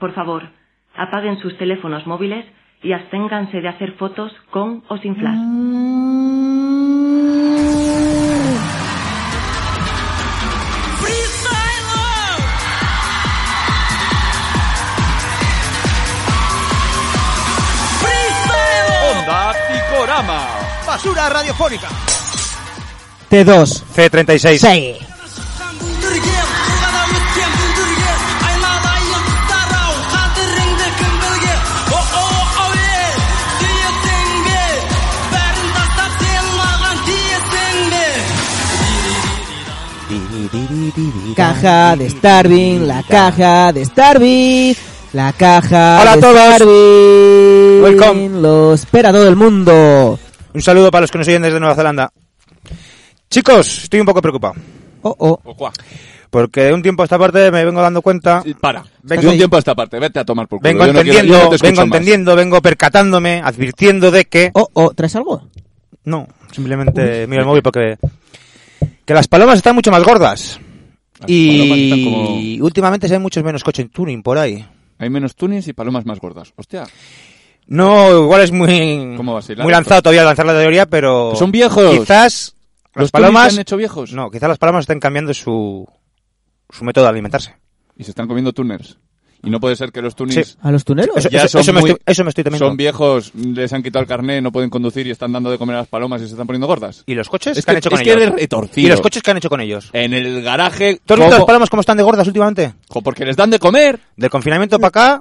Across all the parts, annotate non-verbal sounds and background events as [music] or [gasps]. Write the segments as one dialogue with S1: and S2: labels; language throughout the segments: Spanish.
S1: Por favor, apaguen sus teléfonos móviles y absténganse de hacer fotos con o sin flash.
S2: Onda Picorama.
S3: Basura radiofónica.
S4: T2.
S5: C36.
S4: Sí.
S3: Oh,
S4: Caja de Starving, la caja de Starving, la caja
S5: Hola a
S4: de
S5: todos.
S4: Starving.
S5: Welcome.
S4: Lo espera todo el mundo.
S5: Un saludo para los que nos oyen desde Nueva Zelanda. Chicos, estoy un poco preocupado.
S4: Oh, oh.
S2: O cuá.
S5: Porque de un tiempo a esta parte me vengo dando cuenta.
S2: Para.
S5: Venga.
S2: De un tiempo a esta parte. Vete a tomar por culo.
S5: Vengo
S2: Yo no quiero-
S5: entendiendo,
S2: yo no te escucho
S5: vengo
S2: más.
S5: entendiendo, vengo percatándome, advirtiendo de que...
S4: Oh, oh, ¿traes algo?
S5: No, simplemente miro el móvil porque... Que las palomas están mucho más gordas.
S2: Las palomas están
S5: Y
S2: como-
S5: últimamente se ven muchos menos coche en tuning por ahí.
S2: Hay menos tunis y palomas más gordas. Hostia.
S5: No, igual es muy,
S2: ¿Cómo va a ser? Pues
S5: muy lanzado todavía lanzar la teoría, pero...
S2: Son viejos.
S5: Quizás las
S2: Los tunis
S5: palomas...
S2: se han hecho viejos.
S5: No, quizás las palomas estén cambiando su, su método de alimentarse.
S2: Y se están comiendo tuners. Y no puede ser que los tunis...
S5: Sí.
S4: ¿A los tuneros?
S5: Eso,
S2: Ya
S5: eso-
S2: son
S5: eso me,
S2: muy-
S5: estoy, eso me estoy temiendo.
S2: Son viejos, les han quitado el carné, no pueden conducir y están dando de comer a las palomas y se están poniendo gordas.
S5: ¿Y los coches?
S2: Es
S5: ¿Qué han
S2: que-
S5: hecho con
S2: es que
S5: ellos?
S2: eres retorcido.
S5: ¿Y los coches que han hecho con ellos?
S2: En el garaje...
S5: ¿Tú has
S2: como-
S5: visto las palomas cómo están de gordas últimamente?
S2: jo, Porque les dan de comer.
S5: Del confinamiento para acá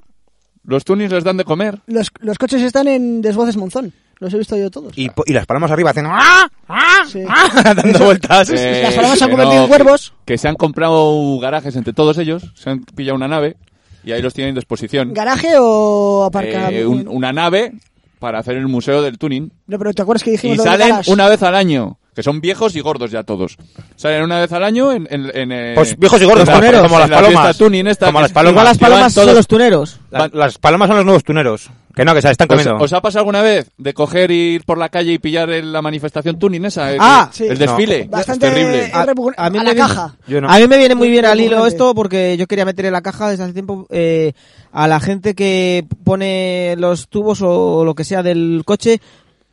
S2: Los tunis les dan de comer.
S6: Los, los coches están en desvoces Monzón. Los he visto yo todos.
S5: y, po- y las palomas arriba haciendo ¡ah! ¡ah!
S6: Sí.
S5: ¡ah! [laughs] dando vueltas.
S2: Eh,
S6: Las palomas se han
S2: que
S6: convertido en
S2: que-
S6: cuervos.
S2: Que, se han comprado garajes entre todos ellos, se han pillado una nave y ahí los tienen en disposición.
S6: ¿Garaje o aparca?
S2: Eh, un- una nave para hacer el museo del tuning.
S6: No, pero ¿te acuerdas que dijimos
S2: Y
S6: lo de
S2: salen
S6: garage?
S2: una vez al año, que son viejos y gordos ya todos. Salen una vez al año en... en- en, eh,
S5: Pues viejos y gordos,
S2: en la-
S5: tuneros, como
S2: en
S5: las
S2: la fiesta
S5: palomas.
S2: tuning esta
S5: Como
S2: que-
S5: las palomas.
S4: Igual las
S2: llevan
S4: palomas son
S2: todos-
S4: los tuneros.
S5: La- las palomas son los nuevos tuneros. Que no, que se las están
S2: ¿Os,
S5: comiendo.
S2: os ha pasado alguna vez de coger y ir por la calle y pillar el- la manifestación tuning esa? El,
S6: Ah, sí.
S2: el desfile.
S6: Bastante ah,
S2: Es terrible.
S6: es repugn- eh, a,
S4: me
S6: la
S4: viene-
S6: caja.
S5: Yo no.
S4: A mí me viene muy bien al hilo
S6: Repugnante.
S4: esto porque yo quería meter en la caja desde hace tiempo eh, a la gente que pone los tubos o lo que sea del coche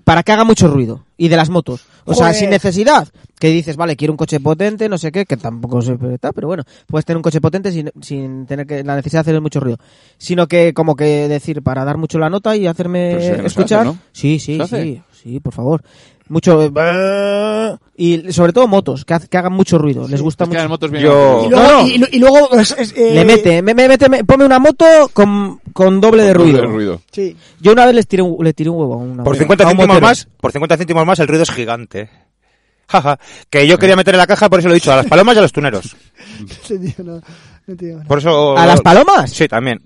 S4: para que haga mucho ruido y de las motos. O sea,
S6: Joder.
S4: sin necesidad. Que dices, vale, quiero un coche potente, no sé qué, que tampoco se está, pero bueno, puedes tener un coche potente sin, sin tener que, la necesidad de hacer mucho ruido. Sino que, como que decir, para dar mucho la nota y hacerme
S2: Pero eso ya no se
S4: escuchar.
S2: hace, ¿no?
S4: Sí, sí,
S2: ¿Se hace?
S4: sí, sí, por favor. Mucho. eh, Y sobre todo motos, que, ha- que hagan mucho ruido. Les gusta
S2: Es que
S4: mucho.
S2: las motos vienen
S5: Yo-
S2: a-
S6: Y
S5: No,
S6: luego,
S5: no.
S6: y, lu- y luego es- es, eh,
S4: Le mete, me, me- mete- me- ponme una moto con, con doble de ruido.
S2: Doble de ruido.
S6: Sí. [laughs]
S4: Yo una vez les tiré un, le tiré un huevo a una
S5: Por
S4: moto,
S5: 50
S4: a un
S5: céntimos
S4: motero.
S5: más, por 50 céntimos más el ruido es gigante. Jaja. Que yo quería meter en la caja, por eso lo he dicho, a las palomas y a los tuneros.
S6: Sí, tío, no, no te digo nada.
S5: Por eso...
S4: ¿A las palomas?
S5: Sí, también.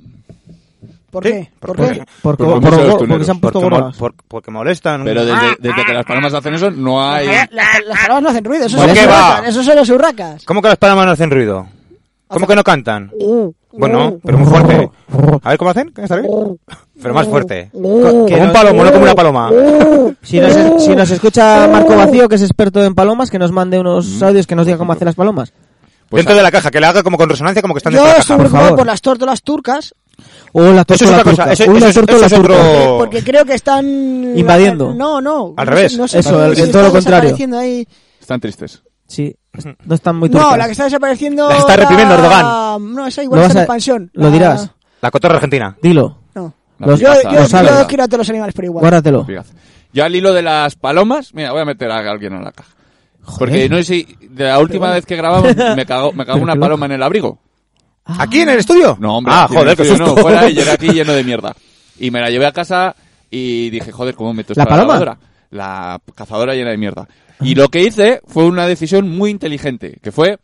S6: ¿Por
S5: Sí,
S6: qué? ¿Por
S5: porque-
S6: qué?
S4: Porque,
S2: Por-
S4: por-
S2: por-
S4: por-
S2: los
S4: porque se han puesto
S5: Porque, mo-
S4: gordas.
S5: por- porque molestan. Ah.
S2: Pero desde, desde que las palomas hacen eso, no hay.
S6: Las, las palomas no hacen ruido, esos
S5: ¿Por
S6: son
S5: qué
S6: los
S5: va?
S6: urracas, esos son los urracas.
S5: ¿Cómo que las palomas no hacen ruido? ¿Cómo que no cantan?
S4: Mm.
S5: Bueno, pero muy fuerte. A ver cómo hacen, ¿está bien? Pero más fuerte.
S4: Co- Uh, que
S5: Como un
S4: nos-
S5: palomo, no como
S4: Mm.
S5: una Uh. paloma.
S4: Si nos, es- si nos escucha Marco Vacío, que es experto en palomas, que nos mande
S5: Mm.
S4: unos audios que nos diga cómo hacer las palomas.
S2: Pues
S5: dentro de la caja, que la haga como con resonancia, como que están
S6: Yo
S5: dentro de la
S6: estoy
S5: caja.
S4: por
S6: preocupado
S4: favor.
S6: por las tórtolas turcas
S4: O la
S5: Eso es
S4: tórtola
S5: otra cosa,
S4: turca.
S5: eso-
S4: o una
S5: eso es-
S4: tórtola
S5: eso es
S4: turca.
S5: otro- Oh.
S6: porque creo que están
S4: Invadiendo.
S6: No, no.
S5: Al
S6: no
S5: revés.
S6: sé- no sé
S4: Eso,
S6: si-
S4: el-
S6: si
S4: el todo lo
S6: está
S4: contrario.
S6: desapareciendo ahí.
S2: Están tristes.
S4: Sí, no están muy turcas.
S6: No, la que está desapareciendo.
S5: La está reprimiendo
S6: Erdogan. No, esa igual
S4: Lo
S6: está en
S4: vas a-
S6: expansión. Ah.
S4: Lo
S6: La-
S4: dirás.
S5: La cotorra argentina.
S4: Dilo.
S6: No.
S2: La
S4: Los-
S6: Yo,
S2: pigaza,
S6: yo,
S2: la
S4: lo sabes.
S6: yo
S2: pigaza,
S6: quiero a todos los animales por igual.
S2: la
S4: Guárdatelo.
S2: pigaza. Yo al hilo de las palomas, mira, voy a meter a alguien en la caja. Porque
S4: Joder.
S2: no sé si de la última vez que grabamos me cagó,
S4: [laughs]
S2: me cagó
S4: Pero
S2: una
S4: qué
S2: paloma en el abrigo.
S4: Ah.
S5: ¿Aquí en el estudio?
S2: No, hombre.
S5: Ah,
S2: aquí en el
S5: joder, qué
S2: estudio
S5: susto.
S2: No, fuera y era aquí lleno de mierda. Y me la llevé a casa y dije, joder, ¿cómo meto esta
S4: ¿La paloma?
S2: lavadora? La cazadora llena de mierda. Y lo que hice fue una decisión muy inteligente, que fue,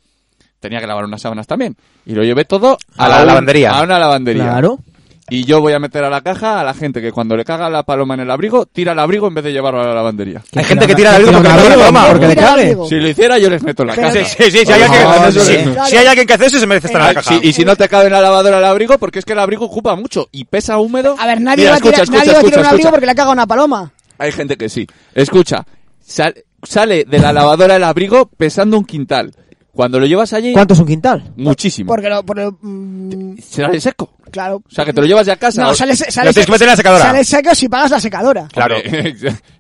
S2: tenía que lavar unas sábanas también. Y lo llevé todo
S5: A la
S2: un-
S5: lavandería.
S2: A una lavandería.
S4: Claro.
S2: Y yo voy a meter a la caja a la gente que cuando le caga la paloma en el abrigo, tira el abrigo en vez de llevarlo a la lavandería.
S5: [laughs] Hay gente que tira la
S4: una-
S5: luz porque no
S4: tira
S5: la
S4: una
S5: paloma.
S4: porque le
S6: Mira,
S4: cabe.
S6: amigo.
S2: Si lo hiciera, yo les meto en la
S6: Pero-
S2: caja.
S5: Sí, sí, sí, si hay
S2: No,
S5: alguien que-
S2: no,
S5: sí,
S2: no,
S6: no.
S5: si hay alguien que hace eso, se merece estar en la
S2: Ah,
S5: caja.
S2: sí, y si no te cabe en la lavadora el abrigo, porque es que el abrigo ocupa mucho y pesa húmedo.
S6: A ver, nadie
S2: Mira,
S6: va a tirar,
S2: escucha, escucha,
S6: nadie va a tirar
S2: escucha,
S6: un abrigo
S2: escucha.
S6: porque le caga una paloma.
S2: Hay gente que sí. Escucha, sal- sale de la lavadora el abrigo pesando un quintal. Cuando lo llevas allí,
S4: ¿Cuánto es un quintal?
S2: muchísimo.
S6: Porque lo, por el- mm, mm,
S2: Será de seco.
S6: claro.
S2: O sea, que te lo llevas ya a casa.
S6: No, sale, sale,
S5: Lo tienes que meter en la secadora.
S6: sale seco si pagas la secadora.
S5: Claro.
S2: [laughs]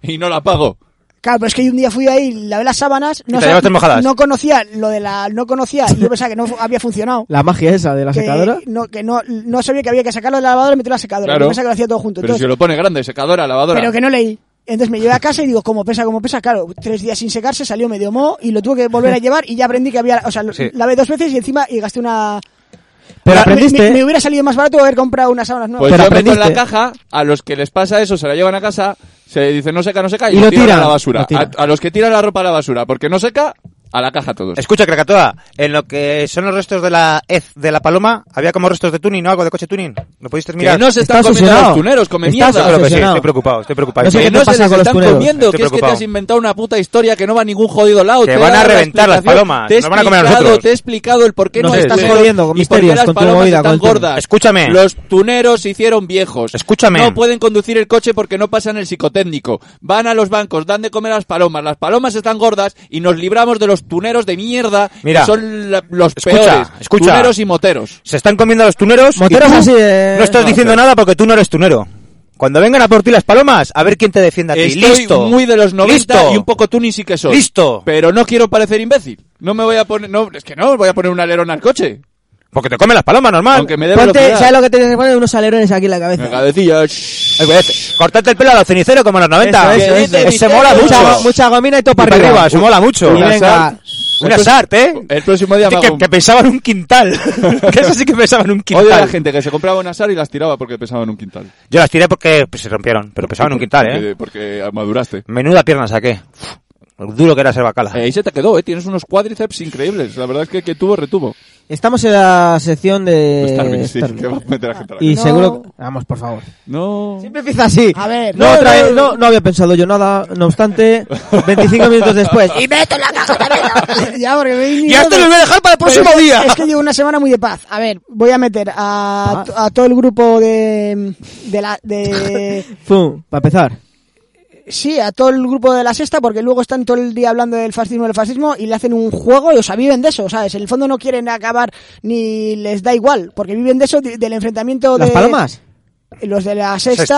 S2: y no la pago.
S6: Claro, pero es que yo un día fui ahí, lavé las sábanas,
S5: Y
S6: no,
S5: te llevaste mojadas.
S6: no conocía lo de la, no conocía, yo pensaba que no fu- había funcionado.
S4: La magia esa de [laughs] la
S6: que
S4: secadora.
S6: No, que no, no sabía que había que sacarlo de la lavadora y meterlo en la secadora.
S2: Claro.
S6: Yo pensaba que lo hacía todo junto.
S2: Pero si
S6: Entonces,
S2: lo pone grande, secadora, lavadora.
S6: pero que no leí. Entonces me llevé a casa y digo, ¿cómo pesa, cómo pesa? Claro, tres días sin secarse, salió medio mo y lo tuve
S5: [laughs]
S6: que volver a llevar y ya aprendí que había, o sea, lo-
S5: Sí.
S6: lavé dos veces y encima y gasté una...
S4: Pero
S6: Me-
S4: aprendiste.
S6: Me, me hubiera salido más barato haber comprado unas sábanas nuevas.
S2: Pues yo
S4: Pero
S2: meto en la
S4: aprendiste.
S2: caja, a los que les pasa eso, se la llevan a casa, se dicen no seca, no seca, y,
S4: Y
S2: lo
S4: lo
S2: tiran a
S4: tiran,
S2: la basura.
S4: lo tiran.
S2: A, a los que tiran la ropa a la basura, porque no seca, a la caja todos.
S5: [laughs] Escucha, Krakatoa, en lo que son los restos de la hez de la paloma, había como restos de tuning, ¿no? Algo de coche tuning. ¿Lo pudiste mirar?
S2: que no se están
S4: Estás
S2: comiendo
S4: obsesionado.
S2: los tuneros, come
S4: Estás
S5: Yo
S2: mierda.
S5: creo que sí,
S4: obsesionado.
S5: estoy preocupado, estoy preocupado.
S4: No sé
S5: Que
S2: que
S4: qué
S2: no
S4: te
S2: se
S4: pasa
S2: les
S4: con los
S2: están
S4: tuneros.
S2: comiendo,
S5: Estoy
S2: que es que te
S5: preocupado.
S2: has inventado una puta historia que no va a ningún jodido lado.
S5: Te
S2: he
S5: van a
S2: dado la
S5: reventar las
S2: explicación,
S5: palomas,
S2: Te he
S5: nos van a comer a
S2: explicado-
S5: nosotros.
S2: Te he explicado el por qué no,
S5: No sé,
S2: están
S5: estás
S2: gordos
S4: jodiendo
S2: y
S4: con
S2: por qué
S4: misterios,
S2: las
S4: con tu
S2: palomas
S4: movida,
S2: están
S4: con tu-
S2: gordas.
S5: Escúchame.
S2: Los tuneros se hicieron viejos.
S5: Escúchame.
S2: No pueden conducir el coche porque no pasan el psicotécnico. Van a los bancos, dan de comer a las palomas. Las palomas están gordas y nos libramos de los tuneros de mierda
S5: Mira.
S2: que son la- los
S5: Escucha,
S2: peores.
S5: escucha.
S2: Tuneros y moteros.
S5: Se están comiendo a los tuneros. y
S4: Moteros
S5: tú
S4: así, eh,
S5: No estás
S4: no,
S5: diciendo nada porque tú no eres tunero. Cuando vengan a por ti las palomas, a ver quién te defiende a ti.
S2: Estoy
S5: Listo.
S2: muy de los 90
S5: Listo.
S2: y un poco tunis sí que soy.
S5: Listo.
S2: Pero no quiero parecer imbécil. No me voy a poner... No, es que no, voy a poner un alerón al coche.
S5: Porque te comen las palomas, normal.
S2: Aunque me dé
S4: Ponte,
S2: velocidad.
S4: ¿sabes lo que tienes que poner? Unos alerones aquí en la cabeza.
S2: Me cabecilla, shh.
S5: Ay, cuidado, este, Cortarte el pelo a los ceniceros como en los 90.
S2: Eso, eso, eso.
S5: Ese mola
S2: Mucha-
S5: mucho.
S4: Mucha, mucha gomina y todo
S5: Y para arriba, eso mola mucho.
S4: Y
S5: Una
S4: venga.
S5: Una sart, ¿eh?
S2: El próximo día me hago
S5: que,
S2: un-
S5: que pensaban
S2: [laughs]
S5: un quintal. que eso sí que pensaban un quintal.
S2: Odio a la gente que se compraba una sal y las tiraba porque pesaban un quintal.
S5: Yo las tiré porque pues, se rompieron, pero pesaban un quintal, ¿eh?
S2: Porque, porque maduraste.
S5: Menuda pierna saqué. Uf, lo duro que era ser bacala.
S2: Eh, ahí se te quedó, ¿eh? Tienes unos cuádriceps increíbles. La verdad es que que tuvo retuvo.
S4: Estamos en la sección
S6: Eh,
S4: de.
S2: Starving, sí,
S4: Starving.
S2: que va a meter a gente a la
S4: Y
S2: cárcel.
S6: No.
S4: seguro. Vamos, por favor.
S2: No.
S4: Siempre empieza así.
S6: A ver,
S4: No,
S6: no,
S4: otra
S6: no,
S4: vez-
S6: no.
S4: no, no había pensado yo nada. No obstante, 25 minutos después.
S6: [laughs]
S4: Y meto la caja también.
S6: ya, porque me he
S5: Y esto
S6: ido-
S5: lo voy a dejar para el
S6: Pero
S5: próximo
S6: es que-
S5: día.
S6: Es que llevo una semana muy de paz. A ver, voy a meter
S5: Ah.
S6: a, a todo el grupo de, de la,
S5: [laughs]
S6: de,
S4: Fum, para empezar.
S6: sí, a todo el grupo de la sexta, porque luego están todo el día hablando del fascismo, del fascismo, y le hacen un juego y o sea, viven de eso, ¿sabes? En el fondo no quieren acabar ni les da igual, porque viven de eso, de- del enfrentamiento
S4: ¿Las
S6: de...
S4: palomas?
S6: Los de la
S5: Sexta.
S6: sexta,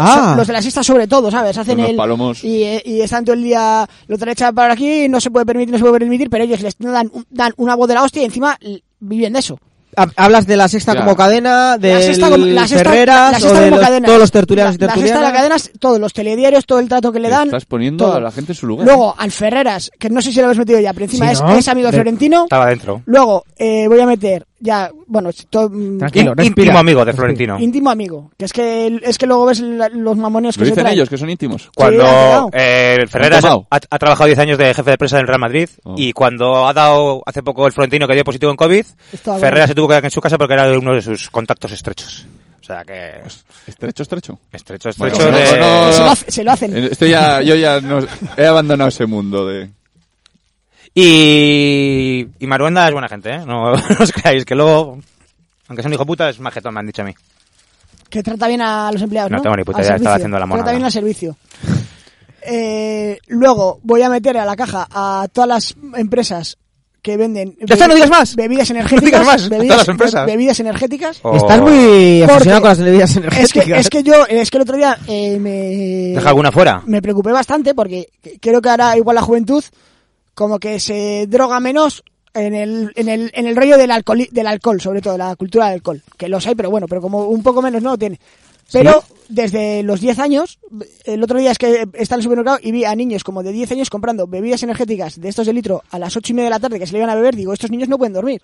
S4: Ah.
S6: so- los de la sexta sobre todo, ¿sabes? Hacen
S2: Unos
S6: el
S2: palomos.
S6: y, eh, y están todo el día lo traen echado para aquí, no se puede permitir, no se puede permitir, pero ellos les dan, un- dan una voz de la hostia y encima l- viven de eso.
S4: Ha- Hablas de la sexta
S2: Ya.
S4: como cadena, de
S6: la sexta, como- la sexta- la
S4: Ferreras, o
S6: sexta
S4: de
S6: como
S4: los-
S6: cadena.
S4: todos los tertulianos
S6: la,
S4: y tertulianas.
S6: La sexta de la cadena, todos los telediarios, todo el trato que le dan.
S2: Estás poniendo
S6: todo.
S2: a la gente en su lugar.
S6: Luego, al Ferreras, que no sé si lo habéis metido ya, pero encima
S4: Sí,
S6: es,
S4: ¿no?
S6: es amigo
S4: De-
S6: florentino.
S5: Estaba dentro.
S6: Luego, eh, voy a meter, ya, bueno, si todo, mm,
S4: Tranquilo,
S5: Ín-
S4: respira.
S5: íntimo amigo de
S4: Respira.
S5: Florentino.
S6: íntimo amigo. Que es que, es que luego ves la- los mamoneos
S2: Lo
S6: que se
S2: dicen
S6: traen.
S2: ellos, que son íntimos.
S5: Cuando
S6: cuidado.
S5: eh, Ferreras ha,
S2: Tomao.
S5: ha trabajado 10 años de jefe de prensa del Real Madrid
S2: Oh.
S5: y cuando ha dado hace poco el Florentino que dio positivo en COVID,
S6: Estaba
S5: Ferreras
S6: bueno.
S5: se tuvo que quedar en su casa porque era de uno de sus contactos estrechos. O sea que
S2: Estrecho, estrecho.
S5: estrecho,
S2: Pues, Bueno,
S5: estrecho
S2: no,
S5: de-
S2: no, no.
S6: Se lo hace- se lo hacen.
S2: Eh, Estoy ya, yo ya no, he abandonado ese mundo de...
S5: Y, y Maruenda es buena gente, ¿eh? No, [laughs] no os creáis, que luego, aunque sea un hijo puta, es majetón, me han dicho a mí.
S6: Que trata bien a los empleados.
S5: No
S6: No,
S5: tengo ni puta
S6: Al
S5: idea, estaba
S6: servicio.
S5: haciendo la monada.
S6: Trata bien al servicio. [laughs] Eh, luego voy a meter a la caja a todas las empresas que venden
S5: Ya está, [laughs] no digas más.
S6: bebidas
S5: digas
S6: energéticas
S5: más, a
S6: bebidas,
S5: todas las empresas. Oh,
S6: bebidas energéticas
S5: O-
S4: Estás muy obsesionado con las bebidas
S6: es que,
S4: energéticas.
S6: es que yo es que el otro día eh, me
S5: Deja alguna fuera.
S6: me preocupé bastante porque creo que ahora igual la juventud como que se droga menos en el, en el, en el rollo del alcohol, del alcohol, sobre todo, la cultura del alcohol, que los hay, pero bueno, pero como un poco menos no lo tiene. Pero desde los 10 años, el otro día es que estaba en el supermercado y vi a niños como de 10 años comprando bebidas energéticas de estos de litro a las 8 y media de la tarde que se le iban a beber, digo, estos niños no pueden dormir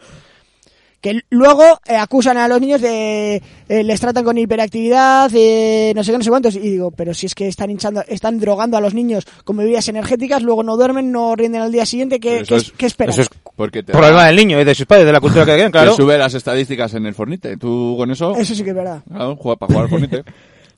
S6: que luego eh, acusan a los niños de eh, les tratan con hiperactividad eh, no sé qué no sé cuántos y digo pero si es que están hinchando están drogando a los niños con bebidas energéticas luego no duermen no rinden al día siguiente
S2: Pero
S6: qué,
S2: eso
S6: qué,
S2: es-
S6: qué esperan
S5: Eso es
S2: Porque te,
S5: problema del niño y de sus padres, de la cultura que tienen,
S2: te
S5: claro.
S2: sube las estadísticas en el Fornite. Tú con eso...
S6: Eso sí que es verdad [laughs]
S2: Claro, juega- para jugar al Fornite.
S4: ¿eh?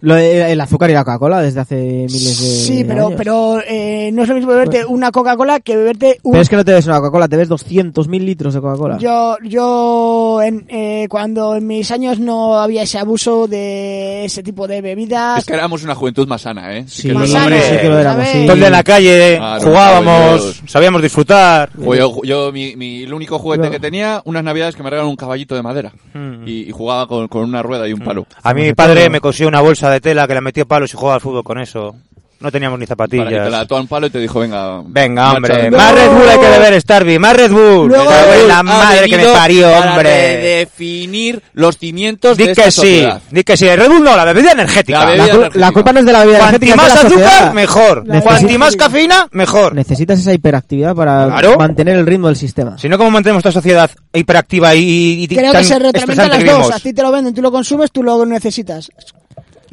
S4: Lo de- el azúcar y la Coca-Cola desde hace miles de
S6: Sí, pero,
S4: años.
S6: pero eh, no es lo mismo beberte una Coca-Cola que beberte un...
S4: Pero es que no te ves una Coca-Cola, te ves 200.000 litros de Coca-Cola.
S6: Yo, yo en, eh, cuando en mis años no había ese abuso de ese tipo de bebidas.
S2: Es que éramos una juventud más sana, ¿eh?
S4: Sí,
S2: que
S6: Más
S2: los
S6: sana,
S2: hombres-
S6: Ah, sí
S4: que lo éramos,
S6: ¿sabes?
S4: sí.
S5: Todo el día en la calle,
S2: Claro,
S5: jugábamos,
S2: caballos.
S5: sabíamos disfrutar.
S2: Pues Yo, yo mi, mi- el único juguete
S4: Claro.
S2: que tenía, unas navidades que me regalaron un caballito de madera.
S5: Mm.
S2: Y, y jugaba con, con una rueda y un palo.
S5: A mí mi padre me cosió una bolsa de tela que la metía palos y jugaba al fútbol con eso. No teníamos ni
S2: Para que te la
S5: zapatillas.
S2: ató a un palo y te dijo, venga.
S5: Venga,
S2: marcha
S5: hombre.
S2: de-
S6: No.
S5: Más Red Bull hay que beber, Starby. Más Red Bull.
S6: Luego-
S5: Me cago en la
S2: Ha
S5: madre que me
S2: venido
S5: parió,
S2: para
S5: hombre.
S2: redefinir los cimientos de
S5: Di
S2: esta
S5: que sí.
S2: sociedad.
S5: Di que sí. El Red Bull no, la bebida energética.
S2: La
S4: La,
S2: bebida-
S4: cul-
S2: energética.
S4: la culpa no es de la bebida
S5: este Cuanti
S4: energética, es de
S5: más
S4: la
S5: azúcar,
S4: sociedad.
S5: mejor.
S6: Necesito-
S5: Cuanti más cafeína, mejor.
S4: Necesitas esa hiperactividad para
S5: Claro.
S4: mantener el ritmo del sistema.
S5: Si no, ¿cómo mantenemos esta sociedad hiperactiva y, y
S6: Creo
S5: tan
S6: que se retroalimentan
S5: estresante
S6: las
S5: que
S6: dos.
S5: vivimos?
S6: A ti te lo venden, tú lo consumes, tú lo necesitas.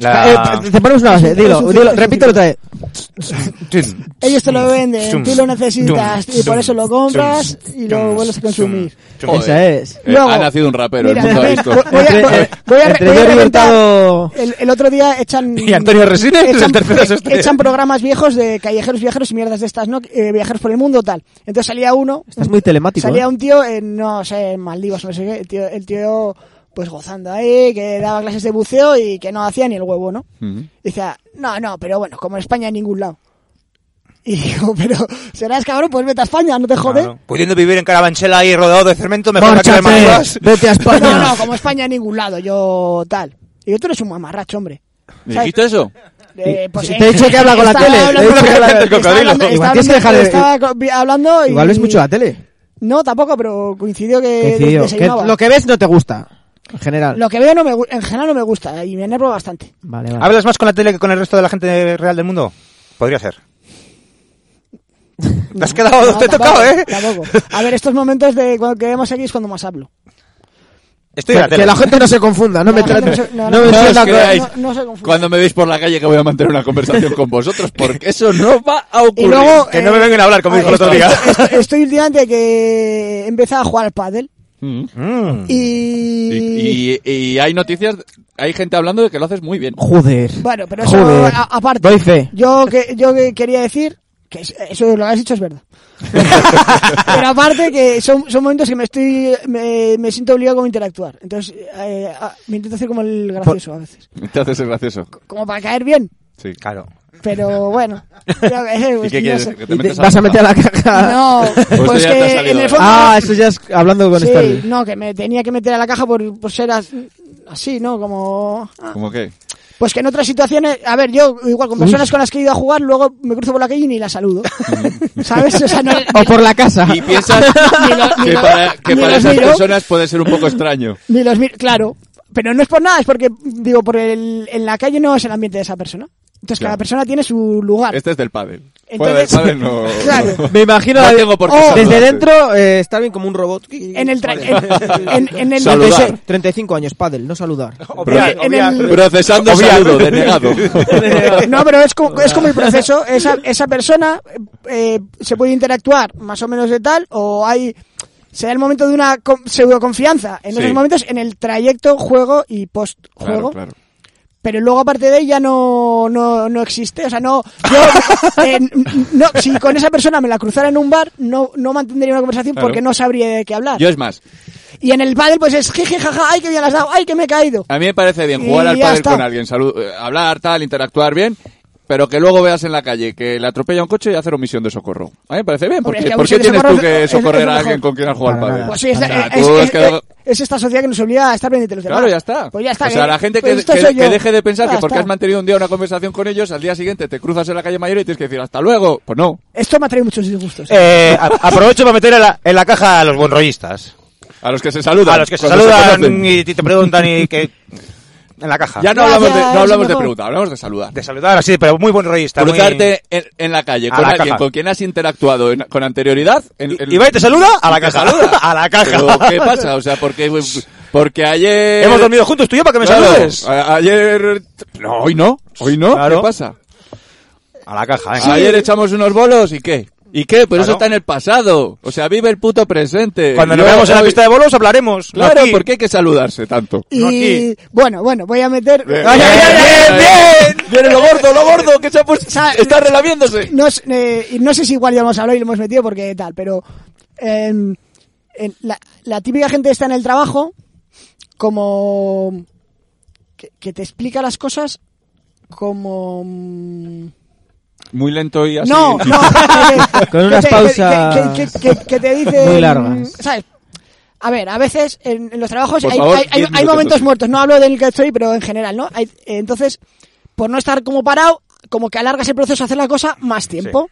S5: La-
S6: [laughs]
S4: Eh, te- te ponemos una base, dilo, dilo, repítelo otra vez.
S6: Ellos te lo venden, tú lo necesitas y por eso lo compras y lo vuelves a consumir.
S2: Joder.
S4: Esa es.
S2: Eh,
S6: Luego-
S2: ha nacido un rapero,
S6: Mira, Pues,
S2: el mundo ha
S6: ven,
S2: visto.
S6: voy a-
S4: Entre-
S6: voy a-
S4: eh,
S6: voy a
S4: entre
S6: re- voy a
S4: Jordi
S6: reventar-
S4: Hurtado-
S6: El, el otro día
S5: [laughs]
S6: echan.
S5: Y Antonio Resines, el tercero es este.
S6: echan programas viejos de callejeros, viajeros y mierdas de estas, ¿no? Eh, viajeros por el mundo, tal. Entonces salía uno.
S4: Estás muy telemático,
S6: Salía
S4: ¿eh?
S6: un tío, en, no sé, en Maldivas, no sé qué. El tío, el tío, pues gozando ahí, que daba clases de buceo y que no hacía ni el huevo, ¿no?
S2: Mm.
S6: Y decía, no, no, pero bueno, como en España en ningún lado. Y digo, pero serás cabrón, pues vete a España, no te jode.
S5: Claro. Pudiendo vivir en Carabanchela ahí rodeado de cemento, mejor que en Maldivas.
S4: ¡Márchate! ¡Vete a España!
S6: No, no, como España en ningún lado, yo tal. Y yo, tú eres un mamarracho, hombre. ¿Sabes?
S2: ¿Dijiste eso?
S6: Eh, pues,
S4: Sí,
S6: eh,
S4: te he dicho que habla con la
S6: estaba
S4: tele,
S6: hablando-
S4: te he dicho que habla-
S6: estaba
S5: el cocodrilo.
S6: hablando- estaba
S4: Igual tienes que
S6: hablando-
S4: dejar de-
S6: estaba co- hablando y...
S4: Igual ves mucho la tele.
S6: No, tampoco, pero coincidió que
S4: Decidió.
S6: des-
S4: Que
S6: desayunaba.
S4: lo que ves no te gusta, en general.
S6: Eh, Lo que veo no me, gu- en general no me gusta eh, y me enervo bastante.
S4: Vale, vale.
S5: [laughs] ¿Hablas más con la tele que con el resto de la gente real del mundo? Podría ser. Te has quedado,
S6: No,
S5: te he
S6: tampoco,
S5: tocado, ¿eh?
S6: Tampoco. A ver, estos momentos de cuando que vemos aquí es cuando más hablo.
S5: Estoy en
S4: Que,
S5: la tele.
S4: que la gente no se confunda, no me
S6: La gente
S4: trates.
S6: no se- no,
S4: no
S6: no,
S4: me
S6: no,
S4: entienda
S2: os
S4: con-
S2: creáis
S6: no- no se confunda.
S2: cuando me veis por la calle que voy a mantener una conversación con vosotros, porque eso no va a
S6: Y
S2: ocurrir.
S6: luego...
S5: Que no me vengan a hablar, como
S6: ah,
S5: dijo el otro
S6: estoy-
S5: día.
S6: estoy- Estoy últimamente que he empezado a jugar al pádel
S2: Mm.
S5: Mm.
S6: y...
S2: Y, y- y hay noticias, hay gente hablando de que lo haces muy bien.
S4: Joder.
S6: Bueno, pero eso
S4: Joder.
S6: a- aparte.
S4: Doy fe.
S6: Yo que yo que quería decir que es- eso lo que has dicho
S4: [laughs]
S6: es verdad. pero aparte que son, son momentos que me estoy me, me siento obligado como a interactuar. Entonces eh, ah, me intento hacer como el gracioso a veces,
S2: Te haces el gracioso.
S6: como para caer bien,
S2: Sí.
S5: Claro.
S6: pero bueno. Yo- eh,
S2: [laughs] ¿Y
S6: pues,
S2: qué
S6: no
S2: quieres?
S6: sé.
S2: ¿Que te
S4: Y te-
S2: metes
S4: vas a meter a la caja.
S6: No, pues,
S2: Pues ya te ha
S6: que
S2: salido
S6: en el
S2: bien.
S6: fondo
S4: Ah, eso ya es hablando con
S6: sí,
S4: Starry.
S6: no, que me tenía que meter a la caja por, por ser as- así, ¿no? Como ah,
S2: ¿Cómo qué?
S6: Pues que en otras situaciones, a ver, yo igual con personas con las que he ido a jugar, luego me cruzo por la calle y ni
S2: [laughs]
S6: la saludo. ¿Sabes? O sea, no,
S4: O por la casa.
S2: Y
S6: [laughs]
S2: piensas que para, que
S6: Ah. ni
S2: para
S6: los
S2: esas
S6: miro.
S2: personas puede ser un poco extraño.
S6: ni los miro, claro. Pero no es por nada, es porque, digo, por el, en la calle no es el ambiente de esa persona. Entonces
S2: Claro.
S6: cada persona tiene su lugar.
S2: Este es del pádel. Fuera del
S6: Ah. Entonces-
S2: pádel
S6: [laughs]
S2: no...
S6: Claro.
S4: [laughs] Me imagino
S2: No
S4: la-
S2: tengo por qué
S4: Oh, desde
S2: saludarte.
S4: dentro eh, está bien como un robot.
S6: En el, tra- en,
S2: [laughs]
S6: en- en el
S2: Saludar.
S4: 36, 35 años, pádel, no saludar.
S5: Obviar,
S6: en el-
S5: obviar.
S2: Procesando saludo,
S6: [laughs]
S2: denegado.
S6: No, pero es como, es como el proceso. Esa, esa persona eh, se puede interactuar más o menos de tal, o hay. Se da el momento de una co- pseudoconfianza en
S2: Sí.
S6: esos momentos en el trayecto juego y post-juego.
S2: Claro, claro.
S6: Pero luego, aparte de ahí, ya no, no, no existe. O sea, no.
S2: [laughs]
S6: Yo, eh, n- no, si con esa persona me la cruzara en un bar, no, no mantendría una conversación
S2: Claro.
S6: porque no sabría de qué hablar.
S2: Yo es más,
S6: Y en el pádel, pues es jeje, jaja, ay, que bien las has dado, ay, que me he caído.
S2: a mí me parece bien
S6: Y
S2: jugar al
S6: ya
S2: pádel
S6: está.
S2: con alguien, salu- eh, hablar, tal, interactuar bien, pero que luego veas en la calle que le atropella un coche y hacer omisión de socorro. A mí me parece bien,
S6: Hombre,
S2: porque
S6: es que
S2: ¿por qué
S6: omisión de
S2: tienes tú
S6: socorro
S2: que
S6: es- es- es
S2: socorrer
S6: lo
S2: a alguien
S6: mejor.
S2: con quien has jugado al
S4: Para
S2: pádel?
S4: nada.
S6: Pues sí, es,
S2: O sea,
S6: es-
S2: tú
S6: es-
S2: es que-
S6: es- es esta sociedad que nos obliga a estar pendiente de los demás.
S2: Claro, ya está.
S6: Pues ya está.
S2: O sea,
S6: que-
S2: la gente
S6: pues
S2: que,
S6: esto
S2: que-
S6: soy
S2: que
S6: yo.
S2: deje de pensar
S6: Ya
S2: que porque
S6: está.
S2: has mantenido un día una conversación con ellos, al día siguiente te cruzas en la calle mayor y tienes que decir hasta luego. Pues no.
S6: Esto me ha traído muchos disgustos.
S5: Eh, [laughs] a- aprovecho para meter en la, en la caja a los buenrollistas.
S2: A los que se saludan.
S5: A los que se
S2: cuando
S5: saludan
S2: conocen.
S5: y te preguntan y que... En la caja.
S2: Ya no
S6: Gracias,
S2: hablamos, de, no
S6: es
S2: hablamos de
S6: mejor.
S2: preguntar, hablamos de saludar.
S5: De saludar así, pero muy buenrollista. muy-
S2: Cruzarte en, en la calle
S5: A
S2: con
S5: la
S2: alguien
S5: caja.
S2: con quien has interactuado en- con anterioridad. en- en-
S5: Y, y va y te saluda a la
S2: te
S5: caja.
S2: saluda.
S5: [laughs] A la
S2: Pero,
S5: caja.
S2: ¿Qué pasa? O sea, porque, porque ayer...
S5: [laughs] Hemos dormido juntos tú y yo para que me
S2: Claro,
S5: saludes.
S2: a- ayer... No, hoy no. Hoy no.
S5: Claro.
S2: ¿Qué pasa?
S5: A la caja, venga.
S2: Ayer echamos unos bolos y ¿qué? ¿Y qué? Pero eso
S5: Claro.
S2: está en el pasado. O sea, vive el puto presente.
S5: Cuando
S2: Y
S5: nos
S2: yo
S5: veamos en la
S2: hoy-
S5: pista de bolos hablaremos. no
S2: Claro,
S5: aquí.
S2: ¿por qué hay que saludarse tanto?
S5: No
S6: Y
S5: aquí.
S6: bueno, bueno, voy a meter.
S2: Bien,
S5: ¡Ay, ay, ay, ay,
S2: bien,
S5: bien!
S2: Viene lo gordo, lo gordo, que se ha puesto-
S6: sea,
S2: está relaviéndose.
S6: No, es- eh, y no sé si igual ya hemos hablado y lo hemos metido porque tal, pero eh, en la, la típica gente está en el trabajo como que, que te explica las cosas como mm,
S2: Muy lento y así.
S6: no,
S2: [laughs]
S6: no
S4: Con unas
S6: que te-
S4: pausas
S6: que, que- que- que te dice
S4: muy largas.
S6: ¿sabes? A ver, a veces en, en los trabajos
S2: Por
S6: hay,
S2: favor,
S6: hay- hay-
S2: 10
S6: hay
S2: minutos,
S6: momentos
S2: sí.
S6: muertos. No hablo del que estoy, pero en general, ¿no? Hay- eh, entonces, por no estar como parado, como que alargas el proceso de hacer la cosa más tiempo.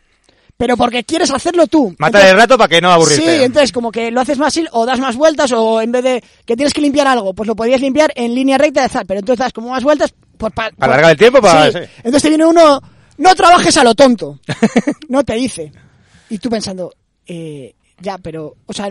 S6: Pero porque quieres hacerlo tú.
S5: Matar el rato para que no
S6: Entonces-
S5: aburrirte.
S6: Sí, entonces como que lo haces más ágil o das más vueltas o en vez de que tienes que limpiar algo, pues lo podrías limpiar en línea recta de zar, pero entonces das como más vueltas por, pa- por-
S5: Alargar el tiempo para-
S6: Sí.
S5: sí.
S6: Entonces te viene uno, no trabajes a lo tonto. no te dice. Y tú pensando, eh, ya, pero, o sea,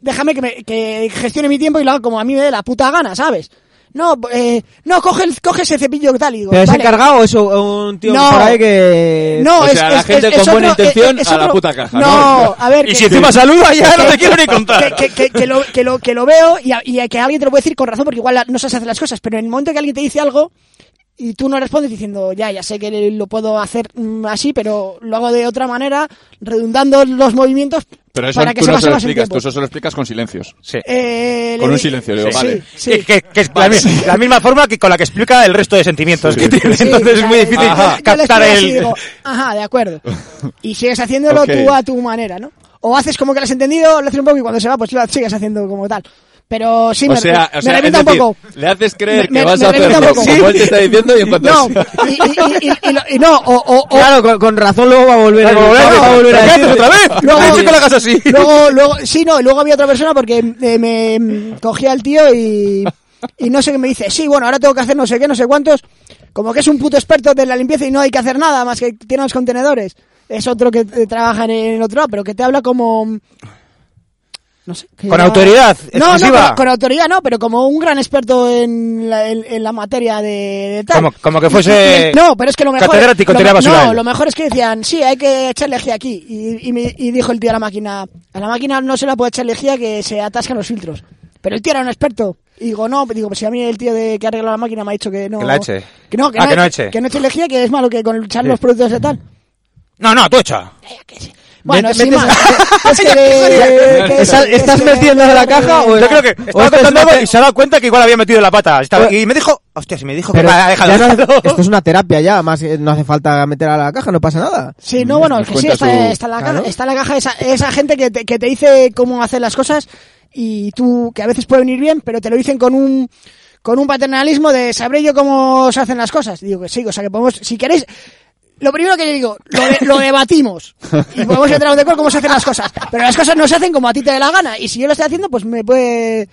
S6: déjame que, me- que gestione mi tiempo y lo haga como a mí me dé la puta gana, ¿sabes? No, eh, no, coge, el- coge ese cepillo que tal y digo,
S4: ¿Pero es
S6: vale.
S4: encargado o es un tío
S6: No.
S4: por ahí que...
S6: No,
S2: O
S6: es,
S2: sea, la
S6: es-
S2: gente
S6: es-
S2: con
S6: es
S2: buena
S6: otro-
S2: intención
S6: es- es
S2: a la
S6: otro-
S2: puta caja,
S6: No, a ver.
S5: Y
S6: que-
S5: si encima saluda, ya
S6: [laughs]
S5: no te quiero ni contar.
S6: que, que- que lo, que, lo, que lo veo y, a- y que alguien te lo puede decir con razón porque igual la- no sabes hacer las cosas, pero en el momento que alguien te dice algo y tú no respondes diciendo, ya, ya sé que lo puedo hacer mm, así, pero lo hago de otra manera, redundando los movimientos
S2: Pero eso
S6: para que
S2: tú
S6: se
S2: no
S6: pase
S2: se lo
S6: más el
S2: explicas, tú
S6: tiempo.
S2: eso se lo explicas con silencios.
S5: Sí.
S6: Eh,
S2: Con
S6: le
S2: un
S6: di-
S2: silencio, digo,
S6: sí,
S2: vale.
S6: Sí,
S5: Que, que- que es la, mi- la misma forma que con la que explica el resto de sentimientos que tiene.
S6: Sí,
S5: Entonces es
S6: ya,
S5: muy
S6: ya,
S5: difícil
S6: yo- yo le
S5: captar
S6: escribo así y
S5: el.
S6: digo, Ajá,
S2: [laughs]
S6: de acuerdo. Y sigues haciéndolo
S2: Ok.
S6: tú a tu manera, ¿no? O haces como que lo has entendido, lo haces un poco y cuando se va, pues lo sigues haciendo como tal. Pero sí,
S2: o
S6: me,
S2: sea,
S6: me-
S2: o sea,
S6: me
S2: es
S6: revienta un
S2: decir,
S6: poco.
S2: Le haces creer
S6: Me-
S2: que vas
S6: me
S2: a
S6: revienta
S2: hacerlo
S6: un poco.
S2: como él te está diciendo y en cuanto
S6: [laughs] No,
S2: es-
S6: y, y- y- y- y lo- y no, o, o- o-
S4: Claro, con, con razón luego va a volver,
S5: Pero
S4: va
S5: bueno,
S4: a volver a
S5: ¿pero qué haces
S4: decirte.
S5: otra vez?
S6: [laughs] Luego-
S5: Te he dicho que lo hagas así.
S6: luego, luego, sí, no, y luego había otra persona porque eh, me mm, cogía al tío y, y no sé qué me dice, sí, bueno, ahora tengo que hacer no sé qué, no sé cuántos, como que es un puto experto de la limpieza y no hay que hacer nada más que tiene los contenedores. Es otro que eh, trabaja en el otro lado, pero que te habla como... mm, No sé. que
S5: Con
S6: ya-
S5: autoridad
S6: No, no,
S5: exclusiva.
S6: con, con autoridad no, pero como un gran experto en la, en, en la materia de, de tal.
S5: Como- como que fuese
S6: Y- y- No, pero es que lo mejor...
S5: catedrático,
S6: lo me-
S5: tiraba basura
S6: No,
S5: él.
S6: lo mejor es que decían, sí, hay que echarle lejía aquí. Y, y me- y dijo el tío a la máquina, a la máquina no se la puede echar lejía que se atascan los filtros. Pero el tío era un experto. Y digo, no, digo, pues si a mí el tío de, que arregla la máquina me ha dicho que no...
S5: Que la eche.
S6: Que no, que,
S5: Ah,
S6: no,
S5: que no
S6: eche.
S5: eche.
S6: Que no eche lejía, que es malo que con echar los productos de tal.
S5: No, no, tú echa.
S6: Ya, ya, que sí. Bueno,
S4: Mete-
S6: sin
S4: metes- [laughs]
S6: más. Es que
S4: Ya,
S6: de- que-
S4: ¿Estás-
S6: que-
S4: estás
S6: que-
S4: metiendo de la caja o-
S5: Yo creo que estaba
S4: esto es
S5: contando
S4: una
S5: algo
S4: te-
S5: y se ha dado cuenta que igual había metido la pata. Estaba-
S4: Pero-
S5: y me dijo, hostia, si me dijo
S4: [laughs]
S5: que
S4: Pero
S5: Vale, déjalo,
S4: ya no hace-
S5: déjalo.
S6: [laughs]
S4: esto es una terapia ya, más eh, no hace falta meter a la caja, no pasa nada.
S6: Sí, no, bueno,
S2: Mm, Nos
S6: que sí,
S2: cuenta
S6: está,
S2: su- Ah,
S6: está en la
S4: Claro.
S6: caja, está en la caja esa, esa gente que te, que te dice cómo hacer las cosas y tú, que a veces puede venir bien, pero te lo dicen con un con un paternalismo de sabré yo cómo se hacen las cosas. Digo que sí, o sea que podemos, si queréis, lo primero que yo digo, lo, de- lo
S2: [laughs]
S6: debatimos y podemos entrar en acuerdo cómo se hacen las cosas, pero las cosas no se hacen como a ti te dé la gana y si yo lo estoy haciendo, pues me puede...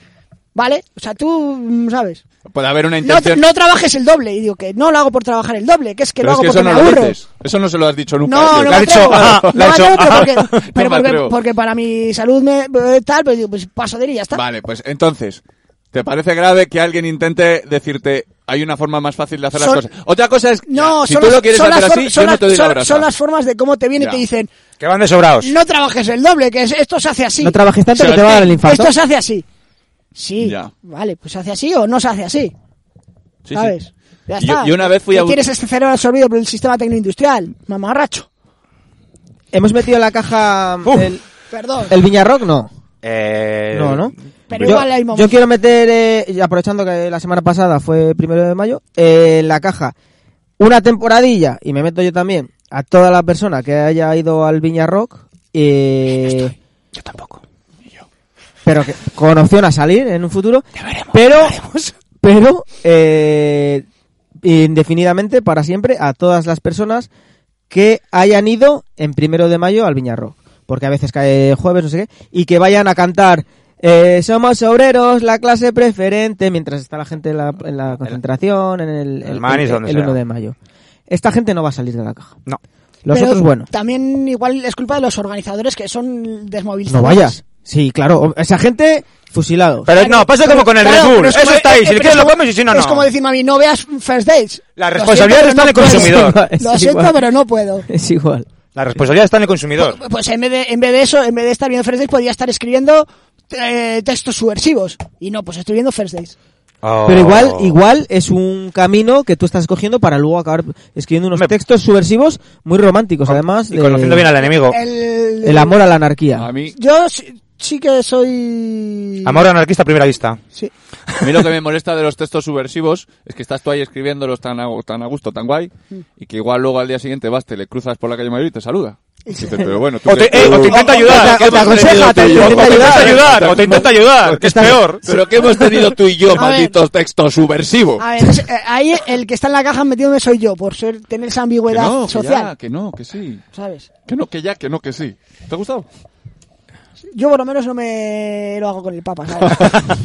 S6: Vale, o sea, tú mm, sabes.
S2: [laughs] Puede haber una
S6: No, tra-
S2: intención.
S6: no trabajes el doble. Y digo que no lo hago por trabajar el doble, que es que
S2: pero
S6: lo
S2: es
S6: hago
S2: que eso
S6: porque
S2: no
S6: me
S2: lo
S6: aburro.
S2: dices. Eso no se lo has dicho nunca.
S6: No,
S2: ¿eh?
S6: no
S5: Le
S6: me
S5: ha dicho,
S2: [laughs]
S6: atrevo.
S5: ajá,
S6: No
S5: le
S6: me
S5: ha dicho,
S6: atrevo, pero
S5: ajá.
S6: porque, pero
S2: No me
S6: porque-
S2: atrevo.
S6: porque para mi salud me eh, tal, pues, digo, pues paso de él y ya está.
S2: Vale, pues entonces, ¿te parece grave que alguien intente decirte hay una forma más fácil de hacer
S6: Son-
S2: las cosas? Otra cosa es,
S6: No,
S2: si
S6: son
S2: tú
S6: las-
S2: lo quieres
S6: son
S2: hacer
S6: las
S2: así,
S6: for- son
S2: yo no
S6: las-
S2: te doy la
S6: son-
S2: brasa.
S6: Son las formas de cómo te viene
S2: Ya.
S6: y te dicen,
S5: Que van de sobrados.
S6: no trabajes el doble, que es- esto se hace así.
S4: No trabajes tanto
S2: O sea,
S4: que te va a dar el infarto.
S6: Esto se hace así. Sí,
S2: Ya.
S6: vale, pues se hace así o no se hace así,
S2: Sí, sí.
S6: ¿sabes? Ya
S2: Y yo-
S6: está.
S2: yo una vez fui
S6: Que
S2: a un-
S6: Tienes este cerebro absorbido por el sistema tecnoindustrial, mamarracho.
S4: Hemos metido en la caja el,
S6: Perdón.
S4: el Viñarrock, no.
S5: Eh,
S4: No, no.
S6: Pero
S4: yo,
S6: igual hay momentos.
S4: yo quiero meter, eh, y aprovechando que la semana pasada fue primero de mayo, eh, en la caja una temporadilla, y me meto yo también, a toda la persona que haya ido al Viña Rock. Eh,
S5: Yo tampoco.
S4: pero que, con opción a salir en un futuro. pero, pero, eh, indefinidamente, para siempre, a todas las personas que hayan ido en primero de mayo al Viñarro. Porque a veces cae jueves, no sé qué, y que vayan a cantar. eh, somos obreros, la clase preferente, mientras está la gente en la, en la concentración, en el,
S5: El Manis, donde
S4: el
S5: sea.
S4: 1 de mayo. Esta gente no va a salir de la caja.
S5: No.
S4: Los
S6: Pero
S4: otros, bueno.
S6: También igual es culpa de los organizadores que son
S4: No
S6: desmovilizadores.
S4: vayas. Sí, claro. Esa gente, fusilados.
S5: Pero no, pasa como con el
S6: Claro,
S5: Red Bull.
S6: pero es
S5: Eso
S6: como-
S5: está
S6: eh,
S5: ahí. Si
S6: pero
S5: le quieres
S6: es
S5: lo
S6: como-
S5: comes y si no, no.
S6: Es como decir, mami, no veas First Dates.
S5: La
S6: Lo
S5: responsabilidad
S6: siento,
S4: [laughs]
S5: está en el
S6: pero no
S5: consumidor.
S6: puedo. Lo
S4: Es
S6: siento,
S4: igual.
S6: pero no puedo.
S4: Es igual.
S5: La responsabilidad está en el consumidor.
S6: Pues en vez de, en vez de eso, en vez de estar viendo First Days, podría estar escribiendo eh, textos subversivos. Y no, pues estoy viendo First Days.
S5: Oh.
S4: Pero igual, igual es un camino que tú estás cogiendo para luego acabar escribiendo unos
S5: Hombre.
S4: textos subversivos muy románticos,
S5: Con-
S4: además
S5: Oh, y conociendo bien al enemigo.
S6: El,
S4: el amor a la anarquía.
S2: A mí,
S6: Yo sí, sí que soy.
S5: Amor anarquista a primera vista.
S6: Sí.
S2: a mí lo que me molesta de los textos subversivos es que estás tú ahí escribiéndolos tan a, tan a gusto, tan guay,
S6: Mm.
S2: y que igual luego al día siguiente vas, te le cruzas por la calle mayor y te saluda. Y dices, pero bueno, tú
S5: O te,
S2: qué-
S5: eh, o te intenta ayudar.
S2: ¿qué
S5: o te
S2: hemos
S5: aconseja,
S2: tenido
S5: te-
S2: tú y yo?
S5: o te
S4: intenta
S5: intenta ayudar. O te intenta ayudar. Que es peor.
S2: Pero ¿qué hemos tenido tú y yo,
S6: A ver.
S2: malditos textos subversivos?
S6: A ver, es- eh, ahí el que está en la caja metiéndome soy yo, por ser, tener esa
S2: Que
S6: ambigüedad
S2: no, que ya,
S6: pues, social.
S2: que no, que sí.
S6: ¿Sabes?
S2: Que no, que ya, que no, que sí. ¿Te ha gustado?
S6: Yo por lo menos no me lo hago con el
S2: [laughs]
S5: [laughs]
S6: papa, ¿sabes?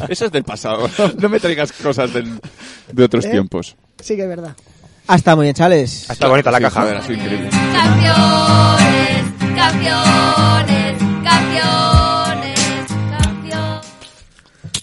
S2: Eso es del pasado. No me traigas cosas del- de otros
S6: ¿Eh?
S2: tiempos.
S6: sí que es verdad.
S4: Hasta muy bien, chales.
S5: Está bonita la
S2: Sí,
S5: caja.
S2: joder, ha sido increíble.
S3: Campeones, campeones, campeones, campeones.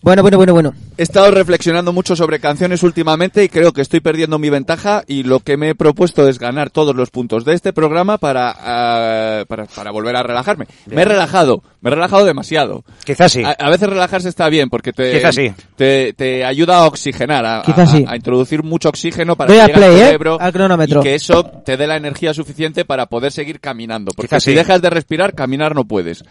S4: Bueno, bueno, bueno, bueno.
S2: He estado reflexionando mucho sobre canciones últimamente y creo que estoy perdiendo mi ventaja y lo que me he propuesto es ganar todos los puntos de este programa para, ah, para, para volver a relajarme. Me he relajado, me he relajado demasiado.
S5: Quizás sí.
S2: A,
S4: Ah,
S2: a veces relajarse está bien porque te,
S5: Quizás sí.
S2: te, te ayuda a oxigenar, a,
S4: Quizás
S2: a-
S4: sí.
S2: a introducir mucho oxígeno para
S4: Doy
S2: que
S4: a
S2: llegue
S4: play, ¿eh?
S2: al cerebro
S4: Al cronómetro.
S2: y que eso te dé la energía suficiente para poder seguir caminando. Porque
S5: Quizás
S2: si
S5: sí.
S2: dejas de respirar, caminar no puedes.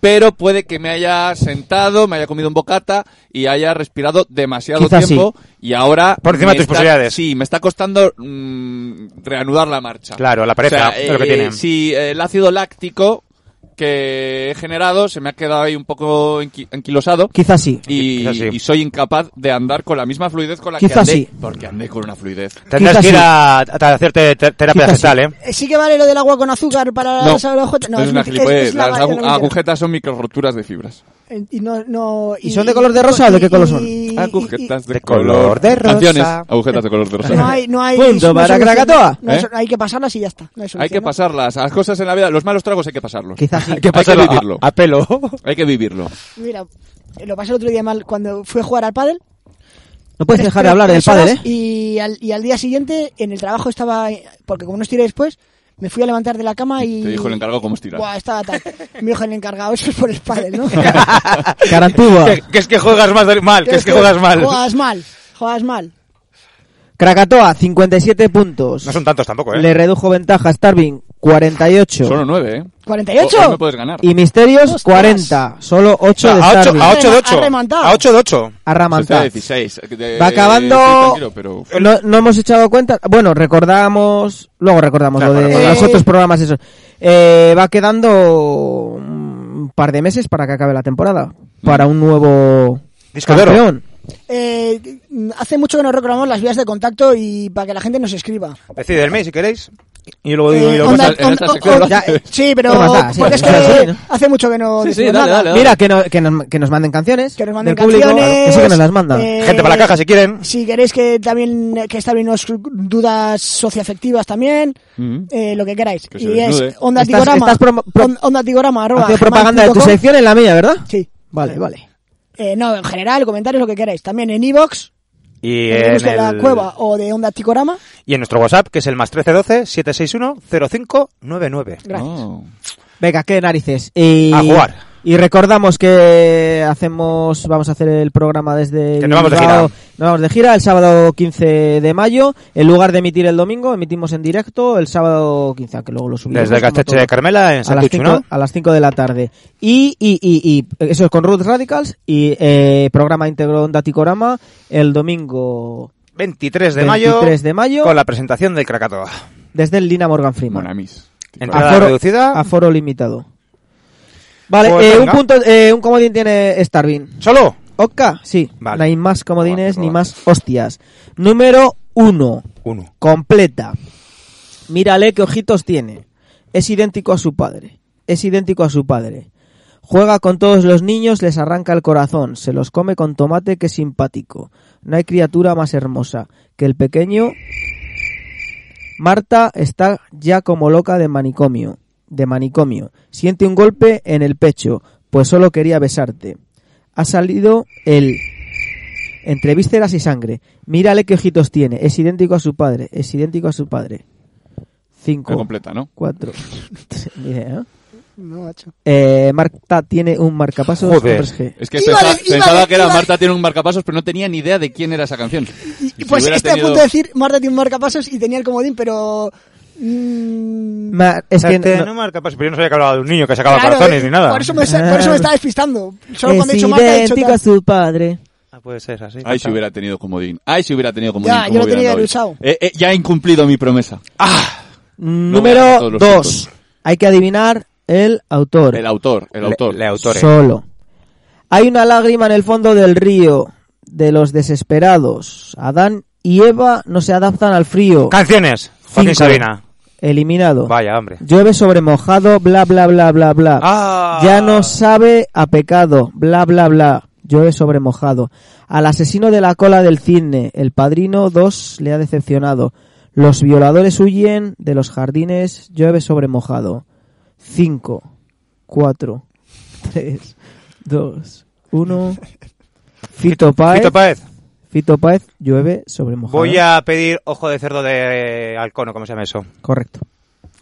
S2: Pero puede que me haya sentado, me haya comido un bocata y haya respirado demasiado
S4: Quizás
S2: tiempo y ahora...
S5: Por encima
S2: me
S5: de tus
S2: está-
S5: posibilidades.
S2: Sí, me está costando mm, reanudar la marcha.
S5: Claro, la pereza, es lo que tiene.
S2: Si eh, el ácido láctico que he generado se me ha quedado ahí un poco enqui- enquilosado
S4: Quizás sí.
S2: y,
S5: Quizás sí.
S2: y soy incapaz de andar con la misma fluidez con la que
S4: Quizás
S2: andé.
S4: sí.
S2: Porque andé con una fluidez.
S5: Tendrás
S4: Quizás
S5: que ir
S4: sí.
S5: a, a hacerte ter- terapia
S4: Quizás sí.
S5: gestal, ¿eh?
S6: Eh, Sí que vale lo del agua con azúcar para
S2: No,
S6: la agujeta. No,
S2: es una
S6: mentira,
S2: gilipollez.
S6: es la-
S2: Las
S6: es la
S2: agu-
S6: mentira.
S2: agujetas son microroturas de fibras.
S6: Eh, Y, no, no,
S4: ¿Y son de color de rosa o de qué color son?
S6: y-
S2: Ah, Agujetas de,
S5: de color de rosa.
S2: Canciones, agujetas de color de rosa. [laughs]
S6: y- No hay, no hay.
S4: Punto
S6: no
S4: para
S6: solución.
S4: Krakatoa.
S6: No hay
S2: ¿Eh?
S6: so- Hay que pasarlas y ya está. No
S2: hay que
S6: pasarlas.
S2: pasarlas. Las cosas en la vida, los malos tragos hay que pasarlos.
S4: Quizás sí.
S2: [laughs] Hay que,
S5: Pásalo a-
S2: vivirlo.
S5: A, pelo.
S2: Hay que vivirlo.
S6: Mira, eh, lo pasé el otro día mal cuando fui a jugar al pádel.
S4: No puedes
S6: Tres-
S4: dejar de
S6: tres-
S4: hablar del
S6: tres
S4: padre,
S6: horas
S4: ¿eh?
S6: Y al, y al día siguiente, en el trabajo estaba. Porque como no estiré después, me fui a levantar de la cama y.
S2: Te dijo el encargado cómo estirar.
S6: Buah, estaba tal. Me dijo el encargado, [laughs] eso es por el pádel,
S2: [laughs]
S6: ¿no?
S4: Carantúa.
S5: [laughs] Que, que es que juegas más del- mal, que es que juegas mal.
S6: Juegas mal, juegas mal.
S4: Krakatoa, 57 puntos.
S5: No son tantos tampoco, ¿eh?
S4: Le redujo ventaja a Starving, 48.
S2: Solo nueve, ¿eh?
S6: ¿48?
S2: O- hoy me puedes ganar.
S4: Y Misterios,
S6: Ostras.
S4: 40. Solo 8 de
S5: a 8,
S4: Starving.
S5: a ocho de
S6: Ha
S5: 8.
S6: remontado.
S5: A 8 de 8.
S4: A
S2: Se está
S4: Ramantat.
S2: a 16. De-
S4: Va acabando-
S2: estoy Eh, tranquilo, pero-
S4: No, no hemos echado cuenta. Bueno, recordamos. Luego recordamos
S5: Claro,
S4: lo de
S5: recordamos.
S4: los otros programas esos. Eh, va quedando un par de meses para que acabe la temporada.
S2: Mm.
S4: Para un nuevo
S5: Disco de oro.
S4: campeón.
S6: Eh, hace mucho que no reclamamos las vías de contacto y para que la gente nos escriba.
S5: Decididme si queréis. Y yo luego digo
S6: Eh,
S5: yo.
S6: onda-
S2: en esta
S6: on-
S2: sección
S6: on-
S2: lo
S6: ya,
S2: hace.
S6: eh, sí,
S4: [laughs]
S6: pero
S4: Qué pasada, sí,
S6: porque es
S4: sí, sí,
S6: que
S4: ¿no?
S6: hace mucho que no
S2: Sí, sí,
S6: decimos
S2: dale,
S6: nada.
S2: dale, dale.
S4: Mira, que, no- que, nos, que nos manden canciones.
S6: Que nos manden
S4: del público.
S6: canciones.
S4: Que sí que nos las mandan.
S6: eh,
S5: Gente para la caja si quieren.
S6: Si queréis que también que está bien os- dudas socioafectivas también,
S2: Mm.
S6: eh, lo que queráis.
S2: Que se
S6: y es
S2: desnude.
S6: onda
S4: Estás-
S6: tigorama.
S4: estás promo- pro-
S6: on- onda tigorama arroba
S4: Haciendo propaganda de tu
S6: gmail.com.
S4: sección en la mía, ¿verdad?
S6: Sí.
S4: Vale, vale.
S6: Eh, no, en general, comentarios lo que queráis. También en iVox,
S5: Y
S6: en el
S5: en,
S6: bus de la
S5: el-
S6: cueva o de onda tigorama.
S5: y en nuestro WhatsApp, que es el más 1312-761-0599.
S6: Gracias.
S2: Oh.
S4: Venga, qué narices. Y,
S5: A jugar.
S4: Y recordamos que hacemos, vamos a hacer el programa desde.
S5: Que no vamos de
S4: Bilbao.
S5: gira.
S4: No vamos de gira el sábado 15 de mayo. En lugar de emitir el domingo, emitimos en directo el sábado 15, que luego lo subimos.
S5: Desde el
S4: como
S5: Castete de
S4: todo.
S5: Carmela, en
S4: a las,
S5: Santuchu,
S4: 5,
S5: ¿no?
S4: a las 5 de la tarde. Y, y, y, y eso es con Roots Radicals y eh, programa íntegro Onda Ticorama el domingo
S5: 23 de mayo.
S4: 23 de mayo.
S5: Con la presentación del Krakatoa.
S4: desde el Lina Morgan Freeman.
S2: Monamis.
S5: Entrada reducida.
S4: aforo limitado. Vale,
S5: Pues
S4: eh, un
S5: venga.
S4: punto, eh, un comodín tiene Starvin.
S5: ¿Solo?
S4: Oka, sí.
S5: Vale.
S4: No hay más comodines
S2: Guau,
S4: ni
S2: guau.
S4: más hostias. Número uno.
S5: Uno.
S4: Completa. Mírale qué ojitos tiene. Es idéntico a su padre. Es idéntico a su padre. Juega con todos los niños, les arranca el corazón, se los come con tomate que simpático. No hay criatura más hermosa que el pequeño. Marta está ya como loca de manicomio, de manicomio. Siente un golpe en el pecho, pues solo quería besarte. Ha salido el entre vísceras y sangre. Mírale qué ojitos tiene. Es idéntico a su padre. Es idéntico a su padre.
S2: La
S4: Cinco.
S2: completa, ¿no?
S4: Cuatro. Ni idea, ¿no?
S6: No, macho.
S4: Eh, Marta tiene un marcapasos con
S5: Joder.
S4: 3G.
S2: Es que
S6: Iba
S2: pensa-
S6: a de- iba
S2: pensaba
S6: de-
S2: que era
S6: iba de-
S2: Marta tiene un marcapasos, pero no tenía ni idea de quién era esa canción.
S6: Y,
S2: Si
S6: pues
S2: hubiera
S6: estoy
S2: tenido-
S6: a punto de decir Marta tiene un marcapasos y tenía el comodín, pero. mm,
S4: Ma- es que
S5: Este,
S4: no-
S5: no marca pasos, pero yo no sabía que hablaba de un niño que sacaba
S6: claro,
S5: corazones
S6: eh,
S5: ni nada.
S6: Por eso, me, por eso me estaba despistando. Solo cuando he
S4: es
S6: dicho Marta he dicho.
S4: idéntico a su padre.
S5: Ah, puede ser así.
S2: Ay, si hubiera tenido comodín. Ay, si hubiera tenido comodín.
S6: Ya,
S2: ¿cómo
S6: yo lo
S2: hubiera
S6: tenía
S2: andado hoy?
S6: usado.
S2: Eh, eh, ya he incumplido mi promesa. ganado
S4: Número
S2: todos los
S4: 2. Hay que adivinar el autor.
S2: El autor, el autor.
S5: Le, le autore.
S4: Solo. Hay una lágrima en el fondo del río de los desesperados. Adán y Eva no se adaptan al frío.
S5: Canciones.
S4: Cinco.
S5: Joaquín Sabina.
S4: Eliminado.
S5: Vaya, hombre.
S4: Llueve sobre mojado, bla bla bla bla bla.
S5: Ah.
S4: Ya no sabe a pecado, bla bla bla. Llueve sobre mojado. Al asesino de la cola del cine, el padrino 2 le ha decepcionado. Los violadores huyen de los jardines, llueve sobre mojado. 5, [laughs] 4, 3, 2, 1. Fito Páez.
S5: Fito Páez.
S4: Fito Páez, llueve sobre mojado.
S5: Voy a pedir Ojo de Cerdo de Alcono, ¿cómo se llama eso?
S4: Correcto.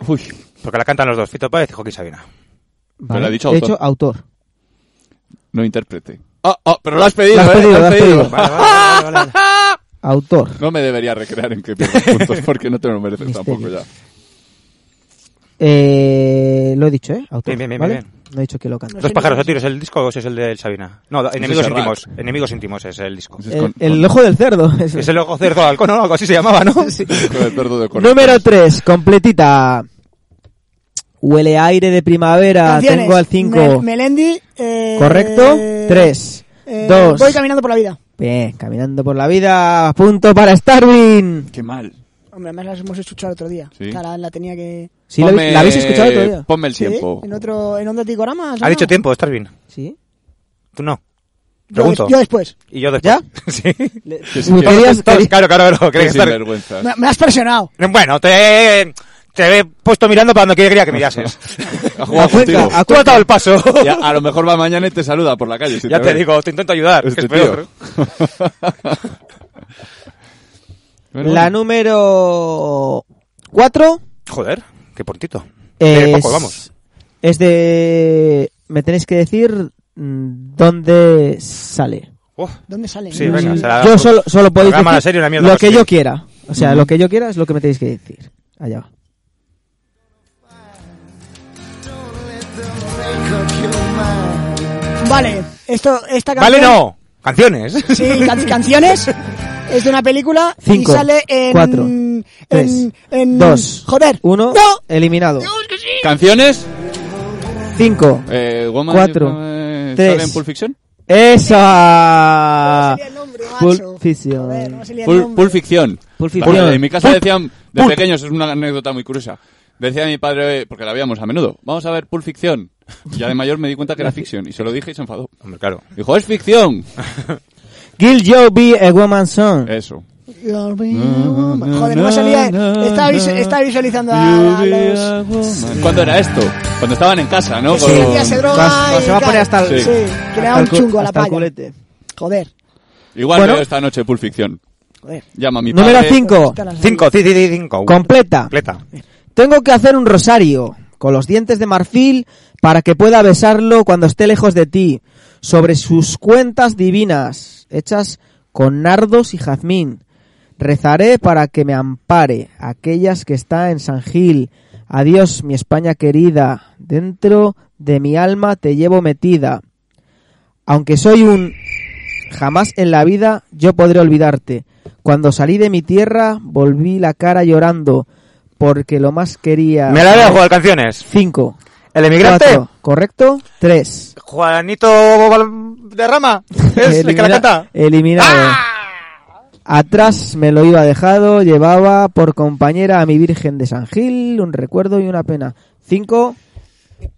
S2: Uy,
S5: Porque la cantan los dos, Fito Páez y Joaquín Sabina.
S2: Pero lo ha dicho
S4: De
S2: autor.
S4: hecho, autor.
S2: no interprete. Ah, ah, pero lo has pedido,
S4: Lo has
S2: ¿eh?
S4: pedido,
S2: Lo has
S4: lo has
S2: pedido.
S4: pedido.
S5: Vale, vale, vale, vale.
S4: Autor.
S2: No me debería recrear en que pierdas puntos porque no te lo mereces tampoco
S4: [laughs] Misterio.
S2: ya.
S4: Eh, lo he dicho, ¿eh? Autor,
S5: Bien, bien, bien,
S4: ¿vale?
S5: bien.
S4: No he dicho que lo cante.
S5: Dos pájaros a tiros, ¿el disco o ese es el del Sabina? No, Enemigos
S2: es el
S5: íntimos. Enemigos íntimos es el disco.
S2: Ese es
S4: El,
S2: con-
S4: el ojo del cerdo. [laughs] eso
S5: Es
S4: es.
S5: el Ojo de Cerdo de Alcono, algo así se llamaba,
S4: [laughs]
S5: ¿no? [laughs]
S2: con el cerdo de corazón.
S4: Número 3, completita. Huele a aire de primavera,
S6: Canciones.
S4: tengo al 5.
S6: Me- Melendi. eh,
S4: Correcto, 3,
S6: eh,
S4: 2.
S6: Voy caminando por la vida.
S4: Bien, caminando por la vida, punto para Starvin.
S2: Qué mal.
S6: Hombre, además las hemos escuchado el otro día.
S2: Sí.
S6: Cara, la tenía que.
S4: Sí, la, habéis- la habéis escuchado el otro día?
S2: Ponme el
S6: Sí,
S2: tiempo.
S6: En otro. En Onda Ticorama.
S5: Ha dicho tiempo, estás bien.
S4: Sí.
S5: Tú no.
S6: Yo, des-
S5: Pregunto.
S6: yo después.
S5: Y yo después. [laughs] sí.
S2: Que sí,
S4: Me
S2: que-
S4: podías-
S5: Todos, claro, claro, claro.
S2: que
S5: quería estar-
S2: sinvergüenza.
S6: Me, me has presionado.
S5: Bueno, te, te he puesto mirando para donde quería que mirases.
S2: Ha jugado
S4: A Cuenca,
S2: contigo.
S4: a
S5: Tú has dado el paso.
S2: Ya, a lo mejor va mañana y te saluda por la calle. si
S5: Ya te
S2: ve.
S5: digo, te intento ayudar. que
S2: Este
S5: es peor.
S4: [laughs]
S2: Bueno,
S4: La número 4
S5: Joder, qué puntito. Eh,
S4: es,
S5: poco, vamos.
S4: es de... Me tenéis que decir mm, dónde sale.
S5: Uf,
S6: ¿Dónde sale?
S5: Sí, venga,
S4: Mm,
S5: se la-
S4: yo solo, solo podéis
S5: programa
S4: decir
S5: la serie, una mierda
S4: lo
S5: más
S4: que
S5: que-
S4: yo quiera. O sea, lo que yo quiera es lo que me tenéis que decir. Allá va.
S6: Vale. Esto, esta
S5: Vale,
S6: canción.
S5: no. Canciones.
S6: Sí, can- canciones. Es de una película
S4: Cinco,
S6: y sale en.
S4: cuatro,
S6: en,
S4: tres,
S6: en-
S4: Dos.
S6: Joder.
S4: Uno.
S6: ¡No!
S4: Eliminado.
S2: ¿Canciones?
S4: Cinco.
S2: Eh, Woman,
S4: Cuatro,
S2: eh,
S4: tres.
S2: ¿sale en Pulp Fiction?
S4: ¡Esa! Ah,
S6: No me salía el nombre, macho.
S4: Pulp Fiction.
S6: Joder, no me salía el
S2: Pulp,
S6: nombre.
S2: Pulp Fiction.
S4: Pulp Fiction.
S2: Vale, en mi casa
S5: Pulp.
S2: decían, de
S5: Pulp.
S2: pequeños, es una anécdota muy curiosa. Decía mi padre, porque la veíamos a menudo, vamos a ver Pulp Fiction. Y ya de mayor me di cuenta que
S4: [laughs]
S2: era ficción. Y se lo dije y se enfadó.
S5: [laughs] Hombre, claro.
S2: Dijo, es ficción.
S4: Gil Joe be a woman's son.
S5: Eh,
S2: Eso.
S6: Joder, no me salía. Estaba, visu- estaba visualizando a, a los.
S2: ¿Cuándo era esto? Cuando estaban en casa, ¿no?
S6: Sí,
S5: oh.
S2: Con-
S6: ya se droga.
S4: Cuando- cuando
S6: y
S4: se va a
S6: tal.
S4: poner hasta el-
S6: Sí, que le da un
S4: Hasta el cu-
S6: chungo a la
S4: hasta el
S6: palla.
S4: culete.
S6: Joder,
S2: Igual
S4: Bueno.
S2: veo esta noche Pulp Fiction.
S6: joder.
S2: Llama a mi
S4: Número
S2: padre.
S4: cinco.
S6: Está la-
S5: Cinco, sí, sí, sí, cinco.
S4: Completa.
S5: Completa.
S4: Tengo que hacer un rosario con los dientes de marfil para que pueda besarlo cuando esté lejos de ti, sobre sus cuentas divinas, hechas con nardos y jazmín. Rezaré para que me ampare aquellas que está en San Gil. Adiós, mi España querida, dentro de mi alma te llevo metida. Aunque soy un Jamás en la vida yo podré olvidarte. Cuando salí de mi tierra, volví la cara llorando, porque lo más quería.
S5: Me la voy a jugar canciones.
S4: Cinco.
S5: El emigrante.
S4: Cuatro, ¿Correcto? Tres.
S5: Juanito Valderrama. Es el que
S4: Elimina-
S5: la
S4: eh,
S5: canta.
S4: Eliminado. Atrás me lo iba dejado, llevaba por compañera a mi Virgen de San Gil, un recuerdo y una pena. Cinco.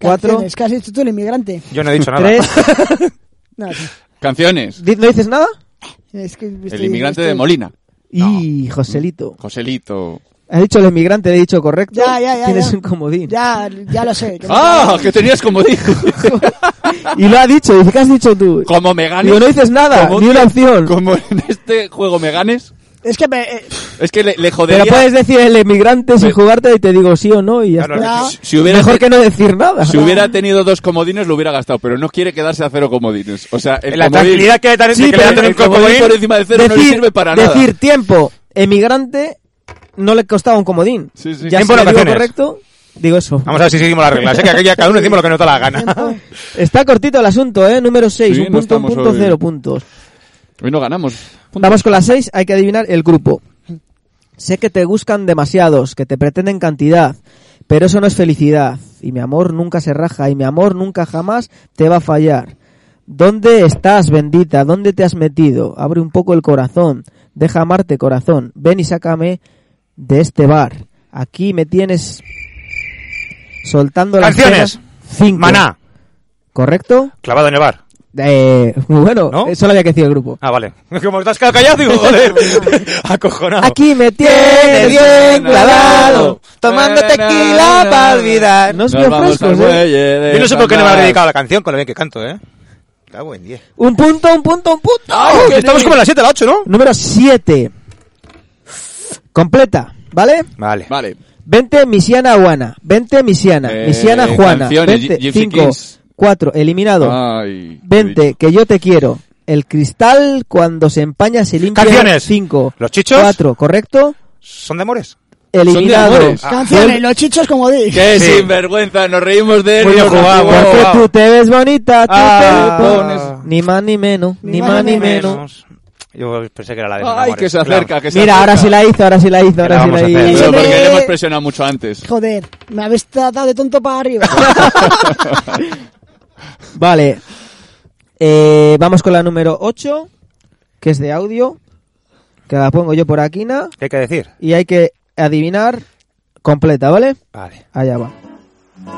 S4: Cuatro.
S6: Canciones, ¿Qué has hecho tú, el inmigrante?
S5: Yo no he dicho nada.
S4: Tres.
S5: [laughs]
S6: No, sí.
S2: Canciones.
S4: Di- ¿No dices nada?
S6: es que estoy-
S2: El inmigrante
S6: estoy-
S2: de Molina.
S4: Y Joselito.
S2: Joselito.
S4: Has dicho el inmigrante, le he dicho correcto.
S6: Ya, ya, ya,
S4: Tienes
S6: ya.
S4: un comodín.
S6: Ya, ya lo sé. que no-
S2: ¡Ah! Que tenías como
S4: [laughs]
S2: dijo.
S4: Y lo ha dicho, dice, ¿qué has dicho tú?
S2: Como me ganes.
S4: Digo, no dices nada,
S2: como
S4: ni
S2: un-
S4: una opción.
S2: Como en este juego me ganes.
S6: Es que eh,
S2: Es que le, le
S4: Pero
S2: jodería.
S4: puedes decir el emigrante sin
S2: Pero-
S4: jugarte y te digo sí o no y ya
S5: Claro,
S4: está.
S6: ya-
S2: si- si hubiera
S4: Mejor que no decir nada.
S2: Si hubiera tenido dos comodines lo hubiera gastado, pero no quiere quedarse a cero comodines. O sea, el
S5: La
S2: comodín-
S5: tranquilidad que le da- que le
S2: pero
S5: da tener
S2: el
S5: un comodín
S2: por encima de cero no le sirve para nada.
S4: decir tiempo, emigrante, no le costaba un comodín.
S2: Sí, sí.
S4: Ya
S5: Tiempo
S4: si
S5: en
S4: lo digo
S5: ocasiones.
S4: correcto, digo eso.
S5: Vamos a ver si seguimos las reglas. ¿eh? Que aquí ya cada uno decimos lo que nos da la gana.
S4: Está cortito el asunto, ¿eh? Número 6,
S2: Sí,
S4: un
S2: no
S4: punto, un
S2: estamos
S4: punto,
S2: hoy.
S4: cero puntos.
S2: Hoy no ganamos.
S4: Vamos con las 6, hay que adivinar el grupo. Sé que te buscan demasiados, que te pretenden cantidad, pero eso no es felicidad. Y mi amor nunca se raja, y mi amor nunca jamás te va a fallar. ¿Dónde estás, bendita? ¿Dónde te has metido? Abre un poco el corazón, deja amarte, corazón. Ven y sácame de este bar. Aquí me tienes soltando las
S5: Canciones.
S4: penas. Cinco.
S5: Maná,
S4: ¿Correcto?
S5: clavado en el bar.
S4: Eh, [laughs] muy bueno,
S5: ¿No?
S4: eh, solo había que decir el grupo.
S5: Ah, vale. [laughs] Como estás callado,
S4: [laughs]
S5: digo, joder. Acojonado.
S4: Aquí me tienes bien clavado.
S2: tomando tequila para olvidar.
S4: No es
S2: Nos
S4: bien
S2: vamos
S4: fresco,
S2: al
S4: ¿eh?
S2: muelle de
S5: Yo no sé por qué no me habré
S2: Sandás.
S5: dedicado a la canción con lo bien que canto, ¿eh? Cago en 10.
S4: Un punto, un punto, un punto. Oh,
S5: estamos como en la 7, la 8, ¿no?
S4: Número 7. Completa, ¿vale?
S5: Vale.
S2: Vale.
S4: Vente Misiana Juana. Vente Misiana.
S2: Eh,
S4: Misiana Juana.
S2: canciones,
S4: Vente,
S2: Gypsy
S4: cinco,
S2: Kings. Ah,
S4: cuatro, eliminado.
S2: Ay,
S4: Vente, que yo te quiero. El cristal cuando se empaña se limpia.
S5: Canciones.
S4: Cinco.
S5: Los chichos.
S4: 4, ¿correcto?
S5: ¿Son de amores?
S4: Eliminado.
S2: amores.
S5: Ah.
S6: canciones, los chichos como di.
S2: Qué
S5: Sí.
S2: sinvergüenza, nos reímos de él.
S5: Muy
S2: y
S5: bien
S2: nos
S5: jugado,
S2: reímos.
S5: bueno.
S4: Porque
S5: Ah.
S4: tú te ves bonita, tú
S5: Ah.
S4: te pones. Ni más ni menos, ni, más ni menos.
S5: Yo pensé que era la de
S2: Ay, que se acerca, que se
S4: Mira,
S2: acerca.
S4: ahora sí la hizo, ahora sí la hizo, ahora sí
S5: vamos
S4: la
S5: a hacer.
S2: Pero
S4: hizo.
S6: Siempre-
S2: porque le hemos presionado mucho antes.
S6: Joder, me habéis tratado de tonto para arriba.
S2: [laughs]
S4: Vale. Eh, vamos con la número 8, que es de audio, que la pongo yo por aquí, na,
S5: ¿Qué hay que decir?
S4: y hay que adivinar completa, ¿vale?
S5: Vale.
S4: Allá va.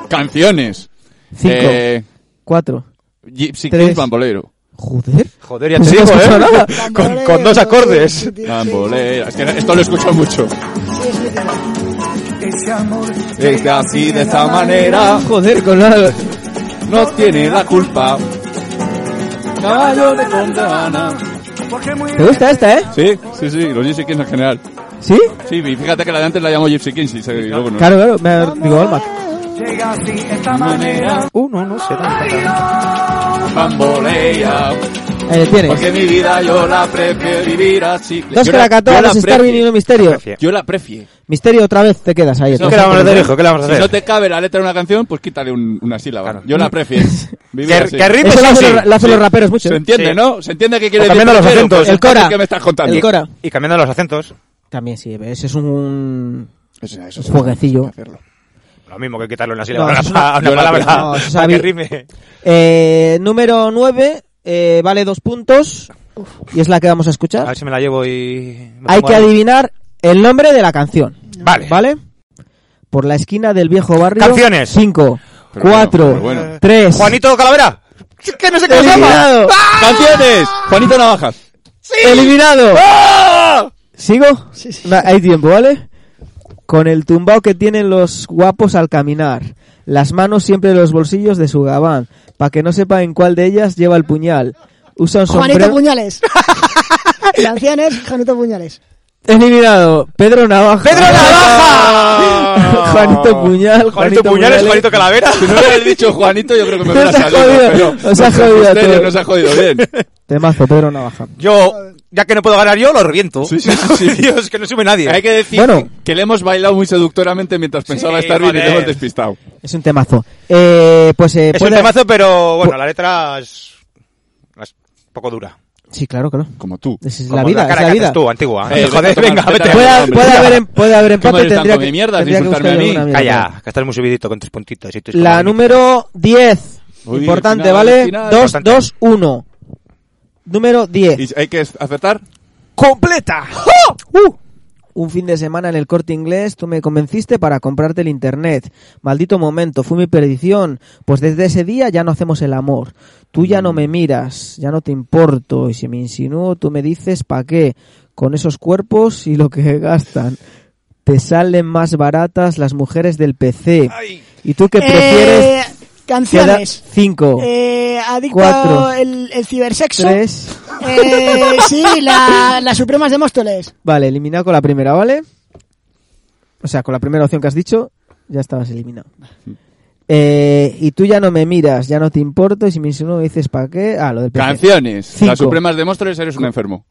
S2: Canciones.
S4: 5,
S2: Eh,
S4: 4.
S2: Gypsy
S4: Tres.
S2: Kings Bambolero.
S4: Joder.
S5: Joder, ya
S4: Pues
S5: te
S4: no
S5: digo,
S4: he
S2: [laughs]
S4: escuchado
S5: ¿eh?
S4: nada.
S5: Con, con dos acordes.
S2: Bambolero. Es que esto lo escucho mucho.
S6: Sí, sí, sí.
S2: Es que así, de esta manera,
S4: Joder, con la...
S2: no tiene la culpa. Caballo de Fontana.
S4: ¿Te gusta esta, eh?
S2: Sí, sí, sí, los Gypsy Kings en general.
S4: ¿Sí?
S2: Sí, y fíjate que la de antes la llamo Gypsy Kings y se- y luego no.
S4: Claro, claro, me digo Olmac.
S5: Uno, Uh, no sé.
S2: Bambolea.
S4: Ahí lo tienes.
S2: Porque mi vida yo la prefiero vivir así.
S4: Dos
S2: Yo
S4: que la cató,
S2: yo
S4: dos Star
S2: prefiero.
S4: y uno Misterio.
S2: Yo la prefiero.
S4: Misterio, otra vez te quedas ahí.
S2: Eso
S5: ¿Qué
S4: otra
S5: le
S4: vez
S5: vamos a
S4: te
S5: hacer,
S4: quedas.
S5: hijo? ¿Qué le vamos a
S2: Si no
S5: hacer?
S2: te cabe la letra de una canción, pues quítale un- una sílaba.
S5: Claro.
S2: Yo la prefiero. Vivir
S5: ¿Qué-
S2: así.
S5: qué ritmo?
S4: Eso lo
S5: Sí,
S4: hacen
S5: sí.
S4: los- lo hacen los raperos mucho.
S2: Se
S4: ¿eh?
S2: entiende,
S5: Sí.
S2: ¿no? Se entiende que quiere
S5: O
S2: decir.
S5: cambiando los
S2: prefiero,
S5: acentos.
S2: pues
S4: El
S2: entonces,
S4: Cora.
S2: ¿Qué me estás contando?
S4: El Cora.
S5: Y cambiando los acentos.
S4: También sí, ese es un...
S2: O sea, eso
S4: Un
S2: sí,
S4: jueguecillo.
S2: hay que hacerlo.
S5: Lo mismo que quitarlo en la sílaba.
S4: No,
S5: a
S4: eso es
S5: una,
S4: una-
S5: a una
S2: yo la-
S5: palabra.
S4: no, eso es
S5: para que
S4: habi-
S5: rime.
S4: Eh, número 9 eh, vale dos puntos y es la que vamos a
S5: A
S4: escuchar.
S5: ver si me la llevo y... me
S4: Hay
S5: pongo
S4: que
S5: ahí.
S4: adivinar el nombre de la canción,
S5: Vale.
S4: ¿vale? Por la esquina del viejo barrio.
S5: Canciones.
S4: 5,
S2: Pero bueno,
S4: 4,
S2: pero bueno.
S4: 3.
S5: Juanito Calavera. Es que no sé cómo se llama.
S4: Eliminado.
S2: ¡Canciones! Juanito Navajas.
S4: Eliminado.
S5: ¡Ah!
S4: ¿Sigo?
S6: Sí, sí.
S4: Va, hay tiempo, ¿vale? Con el tumbao que tienen los guapos al caminar. Las manos siempre en los bolsillos de su gabán. Para que no sepa en cuál de ellas lleva el puñal. Usa un
S6: Juanito
S4: sombrero.
S6: Puñales. [laughs] Canciones, Juanito Puñales.
S4: Eliminado. Pedro Navaja.
S5: ¡Pedro [laughs] Navaja!
S4: [laughs] Juanito Puñal.
S5: Juanito, Puñales, Juanito Calavera.
S2: Si no hubieras dicho Juanito, yo creo que me hubiera
S4: Nos ha
S2: salido.
S4: jodido,
S2: pero
S4: nos ha
S2: ustedes
S4: jodido a todos.
S2: Nos ha jodido bien.
S4: Temazo, Pedro Navaja.
S5: Yo, ya que no puedo ganar yo, lo reviento.
S2: Sí, sí, sí, sí.
S5: [laughs] Dios, que no sube nadie.
S2: Hay que decir
S4: Bueno.
S2: que le hemos bailado muy seductoramente mientras pensaba estar bien y
S5: joder.
S2: le hemos despistado.
S4: Es un temazo. Eh, pues eh,
S5: Es
S4: puede-
S5: un temazo, pero bueno,
S4: Pu-
S5: la letra es, es un poco dura.
S4: Sí, claro, claro.
S2: Como tú.
S4: Es la
S5: Como
S4: vida, es
S5: cara
S4: la
S5: que
S4: vida.
S5: haces tú, antigua.
S2: Eh,
S5: Joder,
S2: vete a
S5: venga,
S2: tomar-
S5: vete.
S2: vete a-
S4: Puede,
S2: Hombre,
S4: puede
S2: venga.
S4: haber, puede haber empate,
S2: molestando
S4: tendría
S2: con
S4: que,
S2: mi mierda,
S4: tendría que
S2: insultarme
S4: buscarle
S2: a mí.
S4: alguna mierda.
S5: Calla, que estás muy subidito con tres puntitos. y tú con
S4: La número 10.
S2: Uy,
S4: importante,
S2: final,
S4: ¿vale?
S2: final,
S4: 2,
S5: importante.
S4: 2, 1. Número 10.
S2: ¿Y hay que acertar?
S4: ¡Completa! Uh. Un fin de semana en el corte inglés, tú me convenciste para comprarte el internet. Maldito momento, fue mi perdición. Pues desde ese día ya no hacemos el amor. Tú ya no me miras, ya no te importo. Y si me insinúo, tú me dices, ¿pa' qué? Con esos cuerpos y lo que gastan. Te salen más baratas las mujeres del PC. ¿Y tú que prefieres?
S6: Eh,
S4: Queda
S6: Canciones.
S4: 5,
S6: Eh, adicto
S4: Cuatro.
S6: el, el cibersexo.
S4: 3.
S6: Eh, sí, la, las Supremas de Móstoles.
S4: Vale, eliminado con la primera, ¿vale? O sea, con la primera opción que has dicho, ya estabas eliminado. Eh, y tú ya no me miras, ya no te importo, y si me insinúo dices para qué. Ah, lo del PC.
S2: Canciones.
S4: Cinco.
S2: Las Supremas de Monstruos, eres un enfermo.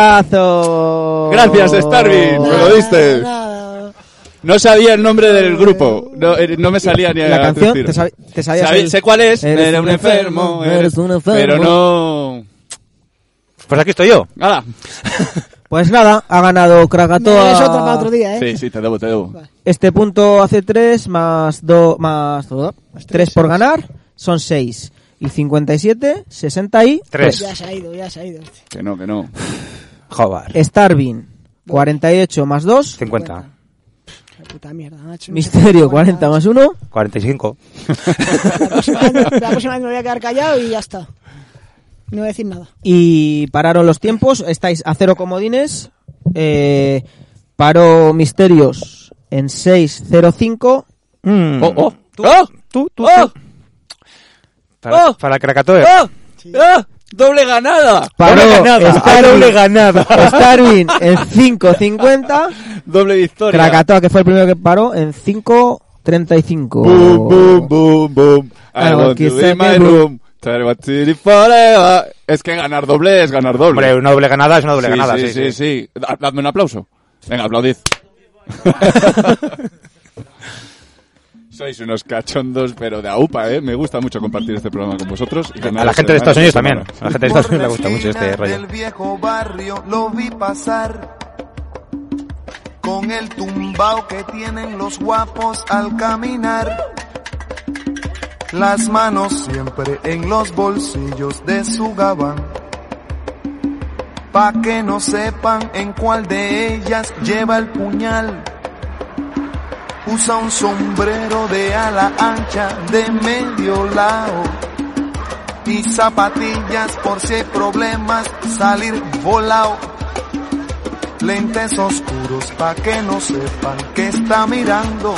S4: Correctazo. Pues
S2: Gracias, Starvin. Me lo diste.
S6: Nada.
S2: No sabía el nombre del grupo. No, eh, no me salía ni a
S4: La canción,
S2: decir.
S4: te, sabe- te sabías
S2: Sabí-
S4: el-
S2: Sé cuál es.
S4: Eres
S2: Era
S4: un
S2: un enfermo.
S4: enfermo, eres un enfermo.
S2: Pero no.
S5: Pues aquí estoy yo.
S2: Nada.
S4: Pues nada, ha ganado Krakatoa.
S6: Es otra para otro día, ¿eh?
S2: Sí, sí, te debo, te debo.
S4: Este punto hace 3 más 2 más 2, 3 por ganar, son 6. Y 57, 60 y
S5: Tres.
S6: Ya se ha ido, ya se ha ido.
S2: Que no, que no.
S5: Joder.
S4: Starvin, 48 más 2,
S5: 50.
S6: La puta mierda, macho.
S4: Misterio, 40 más 1.
S5: 45.
S6: La próxima, vez, la próxima vez me voy a quedar callado y ya está. No voy a decir nada.
S4: Y pararon los tiempos, estáis a 0 comodines. Eh, paró Misterios en 6.05.
S5: Mm.
S2: Oh, oh.
S5: Tú,
S2: Oh.
S5: tú, tú.
S2: Oh.
S5: tú. Para,
S2: Oh.
S5: para Krakatoa.
S2: ¡Ah! ¡Ah! ¡Doble ganada!
S4: Paró
S5: Doble ganada.
S4: Starvin.
S5: Ah,
S4: [laughs]
S5: doble ganada.
S4: Starvin en 5.50.
S2: Doble victoria.
S4: Krakatoa, que fue el primero que paró,
S2: Boom,
S4: en
S2: boom,
S4: 5.35.
S2: boom, boom. I
S4: Ah,
S2: want
S4: que
S2: to be
S4: saque
S2: my
S4: boom.
S2: room. Tell what to do forever. Es que ganar doble es ganar doble.
S5: Hombre, una doble ganada es una doble ganada.
S2: sí, sí, sí. Da- Dadme un aplauso. Venga, aplaudid.
S4: Oh,
S2: [laughs] Sois unos cachondos, pero de aupa, ¿eh? Me gusta mucho compartir este programa con vosotros. y
S5: A
S2: ganar este
S5: la gente de
S2: semana tras semana.
S5: Estados Unidos también. A la gente de Estados Unidos le gusta mucho este rollo.
S7: El viejo barrio lo vi pasar con el tumbao que tienen los guapos al caminar. Las manos siempre en los bolsillos de su gabán. Pa' que no sepan en cuál de ellas lleva el puñal. Usa un sombrero de ala ancha de medio lado y zapatillas por si hay problemas, salir volao. Lentes oscuros pa' que no sepan que está mirando.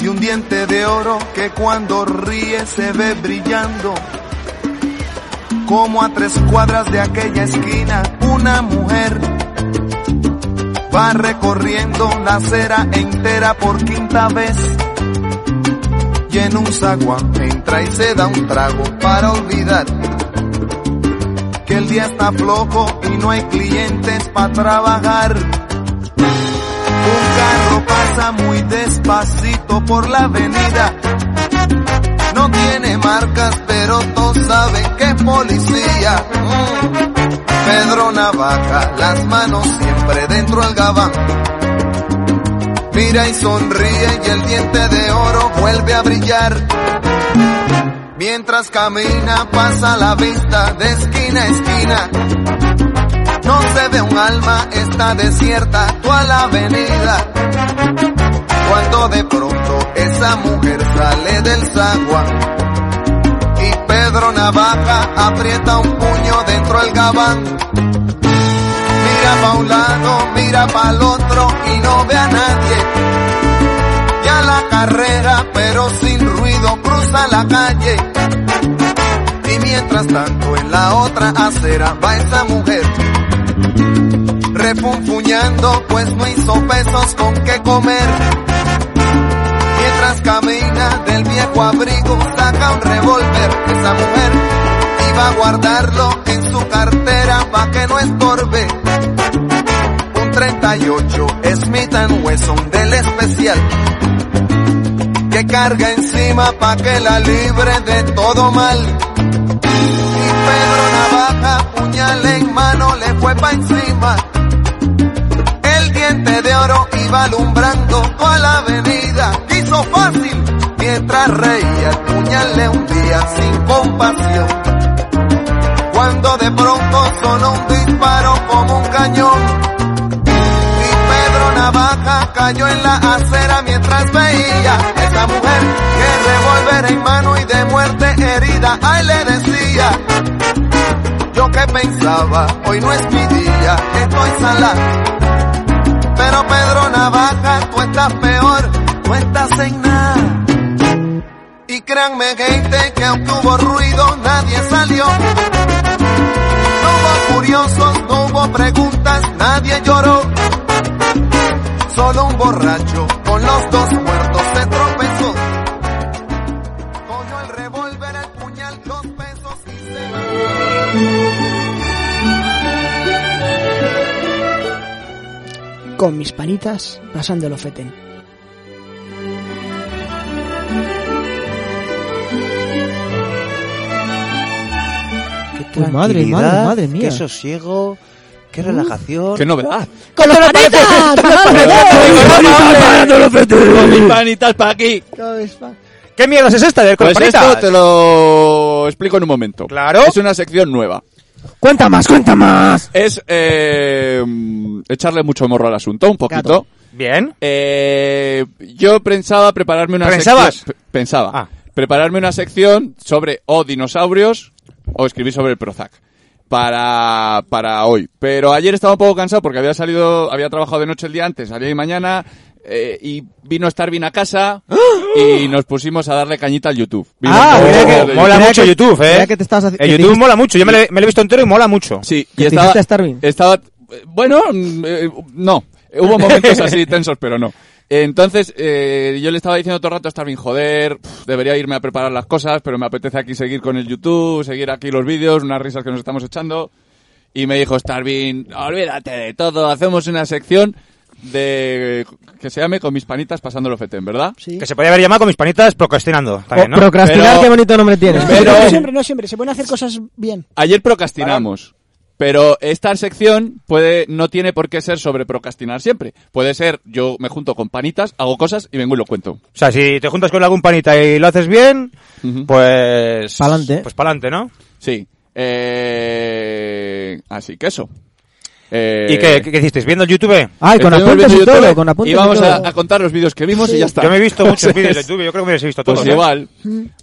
S7: Y un diente de oro que cuando ríe se ve brillando. Como a tres cuadras de aquella esquina, una mujer va recorriendo la acera entera por quinta vez y en un zaguán entra y se da un trago para olvidar que el día está flojo y no hay clientes para trabajar. Un carro pasa muy despacito por la avenida. No tiene marcas, pero todos saben que es policía. Mm. Pedro Navaja, las manos siempre dentro del gabán. Mira y sonríe y el diente de oro vuelve a brillar. Mientras camina pasa la vista de esquina a esquina. No se ve un alma, está desierta toda la avenida. Cuando de pronto esa mujer sale del zaguán y Pedro Navaja aprieta un puño dentro del gabán. Mira pa' un lado, mira pa' el otro y no ve a nadie. Ya la carrera, pero sin ruido, cruza la calle. Y mientras tanto, en la otra acera va esa mujer. Refunfuñando, pues no hizo pesos con qué comer. Mientras camina del viejo abrigo, saca un revólver esa mujer. Y va a guardarlo en su cartera pa' que no estorbe. Un 38 Smith Wesson del especial. Que carga encima pa' que la libre de todo mal. Y Pedro Navaja, puñal en mano, le fue pa' encima. El diente de oro iba alumbrando toda la avenida, quiso fácil, mientras reía el puñal le hundía sin compasión. Cuando de pronto sonó un disparo como un cañón, y Pedro Navaja cayó en la acera mientras veía a esa mujer que revólver en mano y de muerte herida, ay le decía. Yo que pensaba, hoy no es mi día, estoy salado. Pero Pedro Navaja, tú estás peor, tú estás en nada. Créanme, gente, que aunque hubo ruido, nadie salió. No hubo curiosos, no hubo preguntas, nadie lloró. Solo un borracho con los dos muertos se tropezó. Cogió el revólver, el puñal, los pesos y se marchó.
S6: Con mis panitas, pasándolo feten.
S4: Uy, madre, madre, madre mía.
S8: Qué sosiego, qué relajación.
S2: ¡Qué novedad!
S6: ¡Con los
S5: eh.
S2: panitas para aquí!
S5: ¿Qué mierda es esta de
S2: Pues
S5: Corpanita?
S2: esto te lo explico en un momento.
S5: Claro.
S2: Es una sección nueva.
S4: Cuenta más, cuenta más.
S2: Es eh, mm, echarle mucho morro al asunto, un poquito.
S5: Bien.
S2: Eh, yo pensaba prepararme una
S5: ¿Pensabas?
S2: sección. P- Pensaba.
S5: Ah.
S2: Prepararme una sección sobre o dinosaurios o escribir sobre el Prozac. Para, para hoy. Pero ayer estaba un poco cansado porque había salido, había trabajado de noche el día antes, salí de mañana, eh, y vino Starvin a
S5: [gasps]
S2: casa, y nos pusimos a darle cañita al YouTube. Vimos
S5: Ah,
S2: todos los
S5: mira que-
S2: vídeos de
S5: mola
S2: YouTube.
S5: mucho YouTube, eh.
S4: mira que te estabas haci-
S5: El
S4: que
S5: YouTube
S4: dijiste-
S5: mola mucho. Yo me lo me lo he visto entero y mola mucho.
S2: Sí,
S4: ¿Que
S2: y
S4: te
S2: estaba,
S4: hiciste Starvin?
S2: estaba- eh, bueno, mm, eh, no, Eh, hubo momentos así tensos, pero no. Entonces, eh, yo le estaba diciendo todo el rato a Starvin, joder, pf, debería irme a preparar las cosas, pero me apetece aquí seguir con el YouTube, seguir aquí los vídeos, unas risas que nos estamos echando. Y me dijo Starvin, olvídate de todo, hacemos una sección de que se llame con mis panitas pasándolo fetén, ¿verdad?
S6: Sí.
S5: Que se podría haber llamado con mis panitas procrastinando. También,
S4: O
S5: ¿no?
S4: Procrastinar,
S2: Pero-
S4: qué bonito nombre tienes.
S2: Pero-
S6: No siempre, no siempre. Se pueden hacer cosas bien.
S2: Ayer procrastinamos. Pero esta sección puede, no tiene por qué ser sobre procrastinar siempre. Puede ser, yo me junto con panitas, hago cosas y vengo y lo cuento.
S5: O sea, si te juntas con algún panita y lo haces bien,
S2: Ujú.
S5: pues...
S4: Pa'lante. ¿eh?
S5: Pues pa'lante, ¿no?
S2: Sí. Eh, así que eso. Eh,
S5: ¿Y qué, qué- qué hicisteis? ¿Viendo el YouTube?
S4: Ay, con
S2: estuvimos
S4: apuntes Ah, y
S2: viendo
S4: todo,
S2: YouTube
S4: con apuntes
S2: Y vamos
S4: y todo.
S2: a, a contar los vídeos que vimos y ya está.
S5: Yo me
S4: [laughs]
S5: he visto
S2: [laughs]
S5: muchos
S2: Entonces,
S5: vídeos de YouTube, yo creo que me los he visto todos.
S2: Pues
S5: ¿eh?
S2: igual.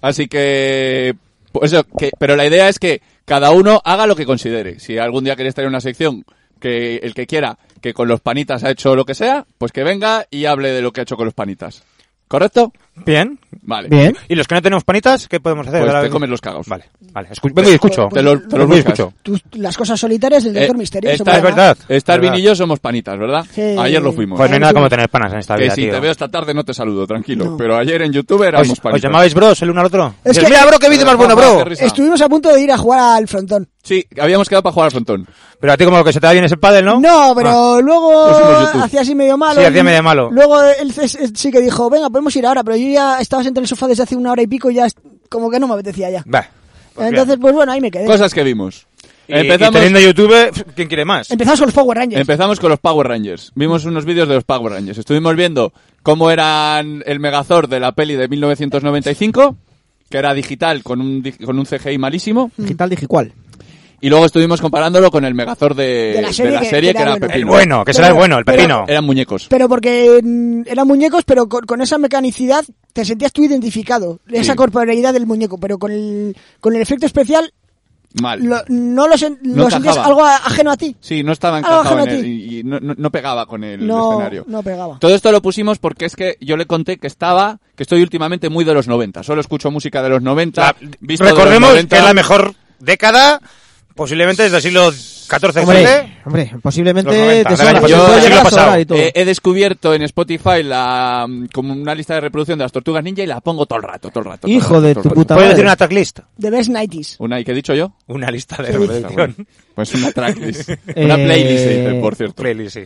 S2: Así que, pues eso, que- Pero la idea es que cada uno haga lo que considere. Si algún día queréis tener una sección que el que quiera, que con los panitas ha hecho lo que sea, pues que venga y hable de lo que ha hecho con los panitas. ¿Correcto?
S5: Bien.
S2: Vale. Eh,
S4: Bien.
S5: ¿Y los que no tenemos panitas, qué podemos hacer?
S2: Pues
S5: Ahora-
S2: te comes los cagaos.
S5: Vale, vale. Escu- Vengo y escucho.
S2: Te lo- te los
S5: Vengo y
S2: buscas.
S5: escucho.
S6: Tus- las cosas solitarias del
S2: Eh,
S6: doctor misterioso.
S2: esta-
S5: Es verdad.
S2: Starvin
S5: Verdad.
S2: y yo somos panitas, ¿verdad?
S6: Sí.
S2: Ayer lo fuimos.
S5: Pues no hay nada como tener panas en esta
S2: que
S5: vida,
S2: si
S5: tío.
S2: te veo esta tarde no te saludo, tranquilo. Pero ayer en YouTube
S5: ¿Os,
S2: éramos
S5: os
S2: panitas.
S5: llamabais bros el uno al otro?
S6: Es
S5: Dices,
S6: que-
S5: Mira, bro, qué vídeo más bueno, bro.
S2: Qué risa.
S6: Estuvimos a punto de ir a jugar al frontón.
S2: Sí, habíamos quedado para jugar al frontón.
S5: Pero a ti como lo que se te da bien es el pádel, ¿no? Ah.
S6: No, pero
S2: Pusimos
S6: luego
S2: YouTube.
S6: hacía así medio malo.
S5: Sí, hacía medio malo.
S6: Luego él c- c- sí que dijo, venga, podemos ir ahora, pero yo ya estaba sentado en el sofá desde hace una hora y pico y ya es- como que no me apetecía ya.
S5: Va. Pues
S6: Entonces, pues bueno, ahí me quedé.
S2: Cosas que vimos.
S5: bien. Eh, Y- Y teniendo YouTube, pf, ¿quién quiere más?
S6: Empezamos con los Power Rangers.
S2: Empezamos con los Power Rangers. Vimos unos vídeos de los Power Rangers. Estuvimos viendo cómo eran el Megazord de la peli de 1995, que era digital con un, di- con un CGI malísimo.
S4: Digital digicual.
S2: Y luego estuvimos comparándolo con el Megazord de,
S6: De la serie que-
S2: serie, que, era,
S6: bueno.
S5: El
S2: Pepino.
S5: bueno, que será el
S6: Pero-
S5: bueno, el
S6: pero-
S5: pepino.
S2: Eran muñecos.
S6: Pero porque mm, eran muñecos, pero con, con esa mecanicidad te sentías tú identificado. Esa
S2: Sí.
S6: corporalidad del muñeco, pero con el, con el efecto especial
S2: Mal.
S6: lo- no lo, sen-
S2: No
S6: lo sentías
S2: encajaba.
S6: algo a- ajeno a ti.
S2: Sí, no estaba
S6: Algo
S2: encajado en
S6: ajeno a
S2: él
S6: ti.
S2: y, y no, no- no pegaba con el
S6: No,
S2: escenario.
S6: no pegaba.
S2: Todo esto lo pusimos porque es que yo le conté que estaba, que estoy últimamente muy de los 90. Solo escucho música de los 90.
S5: La-
S2: visto de los
S5: recordemos
S2: 90.
S5: que es la mejor década, posiblemente desde el siglo XIV
S4: Hombre,
S5: XV.
S4: hombre, posiblemente
S5: Los 90,
S4: te
S5: del año
S4: sobra,
S5: pasado,
S4: te puede
S5: del
S4: llegar
S5: siglo
S4: a sobrar
S5: pasado.
S4: y todo.
S2: Eh, he descubierto en Spotify la, mm, como una lista de reproducción de las tortugas ninja y la pongo todo el rato, todo el rato. todo el
S4: Hijo
S2: rato,
S4: de
S2: todo el
S4: tu
S2: rato.
S4: puta
S5: Puedes
S4: madre.
S5: decir una tracklist.
S6: The Best 90s.
S2: Una, ¿y qué he dicho yo?
S5: Una lista de
S6: Sí.
S5: reproducción.
S2: Pues una
S6: [laughs]
S2: tracklist. una
S6: Eh,
S2: playlist, se dice, por cierto.
S5: Playlist, sí.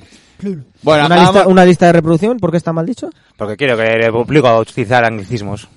S2: Bueno,
S4: Una
S2: acabamos-
S4: lista, una lista de reproducción, ¿por qué está mal dicho?
S5: Porque quiero que el público a utilizar anglicismos.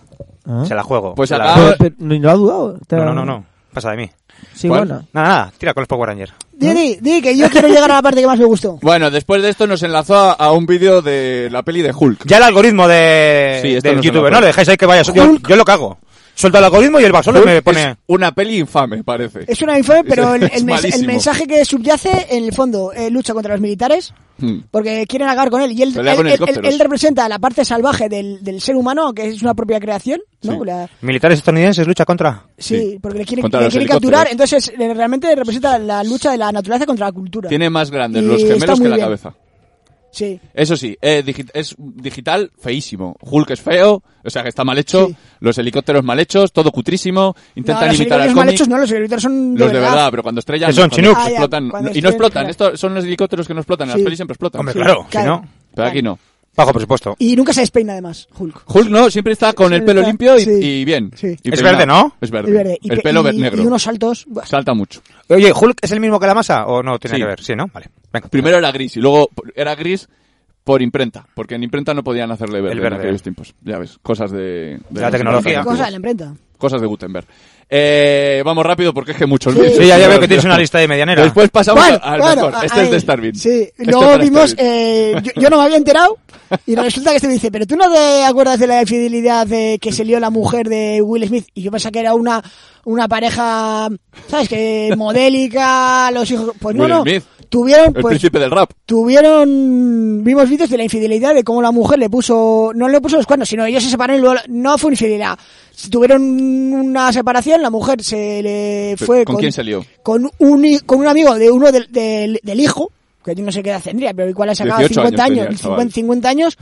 S4: Ah.
S5: Se la juego.
S2: Pues
S5: se la-
S2: acabamos-
S4: Pero- pero, ¿Ni lo ha dudado? Te
S5: No,
S4: ha-
S5: no, no, no. Pasa de mí.
S4: Sí,
S2: ¿Cuál?
S4: bueno.
S5: Nada, nada. Tira con los Power Rangers.
S6: Di, di, di, que yo quiero llegar a la parte que más me
S2: [laughs]
S6: gustó.
S2: bueno, después de esto nos enlazó a, a un vídeo de la peli de Hulk.
S5: Ya el algoritmo de,
S2: Sí, esto
S5: del
S2: no se me
S5: YouTube,
S2: acuerda.
S5: ¿no? Le dejáis ahí que vaya. so- Yo, yo lo cago. Suelto el algoritmo y el basón
S2: Hulk
S5: me
S2: es
S5: pone.
S2: una peli infame, parece.
S6: Es una infame, pero el,
S2: [laughs] Es
S6: el mens- el
S2: malísimo.
S6: mensaje que subyace, en el fondo, eh, lucha contra los militares,
S2: Hmm.
S6: porque quieren acabar con él. Y él,
S2: Pelea
S6: él-
S2: con
S6: él-
S2: helicópteros.
S6: él- él representa la parte salvaje del, del ser humano, que es una propia creación, ¿no?
S2: Sí.
S6: La-
S5: Militares estadounidenses lucha contra.
S6: sí,
S2: Sí.
S6: porque le quieren,
S2: Contra
S6: le
S2: los
S6: quieren
S2: helicópteros.
S6: capturar. Entonces, eh, realmente representa la lucha de la naturaleza contra la cultura.
S2: Tiene más grandes
S6: Y
S2: los
S6: está
S2: gemelos
S6: muy
S2: que la
S6: bien.
S2: cabeza.
S6: Sí.
S2: Eso sí, eh, digi- es digital feísimo. Hulk es feo, o sea que está mal hecho,
S6: Sí.
S2: los helicópteros mal hechos, todo cutrísimo, intentan
S6: no, los
S2: imitar al
S6: helicópteros
S2: cómic.
S6: mal hechos no, los helicópteros son de
S2: los de
S6: verdad.
S2: verdad, pero cuando estrellan
S5: Que son
S2: cuando
S5: chinooks.
S6: Ah, ya,
S2: explotan no-
S6: cuando
S2: y no
S6: estrellan,
S2: explotan,
S6: claro.
S2: estos son los helicópteros que no explotan, en
S6: Sí.
S2: las pelis siempre explotan.
S5: Hombre, claro, si
S6: claro.
S5: no,
S2: Pero aquí no.
S5: bajo presupuesto.
S6: Y nunca se despeina además, Hulk.
S2: Hulk no, siempre está con el pelo
S6: está-
S2: limpio y,
S6: sí.
S2: y bien.
S6: Sí.
S2: Y
S5: Es
S2: peinado.
S5: verde, ¿no?
S2: Es verde.
S6: Y verde. Y
S2: el
S6: pe-
S2: pelo ve-
S6: y-
S2: negro.
S6: Y unos saltos. buah,
S2: Salta mucho.
S5: Oye, ¿Hulk es el mismo que la masa? ¿O no tiene
S2: Sí.
S5: que ver? Sí, ¿no? Vale. Venga.
S2: Primero era gris y luego por- era gris por imprenta, porque en imprenta no podían hacerle verde,
S5: verde.
S2: en aquellos tiempos. Ya ves, cosas de, de
S5: La
S2: los
S5: tecnología.
S2: imprentas
S6: Cosa
S2: antiguos.
S6: de la imprenta.
S2: Cosas de Gutenberg. Eh, vamos rápido porque es que muchos. muchos-
S5: Sí, ya, ya veo que tienes una lista de medianera.
S2: Después pasamos
S6: Bueno,
S2: al
S6: bueno,
S2: mejor.
S6: a-
S2: Este es
S6: ahí.
S2: de Starbeam.
S6: Sí,
S2: Este es
S6: luego
S2: de
S6: vimos,
S2: Starbeam.
S6: eh, yo, yo no me había enterado y resulta que este me dice, pero tú no te acuerdas de la infidelidad de que se lió la mujer de Will Smith y yo pensaba que era una una pareja, ¿sabes? Que modélica, los hijos, pues no,
S2: Will
S6: no,
S2: Smith.
S6: tuvieron
S2: El
S6: pues
S2: príncipe del rap.
S6: tuvieron vimos vídeos de la infidelidad de cómo la mujer le puso no le puso los cuernos sino ellos se separaron y luego no fue infidelidad tuvieron una separación la mujer se le
S2: Pero,
S6: fue
S2: ¿con quién se lió?
S6: con un hi- con un amigo de uno del, del, del hijo que yo no sé qué edad tendría pero igual ha sacado
S2: 18
S6: 50
S2: años
S6: años,
S2: tenía el
S6: 50,
S2: chaval.
S6: 50 años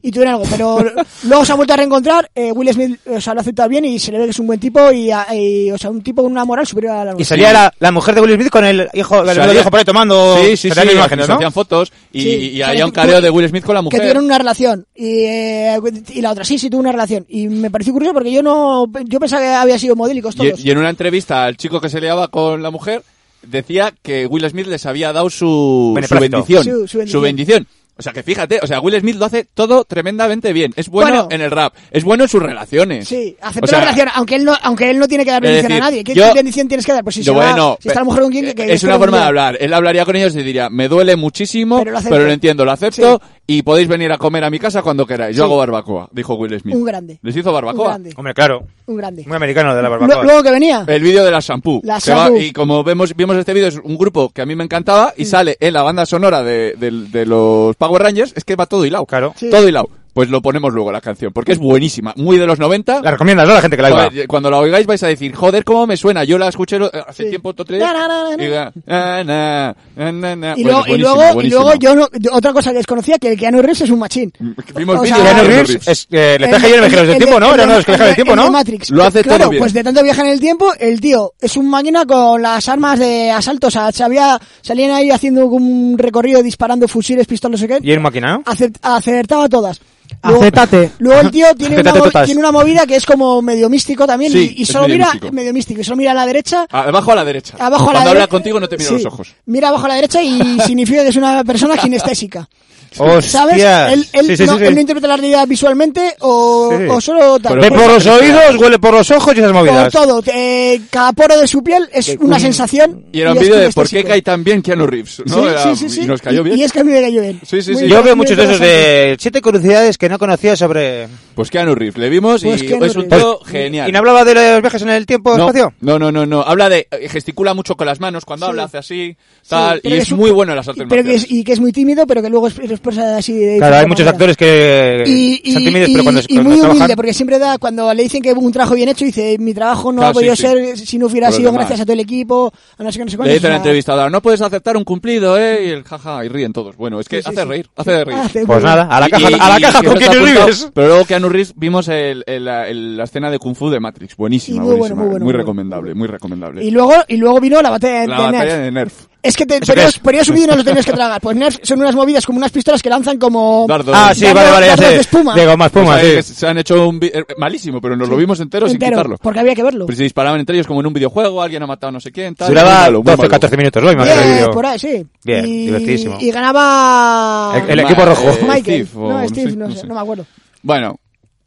S6: y tuvieron algo
S2: [laughs]
S6: pero luego se ha vuelto a reencontrar eh, Will Smith o sea, lo ha aceptado bien y se le ve que es un buen tipo y, a- y, o sea un tipo con una moral superior a la
S5: Y
S6: nuestra
S5: salía la, la mujer de Will Smith con el hijo, el
S2: Salía-
S5: hijo por ahí tomando.
S2: Sí, sí, sí.
S5: salían imágenes,
S2: se
S5: ¿no?
S2: hacían fotos y,
S6: Sí,
S2: y
S6: o sea,
S2: había
S6: que
S2: un
S6: tú-
S2: careo de Will Smith con la mujer.
S6: que tuvieron una relación y, eh, y la otra sí, sí tuvo una relación y me pareció curioso porque yo no yo pensaba que había sido modélicos
S2: Y,
S6: todos.
S2: y en una entrevista al chico que se liaba con la mujer, decía que Will Smith les había dado su, su
S5: Beneplácito.
S2: bendición,
S6: Su- su bendición.
S2: Su bendición. O sea que fíjate, o sea, Will Smith lo hace todo tremendamente bien. Es bueno,
S6: Bueno.
S2: en el rap, es bueno en sus relaciones.
S6: Sí, aceptó
S2: O sea,
S6: la relación, aunque él no aunque él no tiene que dar
S2: Es
S6: bendición
S2: decir,
S6: a nadie. ¿Qué
S2: yo-
S6: bendición tienes que dar? Pues si,
S2: yo,
S6: se va-
S2: bueno,
S6: si está
S2: pe-
S6: la mujer con quien que, que
S2: es
S6: esté
S2: una
S6: con
S2: forma de
S6: quien.
S2: hablar. Él hablaría con ellos y diría, me duele muchísimo,
S6: Pero
S2: pero
S6: lo
S2: lo,
S6: acepto".
S2: entiendo, lo acepto
S6: Sí.
S2: y podéis venir a comer a mi casa cuando queráis. Yo
S6: Sí.
S2: hago barbacoa, dijo Will Smith.
S6: Un grande.
S2: Les hizo
S6: Un
S2: barbacoa.
S6: grande.
S5: Hombre, claro.
S6: Un grande.
S5: Muy americano de la
S6: Lu-
S5: barbacoa.
S6: Luego que venía.
S2: El vídeo de la shampoo.
S6: La
S2: Se va-
S6: shampoo. Mm.
S2: y como vemos, vimos este vídeo, es un grupo que a mí me encantaba y sale en la banda sonora de, de- de los Power Rangers. Es que va todo hilado.
S5: Claro.
S6: Sí.
S2: Todo hilado. Pues lo ponemos luego la canción, porque es buenísima. Muy de los 90.
S5: La recomiendas, ¿no? La gente que la
S2: Joder,
S5: oiga.
S2: cuando la oigáis vais a decir, joder, cómo me suena. Yo la escuché lo- hace
S6: Sí.
S2: tiempo, otro día,
S6: Na, na, na, na.
S2: y diga, "Ah, na, na, na, na".
S6: Y,
S2: Bueno,
S6: luego, y
S2: buenísima,
S6: luego, y
S2: buenísima.
S6: luego yo, no- yo- otra cosa que desconocía, que el Keanu Reeves es un machín.
S2: Vimos
S6: o
S2: vídeos
S6: sea,
S2: de
S5: Keanu
S2: Keanu
S5: Reeves,
S2: Reeves.
S5: es que le
S6: El
S5: deja
S6: de-
S5: ahí en el viajeros
S6: el
S5: del
S6: de-
S5: tiempo, ¿no?
S6: el
S5: Era
S6: de-
S5: uno de los que viajeros del tiempo,
S6: el de
S5: ¿no?
S6: Matrix.
S2: Lo hace todo
S6: claro,
S2: bien.
S6: pues de tanto viajar en el tiempo, el tío es un máquina con las armas de asalto. O sea, se había- salían ahí haciendo un recorrido disparando fusiles, pistolas, no sé qué.
S5: Y el máquina, ¿no?
S6: Acept- acertaba todas. Luego,
S4: Acétate.
S2: [laughs]
S6: luego el tío tiene una,
S5: Acétate
S6: mo-
S5: todas.
S6: tiene una movida que es como medio místico también
S2: Sí,
S6: y, y
S2: es
S6: solo
S2: medio
S6: mira
S2: místico.
S6: medio místico y solo mira a la derecha.
S2: Abajo a la derecha.
S6: Abajo a la
S2: cuando
S6: derecha.
S2: habla contigo no te mira
S6: Sí.
S2: los ojos.
S6: Mira abajo a la derecha
S2: [laughs]
S6: y significa que es una persona kinestésica. ¿Sabes?
S5: Hostias.
S6: Él, él
S5: Sí, sí,
S6: no,
S5: sí, sí.
S6: él no interpreta la realidad visualmente o,
S5: Sí.
S6: o solo tal.
S5: Ve
S2: Pero-
S5: por los oídos, huele por los ojos y esas
S6: Por
S5: movidas.
S6: todo. eh, cada poro de su piel es una sensación.
S2: Y era un
S6: es
S2: vídeo de por qué
S6: kinestésico.
S2: cae tan bien Keanu Reeves. ¿no? Era-
S6: Sí, sí, sí, sí.
S2: Y nos cayó bien.
S6: Y es que a mí me cayó bien.
S2: Sí, sí,
S6: Muy
S2: sí.
S6: bien,
S5: Yo veo
S6: muy
S5: muchos de esos
S6: interesante.
S5: de siete curiosidades que no conocía sobre...
S2: Pues Keanu Reeves, le vimos
S6: Pues
S2: y
S6: Keanu
S2: es un
S6: Reeves.
S2: tío genial.
S5: ¿Y no hablaba de los viajes en el tiempo
S2: no,
S5: espacio?
S2: no, no, no, no. Habla de. eh, gesticula mucho con las manos. Cuando
S6: Sí.
S2: habla hace así,
S6: Sí,
S2: tal.
S6: pero
S2: y
S6: que
S2: es
S6: un-
S2: muy bueno en las artes
S6: pero que
S2: marciales.
S6: es, Y que es muy tímido, pero que luego es- expresa así de.
S5: Claro, hay
S6: diferente
S5: muchos
S6: manera.
S5: actores que
S6: Y, y-
S5: son tímidos,
S6: y-
S5: pero cuando,
S6: y
S5: cuando
S6: muy humilde,
S5: trabajan...
S6: porque siempre da, cuando le dicen que un trabajo bien hecho, dice: Mi trabajo no
S2: Claro,
S6: ha podido
S2: sí, sí.
S6: ser si no hubiera
S2: Por los
S6: sido
S2: demás.
S6: gracias a todo el equipo, a no sé qué, no sé cuánto.
S2: Le dice
S6: o
S2: la
S6: sea,
S2: entrevistadora, no puedes aceptar un cumplido, ¿eh? Y el jaja, y ríen todos. Bueno, es que
S6: Sí, sí,
S2: hace
S6: sí.
S2: reír, hace de reír.
S6: hace-
S5: Pues nada, a la
S2: Y-
S5: caja,
S2: y-
S5: a la
S2: y
S5: caja con
S2: siempre está
S5: Keanu
S2: apuntado.
S5: Reeves.
S2: Pero luego Keanu Reeves vimos el, el- la- el- la escena de Kung Fu de Matrix.
S6: Y
S2: Buenísima,
S6: muy bueno,
S2: buenísima.
S6: muy bueno, muy bueno.
S2: recomendable, muy recomendable.
S6: Y luego, y luego vino la batalla de,
S2: la
S6: de
S2: batalla
S6: Nerf.
S2: de Nerf.
S6: Es que te
S5: ¿Eso qué
S6: ponías,
S5: es?
S6: ponías un vídeo y no
S2: [laughs]
S6: lo tenías que tragar. Pues Nerf son unas movidas como unas pistolas que lanzan como.
S2: Dardo.
S5: Ah, sí, vale, vale, ya
S6: Dardos de
S5: sé.
S6: espuma.
S5: De goma espuma,
S2: Pues, eh, que
S5: sí.
S2: Se han hecho un... vi- eh, malísimo, pero nos lo vimos entero, sin
S6: entero,
S2: quitarlo.
S6: Porque había que verlo.
S2: Pero se disparaban entre ellos como en un videojuego, alguien ha matado a no sé quién, tal. Muy
S5: Duraba
S2: malo, muy
S5: 12,
S2: malo.
S5: 14 minutos, ¿no? Imagino el
S6: Bien,
S5: vídeo.
S6: por ahí, sí.
S5: Bien,
S6: y,
S5: divertidísimo.
S6: Y ganaba.
S5: El- el equipo
S2: Ma-
S5: rojo.
S2: eh,
S6: Michael.
S2: Steve o-
S6: no, Steve,
S2: sí,
S6: no,
S2: no
S6: sé,
S2: sé.
S6: no me acuerdo.
S2: Bueno,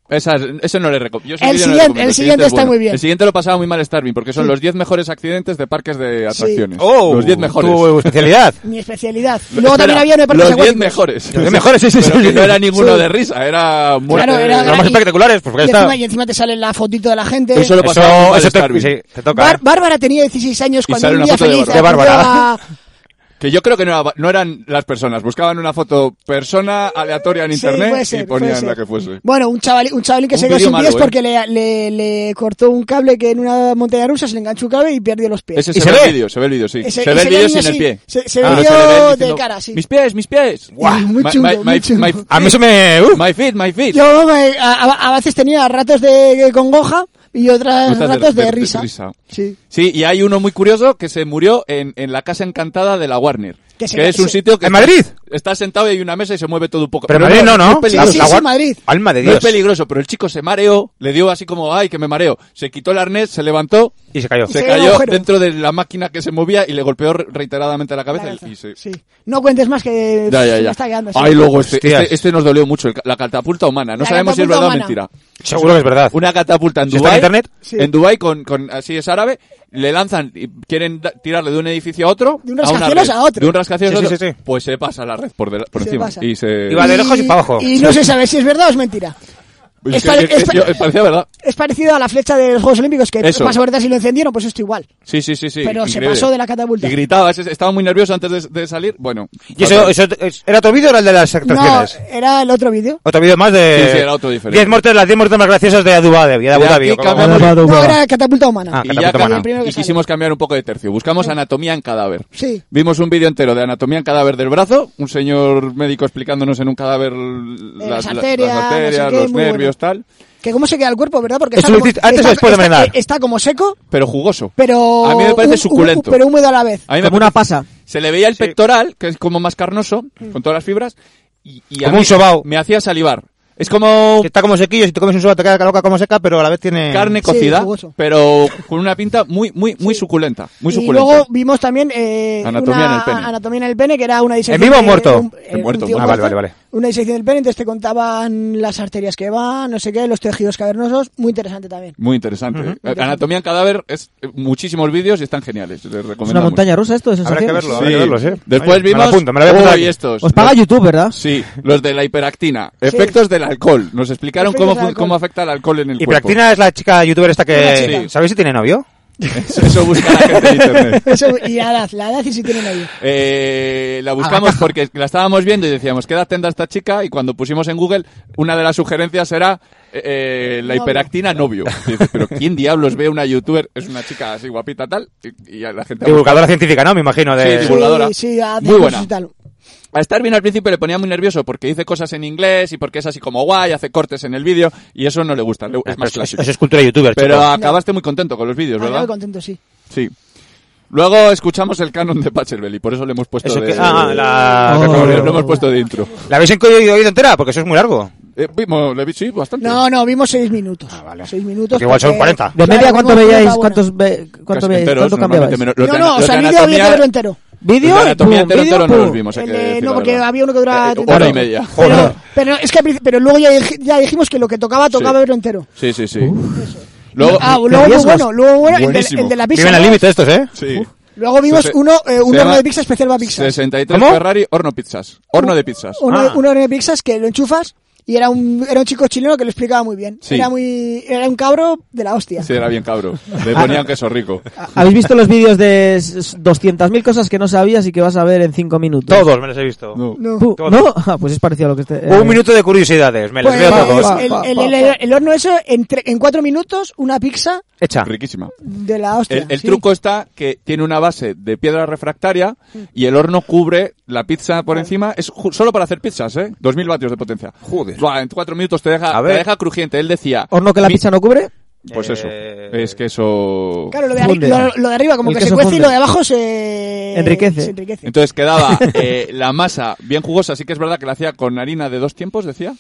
S2: esas, eso no le recom- yo ese
S6: El
S2: vídeo no le recomiendo.
S6: siguiente- el siguiente
S2: es
S6: está muy bien.
S2: El siguiente lo pasaba muy mal Starvin, porque son los 10 mejores accidentes de parques de atracciones.
S5: ¡Oh!
S2: los 10 mejores.
S5: Tu especialidad.
S6: Mi especialidad. Y luego
S2: Espera,
S6: también había una
S2: Los
S6: parte
S2: 10
S6: de
S2: mejores.
S5: Los 10 mejores, sí, sí,
S2: Pero
S5: sí,
S2: que
S5: sí.
S2: no era ninguno
S6: Sí.
S2: de risa, era muerte.
S6: Claro, era-
S5: Los más espectaculares, porque
S6: y,
S5: está...
S6: encima, y encima te sale la fotito de la gente.
S2: Eso lo pasaba muy
S5: Eso,
S2: mal
S5: eso te,
S2: Starvin.
S5: sí, te toca. ¿eh?
S6: Bár- Bárbara tenía 16 años
S2: Y
S6: cuando
S2: sale
S6: un
S2: una
S6: día
S2: foto de
S6: feliz
S2: Bárbara. [laughs]
S5: De Bárbara.
S6: apuntó a-
S2: Que yo creo que no, era- no eran las personas. Buscaban una foto persona aleatoria en
S6: Sí,
S2: internet
S6: puede ser,
S2: y ponían
S6: puede
S2: la
S6: ser.
S2: que fuese.
S6: Bueno, un chaval, un chavalín que
S2: Un
S6: se quedó
S2: vídeo
S6: sin pies
S2: malo, ¿eh?
S6: porque le, le, le cortó un cable que en una montaña rusa se le enganchó un cable y perdió los pies.
S2: Ese se,
S5: ¿Y se
S2: ve
S5: ve?
S2: el vídeo, se ve el vídeo, sí.
S6: Ese-
S2: se ve el
S6: ese
S2: vídeo
S6: cariño
S2: sin el
S6: así,
S2: pie.
S6: se- se
S2: Pero
S6: vio
S2: le ve
S6: de
S2: diciendo,
S6: cara, sí.
S2: Mis pies, mis pies.
S6: Guau. Muy
S2: My-
S6: chungo,
S2: my-
S6: muy
S2: my-
S6: chungo.
S2: my-
S5: A mí eso me... ¡Uh!
S2: My feet, my feet.
S6: Yo me- a, a- a veces tenía ratos de, de congoja y otras
S2: Otras de-
S6: ratos Ah, de,
S2: de- de
S6: risa.
S2: risa.
S6: Sí.
S2: Sí, y hay uno muy curioso que se murió en, en la casa encantada de la Warner.
S6: Que
S2: Que,
S6: se-
S2: es un
S6: se-
S2: sitio que...
S5: ¿En
S2: estás-
S5: Madrid?
S2: Estás sentado y hay una mesa y se mueve todo un poco.
S5: Pero Madrid no, ¿no?
S2: es peligroso.
S6: Sí, sí,
S5: La- la
S6: sí,
S5: guar-
S6: Madrid.
S5: Alma de
S2: No es
S5: Dios.
S2: peligroso, pero el chico se mareó, le dio así como, ay, que me mareo. Se quitó el arnés, se levantó,
S5: Y se cayó.
S6: Sí.
S2: se
S6: cayó el
S2: cayó
S6: agujero.
S2: dentro de la máquina que se movía y le golpeó re- reiteradamente la cabeza. y se-
S6: Sí. No cuentes más que
S2: Ya, ya,
S6: se me
S2: ya.
S6: está quedando. sí.
S2: Ay, luego, este,
S5: Hostias.
S2: este- este nos dolió mucho, el ca- la catapulta humana. No
S6: La
S2: sabemos si es verdad
S6: catapulta
S2: o
S6: humana.
S2: mentira.
S5: Seguro que es verdad.
S2: Una catapulta en
S5: ¿Sí
S2: Dubai
S5: está en internet?
S6: Sí.
S2: En Dubái, con, con, así es árabe, le lanzan, y quieren da- tirarle de un edificio a otro.
S6: De un
S2: a una
S6: rascacielos
S2: red.
S6: a otro.
S2: De un rascacielos
S5: Sí,
S2: a
S5: sí,
S2: otro.
S5: sí, sí.
S2: Pues se pasa la red por, del- por
S6: Se
S2: encima.
S6: pasa.
S2: Y se...
S5: Y va
S2: [laughs]
S5: de lejos y
S6: Y-
S5: para abajo.
S6: Y no se sabe si es verdad o es mentira.
S2: Pues
S6: Es
S2: que-
S6: pare-
S2: que-
S6: es
S2: que-
S6: pare-
S2: yo- parecía verdad.
S6: Es parecido a la flecha de los Juegos Olímpicos, que
S2: Eso.
S6: pasó ahorita si lo encendieron, pues esto igual.
S2: Sí, sí, sí, sí.
S6: Pero se
S2: increíble.
S6: pasó de la catapulta.
S2: Y gritaba, se- estaba muy nervioso antes de, de salir. Bueno.
S5: ¿Y eso, eso es- era otro vídeo o era el de las
S6: No,
S5: actuaciones?
S6: era el otro vídeo.
S5: Otro vídeo más de...
S2: Sí, sí, era otro diferente.
S5: 10 muertes, las 10 muertes más graciosas de Abu Dhabi. De Abu
S2: Y
S5: Dhabi,
S2: aquí
S5: o como-
S2: cambiamos-
S4: Vamos.
S6: No, era catapulta humana.
S5: Ah,
S2: Y,
S5: catapulta
S2: ya
S5: humana.
S6: El primero que
S2: y quisimos cambiar un poco de tercio. Buscamos anatomía en cadáver.
S6: Sí.
S2: Vimos un vídeo entero de anatomía en cadáver del brazo, un señor médico explicándonos en un cadáver
S6: Eh,
S2: las,
S6: las
S2: la-
S6: arterias,
S2: las arterias,
S6: no sé qué,
S2: los
S6: muy bueno.
S2: nervios, tal.
S6: Que cómo se queda el cuerpo, ¿verdad? Porque
S5: ¿Esto
S6: está
S5: lo
S6: como-
S5: hiciste antes o
S6: está-
S5: después de
S6: está-
S5: merendar?
S6: está como seco,
S2: Pero jugoso.
S6: pero...
S2: A mí me
S6: hum-
S2: parece
S6: hum-
S2: suculento.
S6: Pero húmedo a la vez.
S2: A mí me
S4: Como una
S2: parece-
S4: pasa.
S2: Se le veía el pectoral, que es como más carnoso, con todas las fibras. Y, y a
S5: Como
S2: mí
S5: un sobao.
S2: Me hacía salivar. Es como
S5: Que está como sequillo, si te comes un soba te queda la boca como seca, pero a la vez tiene...
S2: carne
S6: Sí,
S2: cocida,
S6: jugoso.
S2: pero con una pinta muy, muy, muy suculenta. Muy
S6: y
S2: suculenta.
S6: luego vimos también eh,
S2: Anatomía
S6: una-
S2: en el pene.
S6: anatomía en el pene, que era una disección.
S5: ¿En vivo o
S6: de-
S5: muerto?
S6: un-
S2: En muerto.
S6: tío
S2: Ah,
S5: vale, vale, vale.
S6: Una disección del pene, entonces te contaban las arterias que van, no sé qué, los tejidos cavernosos. Muy interesante
S2: [laughs]
S6: también. [laughs]
S2: Muy interesante. ¿eh? Anatomía en cadáver es eh, muchísimos vídeos y están geniales. Les
S4: ¿Es una
S2: recomendamos.
S4: montaña rusa esto de
S5: Habrá que
S4: sensaciones?
S5: verlo,
S2: Sí.
S5: habrá que verlo, sí.
S2: Después
S5: Oye,
S2: vimos.
S5: Me la apunto, me la voy a apuntar
S2: Uy,
S5: aquí.
S2: estos.
S4: Os paga YouTube, ¿verdad?
S2: Sí, los de la hiperactina. Efectos del alcohol. Nos explicaron
S6: Efectos
S2: cómo,
S6: del
S2: fun-
S6: alcohol.
S2: cómo afecta el alcohol en el
S5: Y
S2: cuerpo.
S5: Practina es la chica youtuber esta
S6: Una
S5: que...
S6: chica.
S5: Sí. ¿Sabéis si tiene novio?
S2: [laughs] Eso busca la gente en internet.
S5: [laughs]
S6: Eso, y la edad, la edad y si tienen ahí.
S2: Eh, la buscamos porque la estábamos viendo y decíamos, ¿qué edad tendrá esta chica? Y cuando pusimos en Google, una de las sugerencias era eh, eh, la
S6: Novio.
S2: hiperactina novio. Y dices, Pero ¿quién diablos ve una youtuber? Es una chica así guapita tal. Y, y a la gente...
S5: Divulgadora científica, ¿no? Me imagino
S2: Sí,
S5: de...
S2: divulga- Divulgadora.
S6: Sí, sí, a-
S2: Muy buena.
S6: cosas y tal.
S2: A estar bien al principio le ponía muy nervioso porque dice cosas en inglés y porque es así como guay, hace cortes en el vídeo y eso no le gusta. le- es más
S5: Eso
S2: clásico.
S5: eso es cultura youtuber,
S2: Pero
S5: chicos.
S2: acabaste muy contento con los vídeos,
S6: Ah,
S2: ¿verdad?
S6: muy contento, sí.
S2: Sí. Luego escuchamos el canon de Pachelbel y por eso le hemos puesto
S5: Eso
S2: de...
S5: que- ah, la-
S2: lo-
S4: Oh.
S2: lo hemos puesto de intro.
S5: ¿La habéis oído oído entera? Porque eso es muy largo.
S2: Eh, vimos, le vi, sí, bastante.
S6: No, no, vimos seis minutos.
S2: Ah,
S5: vale.
S6: Seis minutos.
S5: Porque igual son
S6: porque-
S5: 40.
S4: ¿De
S6: Claro,
S4: media cuánto
S6: vimos una
S4: veíais?
S6: buena.
S4: ¿Cuántos ve- cuánto,
S2: Casi
S4: veíais?
S2: enteros,
S4: ¿Cuánto
S2: normalmente
S4: cambiabais?
S2: menos. Los
S6: No,
S2: de-
S6: no, o
S2: los
S6: sea,
S2: de
S6: el vídeo había que verlo
S2: anatomía-
S6: entero.
S4: ¿Vídeo?
S2: Los de anatomía
S4: Pum,
S2: entero
S4: vídeo,
S2: entero no los
S4: pum.
S2: vimos, hay que
S6: El de-
S2: decir
S6: Eh, no,
S2: la
S6: porque
S2: verdad.
S6: había uno que duraba
S2: Eh,
S6: 30
S2: Hora y
S6: minutos.
S2: media.
S6: Pero, pero es que al principio- pero luego ya, dij- ya dijimos que lo que tocaba, tocaba
S2: Sí.
S6: verlo entero.
S2: Sí, sí, sí. Luego...
S6: Ah, luego muy
S4: riesgos.
S6: bueno, luego bueno, el de,
S2: Buenísimo.
S6: el de la pizza.
S5: Viven
S6: ¿no?
S5: al límite estos, ¿eh?
S2: Sí.
S6: Luego vimos
S2: Se-
S6: uno, eh, un
S2: se
S6: horno
S2: llama
S6: de pizza especial para pizzas.
S2: 63
S5: ¿Cómo?
S2: Ferrari, horno pizzas. Horno de pizzas.
S6: Uno,
S5: Ah.
S6: un horno de pizzas que lo enchufas y era un, era un chico chileno que lo explicaba muy bien.
S2: Sí.
S6: Era muy, era un cabro de la hostia.
S2: Sí, era bien cabro. Le ponían queso rico.
S4: ¿Habéis visto los vídeos de s- s- 200.000 cosas que no sabías y que vas a ver en 5 minutos?
S5: Todos me los he visto.
S2: No.
S6: No.
S4: Pu-
S5: Todos.
S4: ¿No? Ah, pues es parecido a lo que este... eh,
S5: Un minuto de curiosidades, me los
S6: Pues,
S5: veo
S4: va,
S5: todos.
S4: va.
S6: el, el- el- el- el horno eso, en, tre- en cuatro minutos, una pizza
S5: Hecha.
S2: Riquísima.
S6: de la hostia.
S2: El, el
S6: sí.
S2: truco está que tiene una base de piedra refractaria y el horno cubre la pizza por encima. Es ju- solo para hacer pizzas, ¿eh? 2000 vatios de potencia.
S5: Joder.
S2: Buah, en cuatro minutos te deja,
S5: A
S2: te
S5: ver.
S2: deja crujiente. Él decía.
S4: ¿Horno que la
S2: mi-
S4: pizza no cubre?
S2: Pues eso.
S5: Eh.
S2: Es que eso.
S6: Claro, lo de, arri-
S4: Funde.
S6: lo, lo de arriba como
S4: El
S6: que se
S4: queso
S6: cuece y
S4: funde.
S6: lo de abajo se
S4: Enriquece.
S6: se enriquece.
S2: Entonces
S6: [laughs]
S2: quedaba eh, la masa bien jugosa. Sí que es verdad que la hacía con harina de dos tiempos, decía.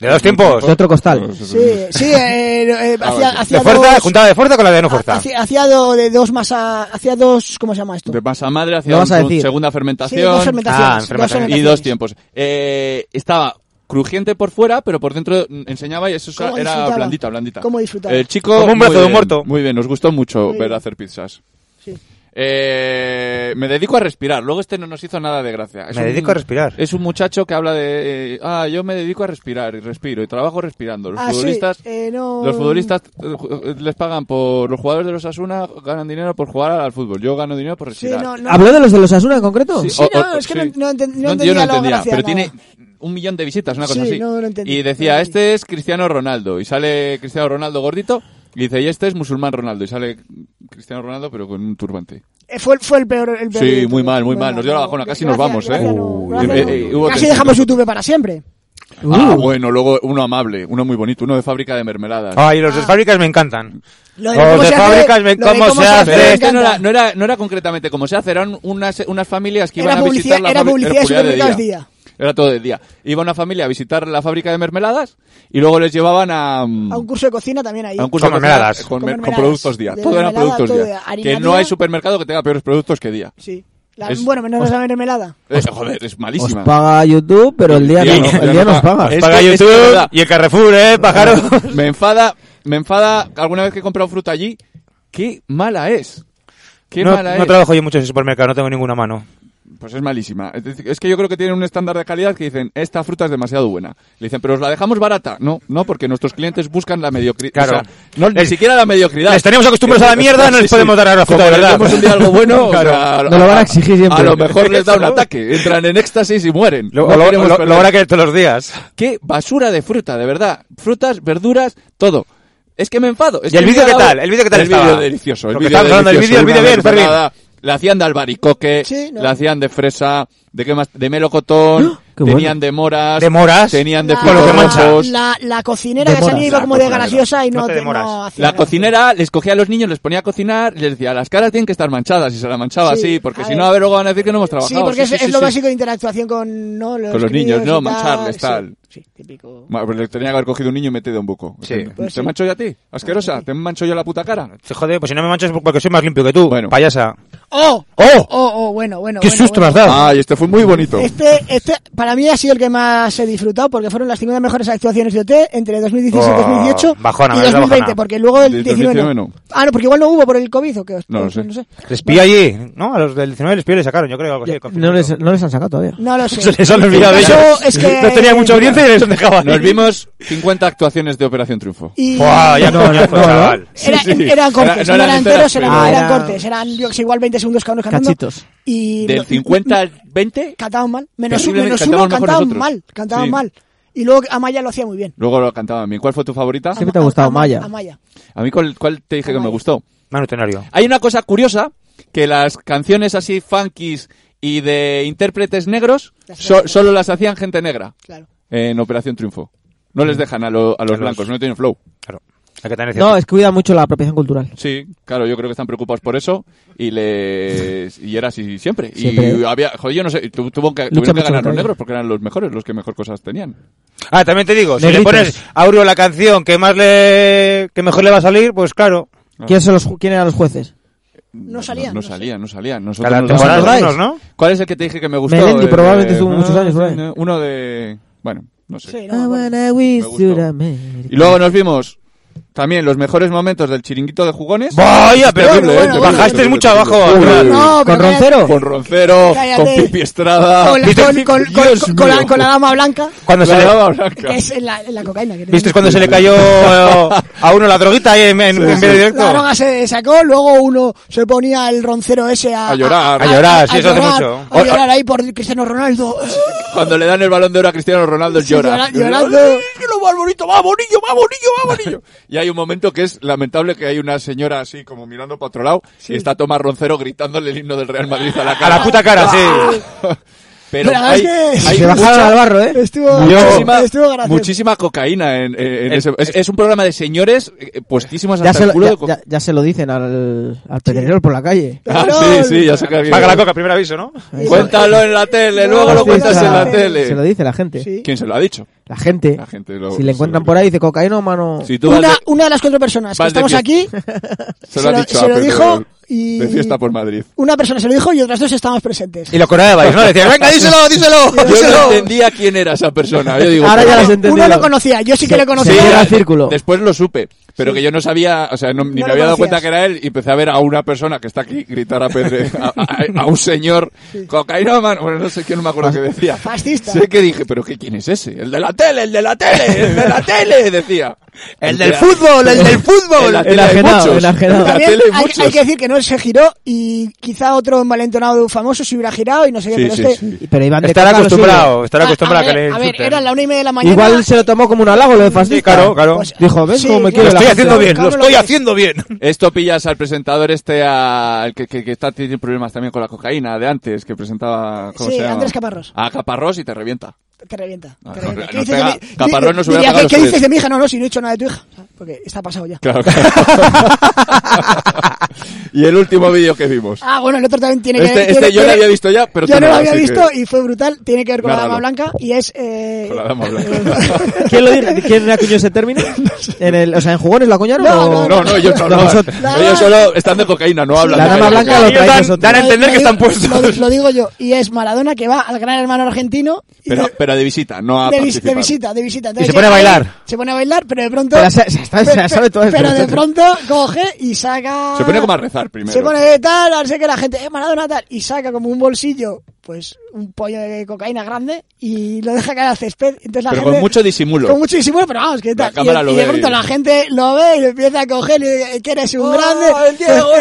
S5: De dos tiempos.
S4: De otro costal.
S6: Sí,
S2: [laughs]
S6: sí, eh, eh, hacía,
S2: Ah, vale.
S6: hacía
S5: De fuerza,
S6: dos-
S5: juntada de fuerza con la de no fuerza.
S6: Hacía, hacía do- de dos masa, hacía dos, ¿cómo se llama esto?
S2: De masa madre
S4: Lo
S2: hacía
S4: vas
S2: un-
S4: a decir.
S2: segunda
S6: Sí, dos
S2: fermentación.
S6: fermentaciones.
S5: Ah,
S6: dos
S5: fermentaciones.
S2: y
S6: fermentaciones.
S2: dos tiempos. Eh, estaba crujiente por fuera, pero por dentro mm, enseñaba y eso
S6: ¿Cómo
S2: era
S6: disfrutaba?
S2: blandita, blandita.
S6: ¿Cómo disfrutaba?
S2: El chico
S5: Como un brazo
S2: muy
S5: de un
S2: bien,
S5: muerto.
S2: Muy bien, nos gustó mucho
S6: Muy
S2: ver
S6: bien.
S2: hacer pizzas.
S6: Sí.
S2: Eh, me dedico a respirar. Luego este no nos hizo nada de gracia. Es
S5: Me
S2: un-
S5: dedico a respirar.
S2: Es un muchacho que habla de. eh, ah, yo me dedico a respirar y respiro y trabajo respirando. Los
S6: Ah, sí,
S2: futbolistas.
S6: eh, no-
S2: Los futbolistas eh, ju- eh, les pagan por. Los jugadores de los Asuna ganan dinero por jugar al fútbol. Yo gano dinero por
S6: Sí,
S2: respirar.
S6: no,
S5: Ah,
S6: no.
S4: ¿Habló de los de los Asuna en concreto?
S2: Sí,
S6: Sí,
S2: o-
S6: no,
S2: o-
S6: es que
S2: sí.
S6: no, no enten- no
S2: yo
S6: entendía
S2: no
S6: la
S2: entendía,
S6: gracia,
S2: pero
S6: no.
S2: tiene un millón de visitas, una cosa
S6: Sí,
S2: así.
S6: no lo entendí,
S2: y
S6: no
S2: decía,
S6: lo entendí.
S2: este es Cristiano Ronaldo, y sale Cristiano Ronaldo gordito, y dice, y este es musulmán Ronaldo, y sale Cristiano Ronaldo, pero con un turbante.
S6: Eh, Fue, el- fue el peor. El peor
S2: Sí,
S6: de
S2: muy
S6: todo.
S2: mal, muy mal.
S6: Bueno,
S2: Nos dio la
S6: no,
S2: bajona, casi
S6: gracias,
S2: nos vamos, ¿eh?
S6: gracias, no,
S2: Uy,
S6: gracias,
S2: eh,
S6: no.
S2: eh, hubo
S6: Casi
S2: tensión.
S6: dejamos YouTube para siempre. Uh.
S2: Ah, bueno, luego uno amable, uno muy bonito, uno de fábrica de mermeladas.
S6: Ah,
S5: Ay, los de fábricas me encantan.
S6: Lo
S5: Los
S6: cómo
S5: de
S6: se hace,
S5: fábricas, ven
S6: lo de
S5: cómo se hace.
S2: Pero
S6: me
S2: este no
S6: encanta.
S2: era, no, era, no era concretamente como se hace, eran unas, unas familias que
S6: Era
S2: iban a visitar
S6: publicidad-
S2: la
S6: era
S2: fábrica-
S6: publicidad de supermercados
S2: Era todo de día. Iba una familia a visitar la fábrica de mermeladas y luego les llevaban a, mm,
S6: A un curso de cocina también ahí.
S2: a un curso
S5: Con
S2: de cocina
S5: mermeladas.
S2: Con,
S6: Con
S2: mer- con
S6: mermeladas.
S2: productos día.
S6: De
S2: Todo era
S6: mermelada,
S2: productos
S6: todo
S2: día.
S6: de harina
S2: Que no
S6: día.
S2: hay supermercado que tenga peores productos que día.
S6: Sí. La-
S2: Es-
S6: bueno,
S5: Pues-
S6: menos la mermelada.
S2: Eh, joder, es
S4: Os
S2: malísima.
S4: paga YouTube, pero el día,
S2: Sí,
S4: no,
S2: ya
S4: el día
S2: no
S4: nos
S2: paga.
S4: paga.
S2: Es
S5: Paga Eh,
S2: que- es que es
S5: YouTube
S2: verdad.
S5: y el Carrefour, ¿eh, pájaro?
S2: [laughs] me enfada, me enfada alguna vez que he comprado fruta allí. Qué mala es. Qué
S5: no,
S2: mala
S5: no
S2: es.
S5: trabajo yo mucho en ese supermercado, no tengo ninguna mano.
S2: Pues es malísima. Es decir, es que yo creo que tienen un estándar de calidad que dicen, esta fruta es demasiado buena. Le dicen, pero os la dejamos barata. No, no, porque nuestros clientes buscan la mediocridad.
S5: Claro.
S2: no, ni
S5: Les-
S2: siquiera la mediocridad.
S5: les tenemos acostumbrados a la mierda, no les podemos dar ahora
S2: Como
S5: fruta de
S2: les
S5: verdad.
S2: demos pues un día algo
S5: [laughs]
S2: bueno, o
S5: Claro.
S2: sea,
S4: Nos lo van a exigir siempre.
S2: A lo mejor les da un ataque, entran en éxtasis y mueren.
S5: Lo,
S2: No
S5: lo,
S2: queremos
S5: lo-
S2: perder.
S5: lo van a querer todos los días.
S2: Qué basura de fruta, de verdad. Frutas, verduras, todo. Es que me enfado. Es
S5: ¿Y el
S2: que
S5: vídeo
S2: me
S5: qué
S2: ha dado-
S5: tal? ¿El vídeo qué tal
S2: El
S5: estaba?
S2: vídeo delicioso. El
S5: Porque
S2: vídeo
S5: estábamos hablando del
S2: delicioso,
S5: vídeo, el
S2: una
S5: vídeo bien,
S2: mermelada. La hacían de albaricoque,
S6: Sí, no.
S2: la hacían de fresa, de qué más, de melocotón,
S4: Qué bueno.
S2: tenían de moras,
S5: ¡Ah! De moras. Ah,
S2: tenían de
S6: La-
S5: Con lo que mancha.
S2: rojos. La,
S6: La, la cocinera que
S4: Demoras.
S6: salía iba
S2: La
S6: como de
S2: cocinera.
S6: graciosa y
S5: No
S6: no,
S5: te
S6: te-
S5: demoras.
S6: no hacía gracia.
S2: cocinera les cogía a los niños, les ponía a cocinar y les decía, las caras tienen que estar manchadas y se la manchaba
S6: Sí,
S2: así, porque
S6: a
S2: si
S6: ver.
S2: no, a ver, luego van a decir que no hemos trabajado.
S6: Sí, porque es,
S2: sí,
S6: es
S2: sí,
S6: lo
S2: sí.
S6: básico de interactuación con, ¿no? los,
S2: Con los niños,
S6: críos
S2: ¿no?
S6: y tal.
S2: Mancharles,
S6: Sí,
S2: tal.
S6: Sí, típico.
S2: Bueno, pues le tenía que haber cogido un niño y metido un buco.
S5: Sí.
S6: Pues
S2: ¿Te
S6: sí. Pues
S2: mancho yo a ti? Asquerosa, ¿te mancho yo la puta cara?
S5: Se jode, pues si no me manchas porque soy más limpio que tú,
S2: Bueno.
S5: payasa.
S6: ¡Oh!
S5: ¡Oh!
S6: ¡Oh, oh! Bueno, bueno.
S5: ¡Qué
S6: bueno,
S5: susto me
S6: bueno.
S5: has dado!
S2: Ay, este fue muy
S6: [laughs]
S2: bonito.
S6: Este, este, para mí ha sido el que más he disfrutado porque fueron las 50 mejores actuaciones de OT entre 2017 y
S5: Oh,
S6: 2018
S5: bajona,
S6: y
S5: me has dado
S6: 2020,
S5: bajona.
S6: porque luego el
S2: Del
S6: 19,
S2: 19 no.
S6: Ah, no, porque igual no hubo por el COVID o qué. Pues
S2: No lo sé.
S6: No,
S5: Les pilló allí, ¿no? A los del 19 les pilló y les sacaron, yo creo, algo así.
S4: No les, no les han sacado todavía.
S6: No lo sé.
S5: [laughs] Se les han olvidado
S6: El
S5: de
S6: caso
S5: ellos.
S6: es que-
S5: No tenía mucha audiencia y les dejaban.
S2: Nos vimos 50 actuaciones de Operación Triunfo.
S6: Y-
S5: ¡Buah, ya coñazo,
S4: no, no.
S5: chaval!
S6: Era-
S2: Sí, sí.
S6: Eran cortes,
S2: Era-
S6: no, eran enteros, eran,
S4: pero-
S6: eran
S4: Ah, era-
S6: cortes, eran yo que sé, igual 20 segundos cada uno cantando.
S4: Cachitos.
S6: Y
S2: Del
S6: no-
S2: 50 al 20,
S6: cantaban mal, menos, un-
S2: Terriblemente,
S6: menos
S2: cantaban
S6: uno
S2: mejor
S6: cantaban
S2: nosotros.
S6: mal, cantaban
S2: Sí.
S6: mal. Y luego Amaya lo hacía muy bien.
S2: luego lo cantaban bien. ¿Cuál fue tu favorita?
S4: Siempre te ha gustado Maya.
S6: Amaya.
S2: A mí, ¿cuál, cuál te dije que me gustó?
S5: Manutenario.
S2: Hay una cosa curiosa, que las canciones así funkies y de intérpretes negros,
S6: Las
S2: so-
S6: negras.
S2: solo las hacían gente negra
S6: Claro.
S2: en Operación Triunfo. No les dejan a, lo- a los blancos, no tienen flow.
S5: Claro. Hay que tener
S4: No,
S5: cierto-
S4: es que cuida mucho la apropiación cultural.
S2: Sí, claro, yo creo que están preocupados por eso y les y era así siempre. Y
S4: Siempre.
S2: había, joder, yo no sé, tu- tuvo que,
S4: Lucha
S2: tuvieron que
S4: mucho
S2: ganar
S4: contra
S2: los
S4: ellos.
S2: negros porque eran los mejores, los que mejor cosas tenían.
S5: Ah, también te digo, si
S4: Negritos.
S5: le pones a Uriol la canción que más le... que mejor le va a salir, pues claro.
S2: Ah.
S4: ¿Quiénes son los, ju- quién eran los jueces?
S6: No salían.
S2: No, salían, no salían. Nosotros
S5: Cada
S2: nos
S5: temporada
S2: dábamos-
S4: acordáis?
S5: unos, ¿no?
S2: ¿Cuál es el que te dije que me gustó?
S4: Melendi,
S2: Eh,
S4: probablemente estuvo
S2: no,
S4: muchos años por ahí.
S2: no, Uno de... Bueno, no sé.
S6: Sí, no me acuerdo.
S2: gustó. Y luego nos vimos también los mejores momentos del chiringuito de jugones.
S5: Vaya, pero
S2: Terrible,
S5: que-
S2: ¿eh? Terrible,
S5: bajaste
S2: terrible,
S5: mucho
S2: terrible.
S5: abajo.
S2: Uy,
S5: Uriol.
S6: No, pero
S4: ¿Con
S6: cállate.
S4: Roncero?
S2: Con Roncero, con
S6: Cállate.
S2: Pipi Estrada.
S6: Con la, con, con, con-
S2: Dios
S6: con- con la,
S2: mío.
S6: con la dama blanca,
S5: Cuando se
S2: La
S5: le-
S2: dama blanca.
S6: que es en la, en la cocaína. Que
S5: ¿Viste
S6: tenía.
S5: cuando se le [laughs] cayó eh, a uno la droguita ahí en, en, en medio directo?
S6: La droga se sacó, luego uno se ponía el roncero ese a,
S2: A llorar.
S5: A llorar, sí,
S6: a
S5: eso hace
S6: llorar,
S5: mucho.
S6: A llorar ahí por Cristiano Ronaldo.
S2: Cuando le dan el balón de oro a Cristiano Ronaldo, él
S6: Sí,
S2: llora.
S6: llora- llorando.
S2: ¡Ay, que lo más bonito! ¡Va, bonillo! ¡Va, bonillo! ¡Va, bonillo! y hay un momento que es lamentable que hay una señora así como mirando para otro lado y está Tomás Roncero gritándole el himno del Real Madrid a la
S5: A
S2: cara.
S5: la puta cara, sí.
S2: [laughs] Pero
S6: Pero
S2: hay,
S6: es que-
S2: hay
S4: Se bajaron
S2: mucha-
S4: al barro, ¿eh?
S6: Estuvo,
S2: muchísima,
S6: estuvo gracioso.
S2: muchísima cocaína en, en- en
S5: El-
S2: ese- es, es un programa de señores eh, puestísimos
S4: Eh, Ya
S2: hasta
S4: se,
S2: el
S4: lo,
S2: culo de
S4: ya,
S2: co-
S4: ya- ya se lo dicen al, al pedrero por la calle.
S2: Ah,
S6: Pero-
S2: sí, sí, ya sé que
S5: Paga la coca, primer aviso, ¿no?
S2: Cuéntalo en la tele,
S6: No,
S2: luego lo
S6: sí,
S2: cuentas en
S6: o sea,
S2: la tele.
S4: Se lo dice la gente.
S6: Sí.
S2: ¿Quién se lo ha dicho?
S4: La gente.
S2: La gente lo-
S4: si le encuentran
S2: se lo-
S4: por ahí, dice cocaína o mano.
S2: Si tú vas
S6: Una,
S2: de-
S6: una de las cuatro personas que
S2: vas de
S6: estamos
S2: fiesta.
S6: aquí
S2: se lo ha
S6: lo-
S2: dicho
S6: se
S2: a
S6: lo
S2: Pedro
S6: dijo y-
S2: De fiesta por Madrid.
S6: Una persona se lo dijo y otras dos estábamos presentes.
S5: Y lo
S2: Pues
S5: coreabais, ¿no? Decía, venga, díselo, díselo,
S2: [laughs] Yo no
S5: díselo.
S2: entendía quién era esa persona. Yo digo,
S4: Ahora ya
S2: pero-
S4: las he entendido.
S6: Uno lo conocía, yo sí que
S4: Se-
S6: lo
S4: se
S6: conocía.
S4: cierra el círculo.
S2: Después lo supe. pero que yo no sabía, o sea, no- ni
S6: No
S2: me
S6: lo
S2: había dado cuenta
S6: conocías.
S2: que era él y empecé a ver a una persona que está aquí gritar a Pedre, a, a- a un señor cocainómano, bueno, no sé quién, no me acuerdo qué decía.
S6: Fascista.
S2: Sé que dije, pero qué, ¿quién es ese? El de la tele, el de la tele, el de la tele, decía.
S5: [laughs] El del fútbol, el del
S2: En
S5: fútbol.
S2: la tele hay
S4: ajenado,
S2: muchos.
S4: el ajenado.
S2: En la
S6: También
S2: tele hay
S6: hay,
S2: muchos.
S6: hay que decir que no se giró y quizá otro envalentonado famoso se hubiera girado y no sé qué,
S2: Sí,
S6: pero
S2: sí,
S6: este...
S2: sí.
S4: Pero Iván de
S5: Estará
S4: Coca lo suyo.
S5: acostumbrado, estará
S6: A-
S5: acostumbrado a
S6: a,
S5: que le
S6: ver, a ver,
S5: insulten.
S6: era la una y media de la mañana.
S4: Igual se lo tomó como un halago lo de fascista.
S5: Sí, claro, claro.
S6: Pues,
S4: Dijo, ¿ves
S6: Sí,
S4: cómo me
S6: yo-
S5: [laughs] lo
S4: quiere
S5: estoy
S6: Pero
S4: la
S5: haciendo
S4: gente?
S5: bien, lo
S6: Cabrón,
S5: estoy
S6: lo que-
S5: haciendo [laughs] bien.
S2: Esto pillas al presentador este, al que, que, que está tiene problemas también con la cocaína de antes, que presentaba... ¿cómo
S6: Sí,
S2: se llama?
S6: Andrés Caparrós.
S2: A Caparrós y te revienta.
S6: Te revienta.
S2: No,
S6: te
S2: no,
S6: revienta.
S2: no
S6: ¿Qué dices de
S2: pega-
S6: mi-
S2: Caparrós no se hubiera
S6: diría,
S2: pegado
S6: ¿qué,
S2: los
S6: qué dices
S2: tres.
S6: de mi hija? No, no, si no he hecho nada de tu hija. Porque está pasado ya.
S2: Claro. [laughs] y el último vídeo que vimos.
S6: Ah, bueno, el otro también tiene que
S2: Este-
S6: ver...
S2: este
S6: tiene-
S2: yo lo
S6: tiene-
S2: había visto ya, pero
S6: Yo
S2: tú
S6: no
S2: no,
S6: lo había
S2: así
S6: visto
S2: que-
S6: y fue brutal. Tiene que ver con
S2: Nárralo.
S6: la dama blanca y es... eh,
S2: Con la dama blanca. [laughs]
S4: ¿Quién lo diría? ¿Quién acuñó ese término? En el, o sea, ¿en jugones lo acuñaron?
S6: No,
S4: o-
S2: No, no, ellos no, no.
S4: Nosotros-
S2: Ellos solo están de cocaína, no hablan.
S4: La
S2: de
S4: dama
S2: cocaína.
S4: blanca lo
S5: Ellos
S4: traéis
S5: dan-
S4: vosotros.
S5: dan a entender
S6: lo
S5: que
S6: digo-
S5: están puestos.
S6: Lo, lo digo yo. Y es Maradona que va al gran hermano argentino y
S2: Pero,
S6: de-
S2: pero de visita, no a
S6: de, vis- de
S2: participar.
S6: visita, de visita.
S5: se pone a bailar.
S6: Se pone a bailar, pero de pronto...
S4: Pero se- se está- se la sabe todas.
S6: pero de pronto coge y saca...
S2: Se pone como a rezar primero.
S6: Se pone de tal, al sé que la gente, eh, Maradona tal, y saca como un bolsillo, pues un pollo de cocaína grande y lo deja caer al césped. Entonces la
S2: Pero
S6: gente,
S2: con mucho disimulo.
S6: Con mucho disimulo, pero vamos, que tal.
S2: cámara
S6: y,
S2: lo
S6: y de
S2: ve
S6: pronto
S2: y-
S6: la gente lo ve y lo empieza a coger y dice, que eres un grande. [laughs]
S2: Diego,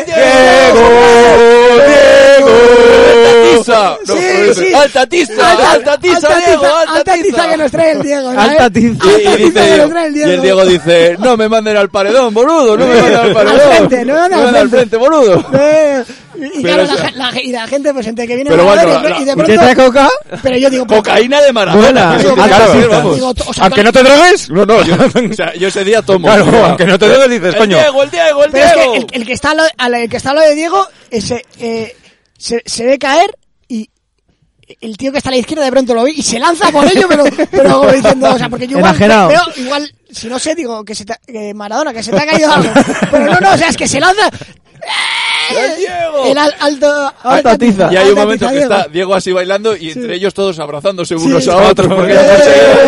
S2: Tiza. No,
S6: Sí,
S2: joder,
S6: sí.
S2: Alta tiza, alta, tiza, Diego, alta, tiza.
S6: que nos trae el Diego. ¿sabes?
S4: Alta tiza.
S2: Y, y
S6: Alta tiza
S2: dice,
S6: que nos trae el
S2: y
S6: Diego.
S2: el Diego dice, no me manden al paredón, boludo, no me manden al paredón.
S6: frente, no me manden al
S2: manden al frente,
S6: frente.
S2: boludo.
S6: Eh, y,
S2: Pero
S6: y claro, la,
S2: eso-
S6: gen- la gen- y la gente, pues entre que viene
S2: Pero
S6: a
S2: bueno,
S6: ver, y,
S2: la-
S6: y de
S2: la-
S4: ¿Te
S6: pronto...
S4: trae coca?
S6: Pero yo digo...
S2: Cocaína de Maradona.
S4: Buena,
S2: Eso tiene que
S5: alta
S2: haber,
S5: tiza.
S2: vamos.
S6: digo, o
S5: [laughs]
S6: sea,
S5: Aunque no te drogues.
S2: No,
S5: [laughs]
S2: no, [laughs] yo, o sea, yo ese día tomo.
S5: Claro, aunque no te drogues dices,
S2: el
S5: coño.
S2: Diego, el Diego, el
S6: Pero es
S2: Diego.
S6: que el, el que está al lado- al el que está al lado de Diego ese, eh, se, se ve caer y el tío que está a la izquierda de pronto lo ve y se lanza por ello, pero, pero como diciendo, o sea, porque yo igual
S4: Enajenado.
S6: veo, igual, si no sé, digo, que se te ha- que Maradona, que se te ha caído algo. Pero no, no, o sea, es que se lanza.
S2: ¡El Diego!
S6: El al- alto,
S4: Alta tiza.
S2: Y hay un
S6: alta
S2: momento
S6: tiza,
S2: que
S6: Diego.
S2: está Diego así bailando y entre ellos todos abrazándose unos
S6: Sí.
S2: a otros porque no
S6: ¡Eh!
S2: conseguido.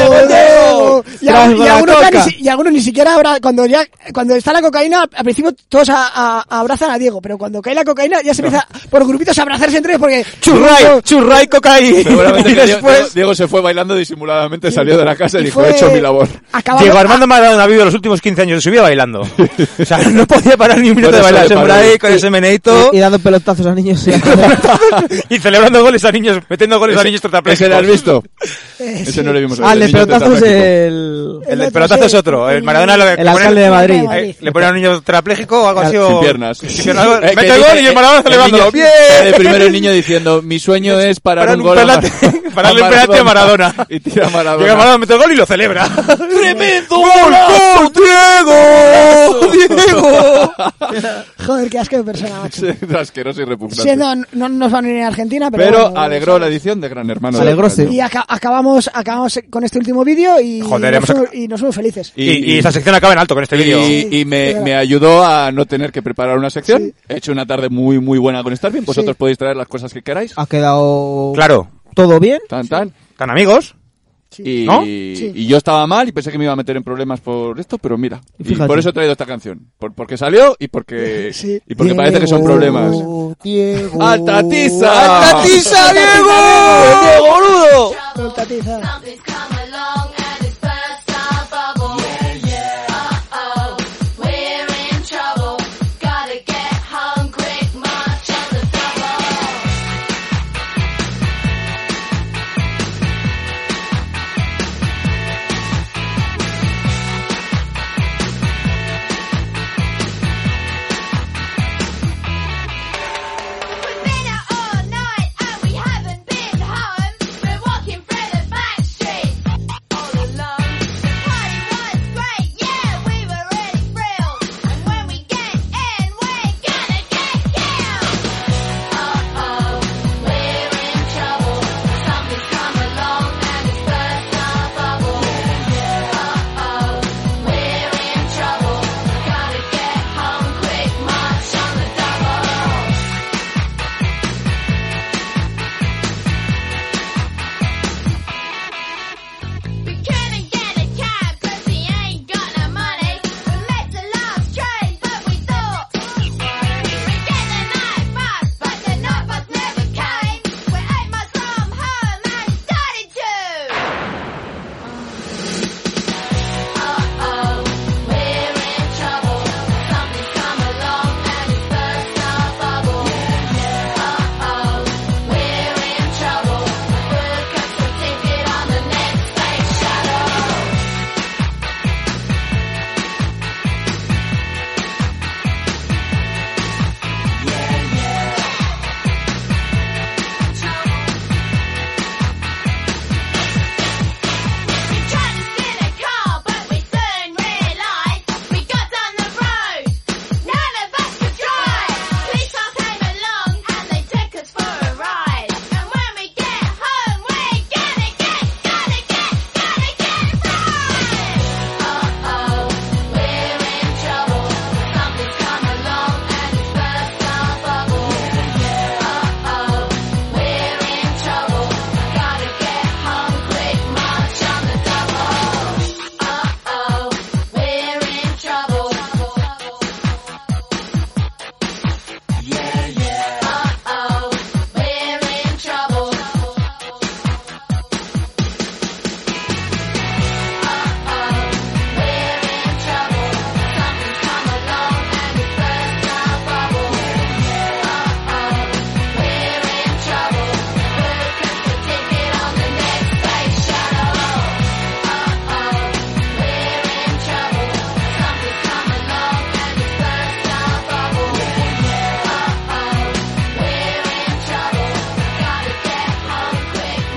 S6: ¡Diego, Diego! Y, a-
S4: Tras
S6: y
S4: la
S6: algunos ya ni
S4: coca.
S6: si- y algunos ni siquiera abra, cuando ya cuando está la cocaína al principio todos a- a- abrazan a Diego pero cuando cae la cocaína ya se empieza por grupitos a abrazarse entre ellos porque
S5: Churray, churray, cocaína.
S2: Seguramente
S5: [laughs] Y
S2: que Diego- Diego,
S5: después
S2: Diego se fue bailando disimuladamente, salió de la casa y, dijo,
S6: fue-
S2: he hecho mi labor.
S6: acabando-
S5: Diego Armando Maradona ha vivido los últimos 15 años de su
S2: [laughs]
S5: vida bailando. O sea, no podía parar ni un minuto
S2: Por
S5: de
S2: eso
S5: bailar.
S2: le
S5: Se por
S2: paró.
S5: ahí con ese meneito
S4: Y dando pelotazos a niños.
S5: [laughs]
S4: [laughs]
S5: y celebrando goles a niños, metiendo goles a niños
S2: ¿Ese
S5: tetraplégicos.
S2: lo has visto?
S6: Eh,
S2: Ese
S6: sí.
S2: no lo vimos.
S4: Ah, el de
S2: niño
S4: pelotazos
S2: tetrapléjico.
S4: el...
S5: El
S6: otro,
S5: del pelotazo
S6: sí,
S5: es otro. El Maradona lo que
S4: El
S5: ponen-
S4: alcalde de Madrid.
S5: Eh, Le ponen a un niño tetrapléjico o algo así. o-
S2: Sin piernas. [laughs]
S5: Sin piernas.
S2: Eh, que
S5: Mete el
S2: dice-
S5: gol y
S2: eh,
S5: el Maradona celebrándolo.
S2: niño-
S5: ¡Bien! Pues,
S2: sale primero el niño
S5: [laughs]
S2: diciendo, mi sueño es parar
S5: Parar
S2: un
S5: un
S2: gol. a Mar-
S5: penalti- [laughs]
S2: a
S5: pararle el penalti a Maradona.
S2: Y tira a Maradona. [laughs]
S5: Llega Maradona, mete el gol y lo celebra.
S2: ¡Tremendo
S5: ¡Gol, gol, Diego! [laughs] ¡Diego!
S2: [laughs]
S6: joder qué asco
S5: [laughs]
S6: de persona macho
S2: gol! Asqueroso y repugnante.
S6: siendo no nos van a ir a Argentina pero,
S2: Pero
S6: bueno,
S2: alegró la edición de Gran Hermano. del
S4: Alegróse.
S2: Rayo.
S6: y aca- acabamos acabamos con este último vídeo y
S5: Joder,
S6: nos
S5: hemos
S6: fuimos-
S5: acabado.
S6: y nos fuimos felices
S5: Y, y esta sección acaba en alto con este vídeo.
S2: Y, y me, me ayudó a no tener que preparar una sección. He hecho una tarde muy, muy buena con Starbeam. Vosotros
S6: Sí. Ah,
S2: podéis traer las cosas que queráis.
S4: Ha quedado...
S5: Claro.
S4: ¿Todo bien?
S2: Tan, tan.
S5: ¿Tan amigos?
S2: Y,
S5: ¿No?
S6: Sí.
S2: y yo estaba mal y pensé que me iba a meter en problemas por esto, pero mira.
S4: Y
S2: Y
S4: fíjate.
S2: por eso he traído esta canción. Por- porque salió y porque,
S6: Sí.
S2: y porque parece que son problemas.
S4: Uh,
S8: Diego.
S2: ¡Alta tiza! ¡Alta tiza, Diego! ¡Diego, boludo!
S6: Alta tiza.
S3: Something's come along and it's burst our bubble. Uh-oh, we're in trouble. Gotta get home quick, march on the double. We've been out all night and we haven't been home. We're walking through the back streets,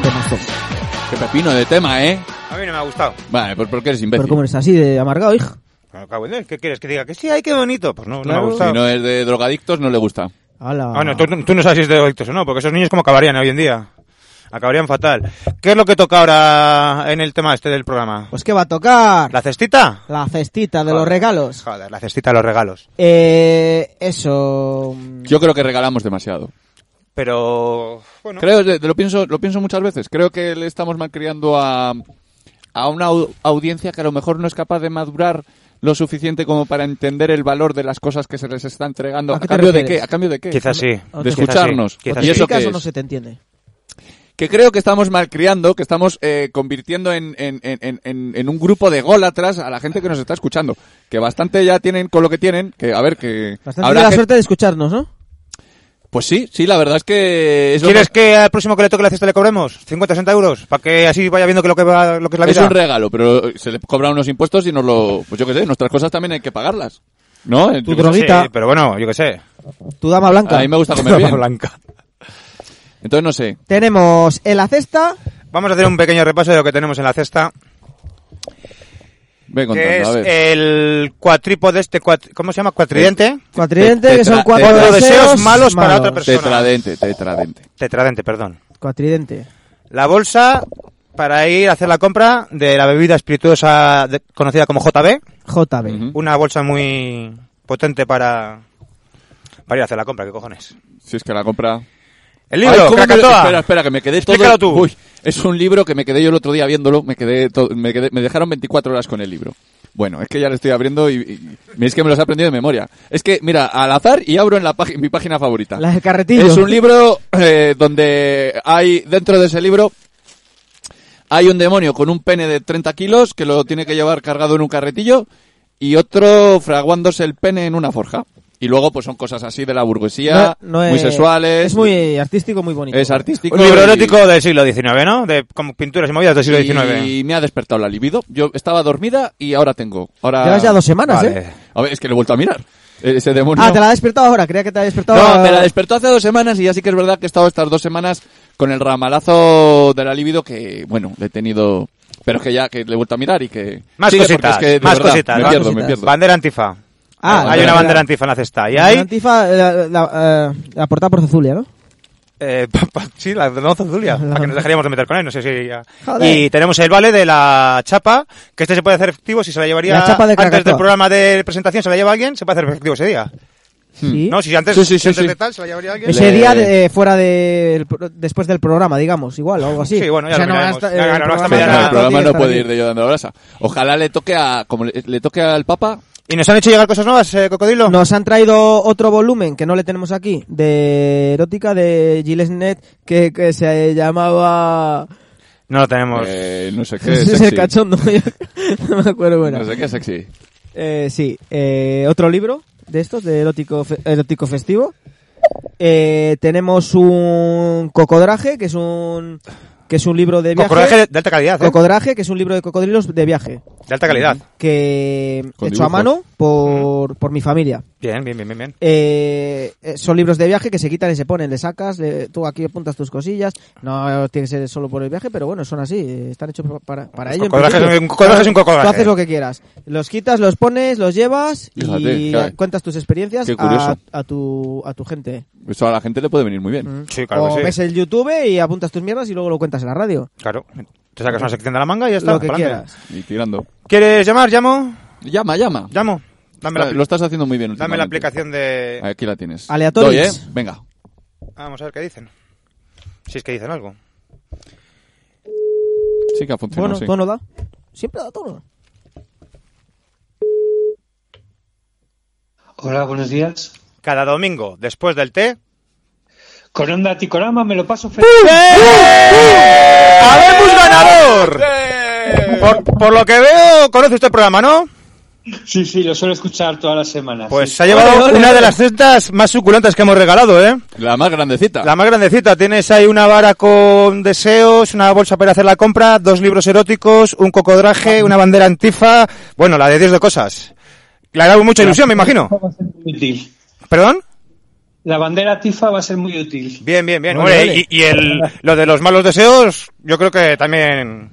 S4: temazo.
S2: Qué pepino de tema, ¿eh?
S5: A mí no me ha gustado.
S2: Vale, pues porque eres imbécil.
S4: Pero como eres así de amargado, hijo.
S5: Me cago en él. ¿Qué quieres? Que diga que sí, ay, qué bonito. Pues no, no me ha
S4: Claro.
S5: gustado.
S2: Si no es de drogadictos, no le gusta.
S4: Hala.
S5: Ah, no, tú, tú no sabes si es drogadictos o no, porque esos niños como acabarían hoy en día. Acabarían fatal. ¿Qué es lo que toca ahora en el tema este del programa?
S4: Pues que va a tocar la,
S5: ¿La cestita?
S4: cestita de los
S5: Joder.
S4: regalos.
S5: Joder, la cestita de los regalos.
S4: Eh, eso. mm,
S2: Yo creo que regalamos demasiado.
S5: Pero... Bueno,
S2: Creo, de- de- lo pienso, lo pienso muchas veces. Creo que le estamos malcriando a, a una au- audiencia que a lo mejor no es capaz de madurar lo suficiente como para entender el valor de las cosas que se les está entregando.
S4: ¿A
S2: ¿A,
S4: qué te
S2: cambio de
S4: refieres?
S2: qué? ¿A cambio de qué?
S5: quizás sí.
S4: O
S2: De
S4: te-
S2: escucharnos.
S5: Quizás
S4: o te
S5: sí.
S2: ¿Y eso
S4: explicas
S2: qué
S4: o
S2: es?
S4: no se te entiende.
S2: que creo que estamos malcriando, que estamos eh, convirtiendo en, en, en- en- en- en un grupo de gólatras a la gente que nos está escuchando. Que bastante ya tienen con lo que tienen, que a ver, que...
S4: Bastante
S2: habrá
S4: la
S2: gen-
S4: suerte de escucharnos, ¿no?
S2: Pues sí, sí, la verdad es que... Es lo
S5: ¿Quieres
S2: que-
S5: que al próximo que le toque la cesta le cobremos? ¿50, 60 euros? Para que así vaya viendo que lo que, va, lo que es la
S2: Es
S5: vida.
S2: un regalo, pero se le cobran unos impuestos y nos lo... Pues yo qué sé, nuestras cosas también hay que pagarlas. ¿No?
S4: Tu
S2: Yo qué sé.
S5: Sí,
S4: droguita,
S5: pero bueno, yo qué sé.
S4: tu dama blanca.
S2: A mí me gusta comer
S5: Dama [laughs]
S2: bien.
S5: blanca.
S2: Entonces no sé.
S4: Tenemos en la cesta.
S5: Vamos a hacer un pequeño repaso de lo que tenemos en la cesta.
S2: Ve
S5: que
S2: contando,
S5: es eh,
S2: a ver.
S5: el cuatrípode este, cuat- ¿cómo se llama? Cuatridente.
S4: Cuatridente, que son
S2: tetra-
S4: cuatro
S2: tetra-
S4: deseos,
S5: deseos malos para otra persona.
S2: Tetradente, tetradente.
S5: Tetradente, perdón.
S4: Cuatridente.
S5: La bolsa para ir a hacer la compra de la bebida espirituosa de- conocida como JB.
S4: JB.
S2: Ujú.
S5: Una bolsa muy potente para, para ir a hacer la compra, ¿qué cojones?
S2: Si es que la compra...
S5: El
S2: Ay,
S5: libro,
S2: ¿cómo me-
S5: Krakatoa.
S2: Espera, espera, que me quedé todo.
S5: Explícalo tú.
S2: Uy, es un libro que me quedé yo el otro día viéndolo. Me quedé, to- me quedé- me dejaron 24 horas con el libro. Bueno, es que ya lo estoy abriendo y, y- es que me los he aprendido de memoria. Es que, mira, al azar y abro en la página, mi página favorita.
S4: La del carretillo.
S2: es un libro eh, donde hay, dentro de ese libro, hay un demonio con un pene de 30 kilos que lo tiene que llevar cargado en un carretillo y otro fraguándose el pene en una forja. Y luego, pues son cosas así de la burguesía,
S4: No- no
S2: muy
S4: es-
S2: sexuales.
S4: Es muy artístico, muy bonito.
S2: Es artístico.
S5: Un libro
S2: y-
S5: erótico del siglo XIX, ¿no? De como pinturas y movidas del siglo XIX.
S2: Y me ha despertado la libido. Yo estaba dormida y ahora tengo. Ahora...
S4: Llevas ya dos semanas,
S5: Vale.
S4: ¿eh?
S2: A ver, es que lo he vuelto a mirar. Ese demonio.
S4: Ah, te la ha despertado ahora. Creía que te ha despertado.
S2: No, me la despertó hace dos semanas y ya sí que es verdad que he estado estas dos semanas con el ramalazo de la libido que, bueno, le he tenido... Pero que ya que le he vuelto a mirar y que...
S5: Más
S2: Sigue, porque
S5: cositas,
S2: es que de
S5: más
S2: verdad,
S5: cositas.
S2: Me
S5: más
S2: pierdo, me
S5: cositas.
S2: pierdo.
S5: Bandera antifa.
S4: Ah,
S5: hay
S4: bandera.
S5: una bandera antifa en la cesta. Y
S4: La
S5: hay...
S4: antifa, la, la- eh, la portada por Cezulia, ¿no?
S2: Hmm.
S5: Eh, [laughs] pa- pa- sí, la de Alonso
S4: [laughs]
S5: Zulia, para que nos dejaríamos de meter con él, no sé si ya-
S4: Joder.
S5: Y tenemos el vale de la chapa, que este se puede hacer efectivo si se la llevaría
S4: La chapa de
S5: antes
S4: Krakatoa.
S5: del programa de presentación, se la lleva alguien, se puede hacer efectivo ese día.
S4: Sí.
S5: No, si antes,
S2: Sí, sí,
S5: si antes
S2: sí,
S5: de
S2: sí.
S5: tal se la llevaría alguien.
S4: Ese
S2: Le-
S4: día de- eh, fuera de, después del programa, digamos, igual o algo así.
S5: Sí, bueno, ya
S4: O sea,
S5: lo
S4: no,
S5: miraremos.
S4: hasta- eh,
S5: Ya,
S4: el
S5: ya, no, hasta
S4: programa-
S2: Pero
S5: mañana.
S2: el programa no
S4: directamente.
S2: puede ir de yo dando la brasa. Ojalá le toque a... Como le, le toque al Papa...
S5: ¿Y nos han hecho llegar cosas nuevas, eh, Cocodrilo?
S4: Nos han traído otro volumen que no le tenemos aquí, de erótica de Gilles Net, que, que se llamaba.
S5: No lo tenemos.
S2: eh, no
S4: [laughs]
S2: sé qué...
S4: Ese es
S2: sexy.
S4: el cachondo, no me acuerdo. Bueno,
S2: No sé qué sexy.
S4: Eh, sí, eh, otro libro de estos, de erótico, fe- erótico festivo. Eh, tenemos un cocodraje, que es un que es un libro de viaje.
S5: Cocorraje de alta calidad, ¿eh?
S4: Cocodraje, que es un libro de cocodrilos de viaje,
S5: De alta calidad.
S4: que
S2: Con
S4: hecho a
S2: dibujos. Mm.
S4: mano por, por mi familia.
S5: Bien, bien, bien, bien, bien.
S4: Eh, eh, son libros de viaje que se quitan y se ponen, le sacas, le- tú aquí apuntas tus cosillas. No tiene que ser solo por el viaje, pero bueno, son así, eh, están hechos pa- para, para
S5: Los
S4: ello. en
S5: cocodrajes
S4: principio.
S5: son- un cocodraje es un cocodraje.
S4: Tú haces lo que quieras. Los quitas, los pones, los llevas y
S2: Fíjate, claro.
S4: cuentas tus experiencias
S2: Qué
S4: a,
S2: curioso.
S4: a tu, a tu gente.
S2: Eso a la gente le puede venir muy bien.
S5: Sí, claro
S4: o
S5: que
S4: ves
S5: sí.
S4: el YouTube y apuntas tus mierdas y luego lo cuentas en la radio.
S5: Claro. Te sacas una sección de la manga y ya está.
S4: lo que
S5: pa'lante.
S4: quieras.
S2: Y tirando.
S5: ¿Quieres llamar? ¿Llamo?
S2: Llama, llama.
S5: Llamo. Dame la,
S2: lo estás haciendo muy bien
S5: dame la
S2: últimamente.
S5: aplicación de...
S2: Aquí la tienes.
S4: Aleatorics.
S2: Doy, ¿eh? Venga.
S5: Vamos a ver qué dicen. Si es que dicen algo.
S2: Sí que ha funcionado,
S4: Bueno,
S2: sí.
S4: tono da. Siempre da tono.
S9: Hola, buenos días.
S5: Cada domingo, después del té,
S9: Con onda ticorama me lo paso feliz.
S5: ¡Habemos ganador! Por, por lo que veo, conoce usted el programa, ¿no?
S9: Sí, sí, lo suelo escuchar todas las semanas.
S5: Pues
S9: sí.
S5: se ha llevado una de las cestas más suculentas que hemos regalado, ¿eh?
S2: La más grandecita.
S5: La más grandecita. Tienes ahí una vara con deseos, una bolsa para hacer la compra, dos libros eróticos, un cocodraje, una bandera antifa... Bueno, la de Dios de cosas. Le ha dado mucha ilusión, me imagino.
S9: Útil.
S5: ¿Perdón?
S9: la bandera tifa va a ser muy útil.
S5: Bien, bien, bien.
S4: Vale,
S5: Hombre,
S4: vale.
S5: Y, y el, lo de los malos deseos, yo creo que también...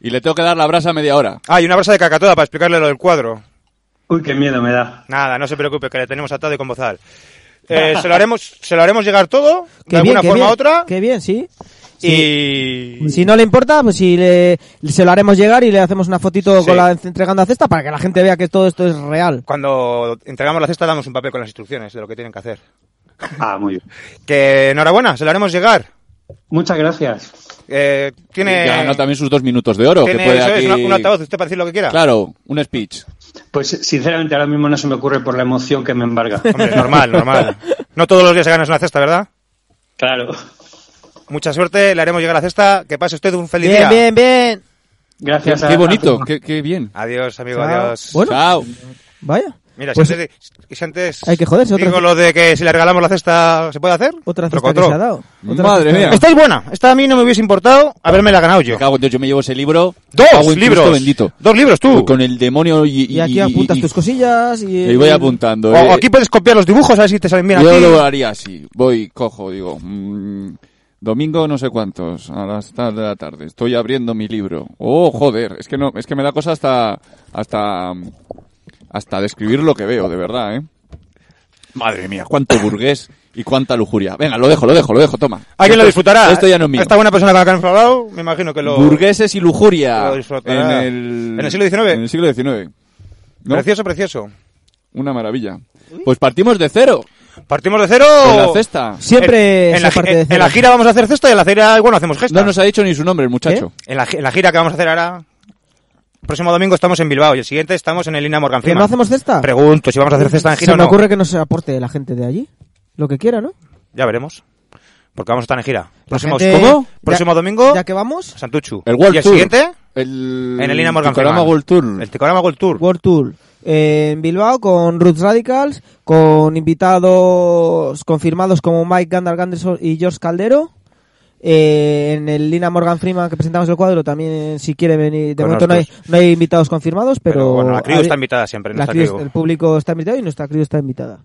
S2: Y le tengo que dar la brasa media hora.
S5: Ah, y una brasa de cacatoda para explicarle lo del cuadro.
S9: Uy, qué miedo me da.
S5: Nada, no se preocupe, que le tenemos atado y
S4: [laughs]
S5: con bozal. Eh, se, lo haremos, se lo haremos llegar todo,
S4: Qué
S5: de
S4: bien,
S5: alguna
S4: qué
S5: forma u
S4: bien,
S5: otra.
S4: Qué bien, sí.
S5: Y...
S4: Si no le importa, pues si le, se lo haremos llegar y le hacemos una fotito
S5: Sí.
S4: con la entregando a cesta para que la gente vea que todo esto es real.
S5: Cuando entregamos la cesta damos un papel con las instrucciones de lo que tienen que hacer.
S9: Ah, muy bien.
S5: Que enhorabuena, se lo haremos llegar.
S9: Muchas gracias.
S5: Eh, tiene
S2: Y Ganó también sus dos minutos de oro.
S5: tiene
S2: que puede
S5: eso es,
S2: aquí...
S5: una- un altavoz, usted para decir lo que quiera.
S2: Claro, un speech.
S9: Pues sinceramente ahora mismo no se me ocurre por la emoción que me embarga.
S5: Hombre, normal, normal. No todos los días se ganas una cesta, ¿verdad?
S9: [laughs] Claro.
S5: Mucha suerte, le haremos llegar la cesta. Que pase usted un feliz
S4: Bien,
S5: día.
S4: bien, bien.
S2: Qué,
S9: Gracias. a-
S2: qué bonito, qué, qué bien.
S5: Adiós, amigo,
S4: Chao.
S5: adiós.
S4: Ah, Bueno,
S2: Chao.
S4: vaya.
S5: Mira,
S4: Pues
S5: si antes, de- si antes
S4: hay que joderse, otra
S5: digo
S4: vez.
S5: lo de que si le regalamos la cesta, ¿se puede hacer?
S4: otra cesta
S5: Trocotro.
S4: que se ha dado. Otra
S2: Madre
S4: cesta.
S2: mía.
S5: Esta es buena. Esta a mí no me hubiese importado haberme la ganado yo.
S2: Me cago en Dios, yo me llevo ese libro. Me cago en
S5: Dos
S2: Cristo
S5: libros.
S2: bendito.
S5: Dos libros tú.
S2: Con el demonio y...
S4: Y aquí apuntas tus cosillas y...
S2: Y voy apuntando.
S5: O-
S2: eh.
S5: o aquí puedes copiar los dibujos a ver si te salen bien
S2: Yo
S5: aquí.
S2: lo haría así. Voy, cojo, digo. mm, domingo no sé cuántos, a las tal de la tarde. Estoy abriendo mi libro. Oh, joder, es que no, es que me da cosa hasta hasta hasta describir lo que veo, de verdad, ¿eh? Madre mía, cuánto burgués y cuánta lujuria. Venga, lo dejo, lo dejo, lo dejo, toma.
S5: Alguien lo
S2: Esto-
S5: disfrutará.
S2: Esto ya no es mío.
S5: Esta buena persona con la que hemos hablado, me imagino que lo...
S2: Burgueses y lujuria
S5: Lo disfrutará.
S2: en el
S5: ¿En el siglo XIX?
S2: En el siglo XIX. ¿No?
S5: Precioso, precioso.
S2: Una maravilla. Pues partimos de cero
S5: Partimos de cero.
S2: con la cesta.
S4: Siempre
S5: en, en la,
S4: se parte
S5: gi-
S4: de
S5: en
S4: cero.
S5: la gira vamos a hacer cesta y en la gira, bueno, hacemos gestas.
S2: No nos ha dicho ni su nombre, el muchacho.
S5: en, la, gi- en la gira que vamos a hacer ahora... El próximo domingo estamos en Bilbao y el siguiente estamos en el Ina
S4: ¿Que
S5: Morgancima.
S4: no hacemos cesta?
S5: Pregunto si vamos a hacer cesta en gira
S4: Ah. Se
S5: o
S4: me
S5: no.
S4: ocurre que nos aporte la gente de allí. Lo que quiera, ¿no?
S5: Ya veremos. Porque vamos a estar en gira. Próximo,
S4: gente-
S5: ¿Cómo?
S4: Ya-
S5: Próximo domingo,
S4: Ya que vamos,
S5: Santuchu.
S2: El World
S5: ¿Y el
S2: Tour. Mm.
S5: siguiente?
S2: El...
S5: En el Ina Morgan
S2: Ticorama
S5: Freeman.
S2: World Tour.
S5: El Ticorama World Tour.
S4: World Tour eh, en Bilbao con Roots Radicals, con invitados confirmados como Mike Gandalf Anderson y George Caldero. Eh, en el Lina Morgan Freeman que presentamos el cuadro también si quiere venir de
S5: Con
S4: momento no hay,
S5: nosotros.
S4: no hay invitados confirmados pero,
S5: bueno, la Criu
S4: hay-
S5: está invitada siempre.
S4: la
S5: nuestra
S4: Criu-
S5: Criu.
S4: el público está invitado y nuestra crew está invitada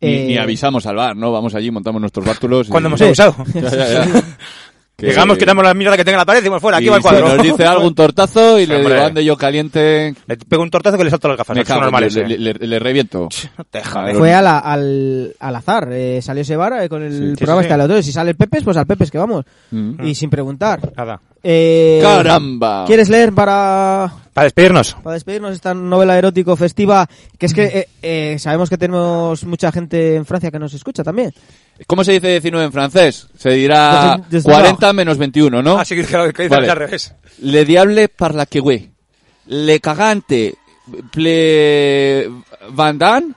S2: Ni,
S4: Eh,
S2: ni avisamos al bar, ¿no? Vamos allí, montamos nuestros bártulos. y- [laughs]
S5: Cuando
S4: [laughs]
S5: hemos
S4: Sí.
S5: avisado.
S2: Ya, ya,
S5: [laughs]
S2: ya. Que-
S5: Llegamos, tiramos la mierda que tenga en la pared y decimos fuera, aquí
S2: y
S5: va el cuadro.
S2: Si nos dice
S5: [laughs]
S2: algo, un tortazo y le digo,
S5: Hombre.
S2: ande yo caliente.
S5: Le pego un tortazo que le salto las gafas.
S2: Me
S5: no, son
S2: cago,
S5: normales,
S2: le,
S5: eh.
S2: le- le- le reviento.
S5: No te jodas.
S4: fue a la- al, al azar eh, salió ese bar eh, con el
S5: Sí, sí,
S4: programa
S5: sí.
S4: este al otro si sale el Pepes pues al Pepes que vamos
S2: Mm.
S4: y sin preguntar
S5: Nada.
S4: Eh,
S2: ¡Caramba!
S4: ¿Quieres leer para,
S5: Para despedirnos.
S4: para despedirnos esta novela erótico festiva? Que es que eh, eh, sabemos que tenemos mucha gente en Francia que nos escucha también.
S2: ¿Cómo se dice 19 en francés? Se dirá
S4: Desde- desde
S2: 40 menos 21, ¿no?
S5: Así Ah, que claro, que dices
S2: Vale.
S5: al revés.
S2: Le diable par la que güey. Le cagante ple van dan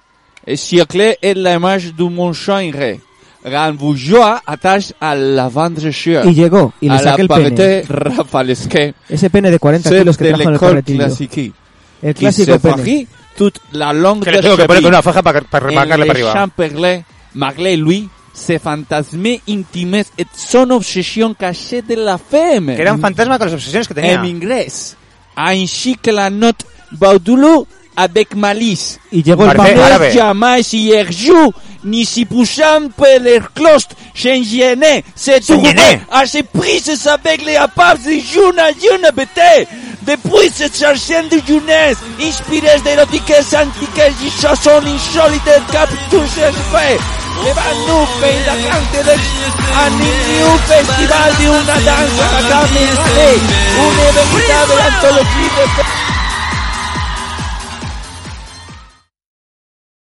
S2: siècle et la image du mon changre. Gan vous joie attache à la vendre chère.
S4: Y llegó, y le
S2: à la
S4: saqué el pene.
S2: parité rafalesque.
S4: Ese pene de 40
S2: C'est
S4: kilos que
S2: de
S4: trajo en el
S2: l'école
S4: carretillo.
S2: classique.
S4: El
S2: Qui se
S4: clásico pene.
S2: varie toute la langue
S5: Que
S2: de
S5: le tengo que
S2: Cheville.
S5: poner con una faja para, para
S2: En
S5: remarcarle
S2: les
S5: para arriba.
S2: Champerlé, Marley, lui, ses fantasmes intimes et son obsession cachée de la femme.
S5: Que era un fantasma con las obsesiones que tenía.
S2: En inglés. Ainsi que la note Baudulo avec malice.
S4: Y llegó el
S5: Parece-
S4: papel.
S5: árabe.
S2: jamais hier jour, ni si poussant per les clostes, s'engienait, se
S5: S'engainer.
S2: trouvait à ses prises avec les appares de jeune à jeune bête. Depuis cette chaîne de jeunesse, inspirée d'érotiques antiques et chansons insolites captures ses faits. Levant-nous, pays la cante de un new festival de una danse à la Une véritable anthologie de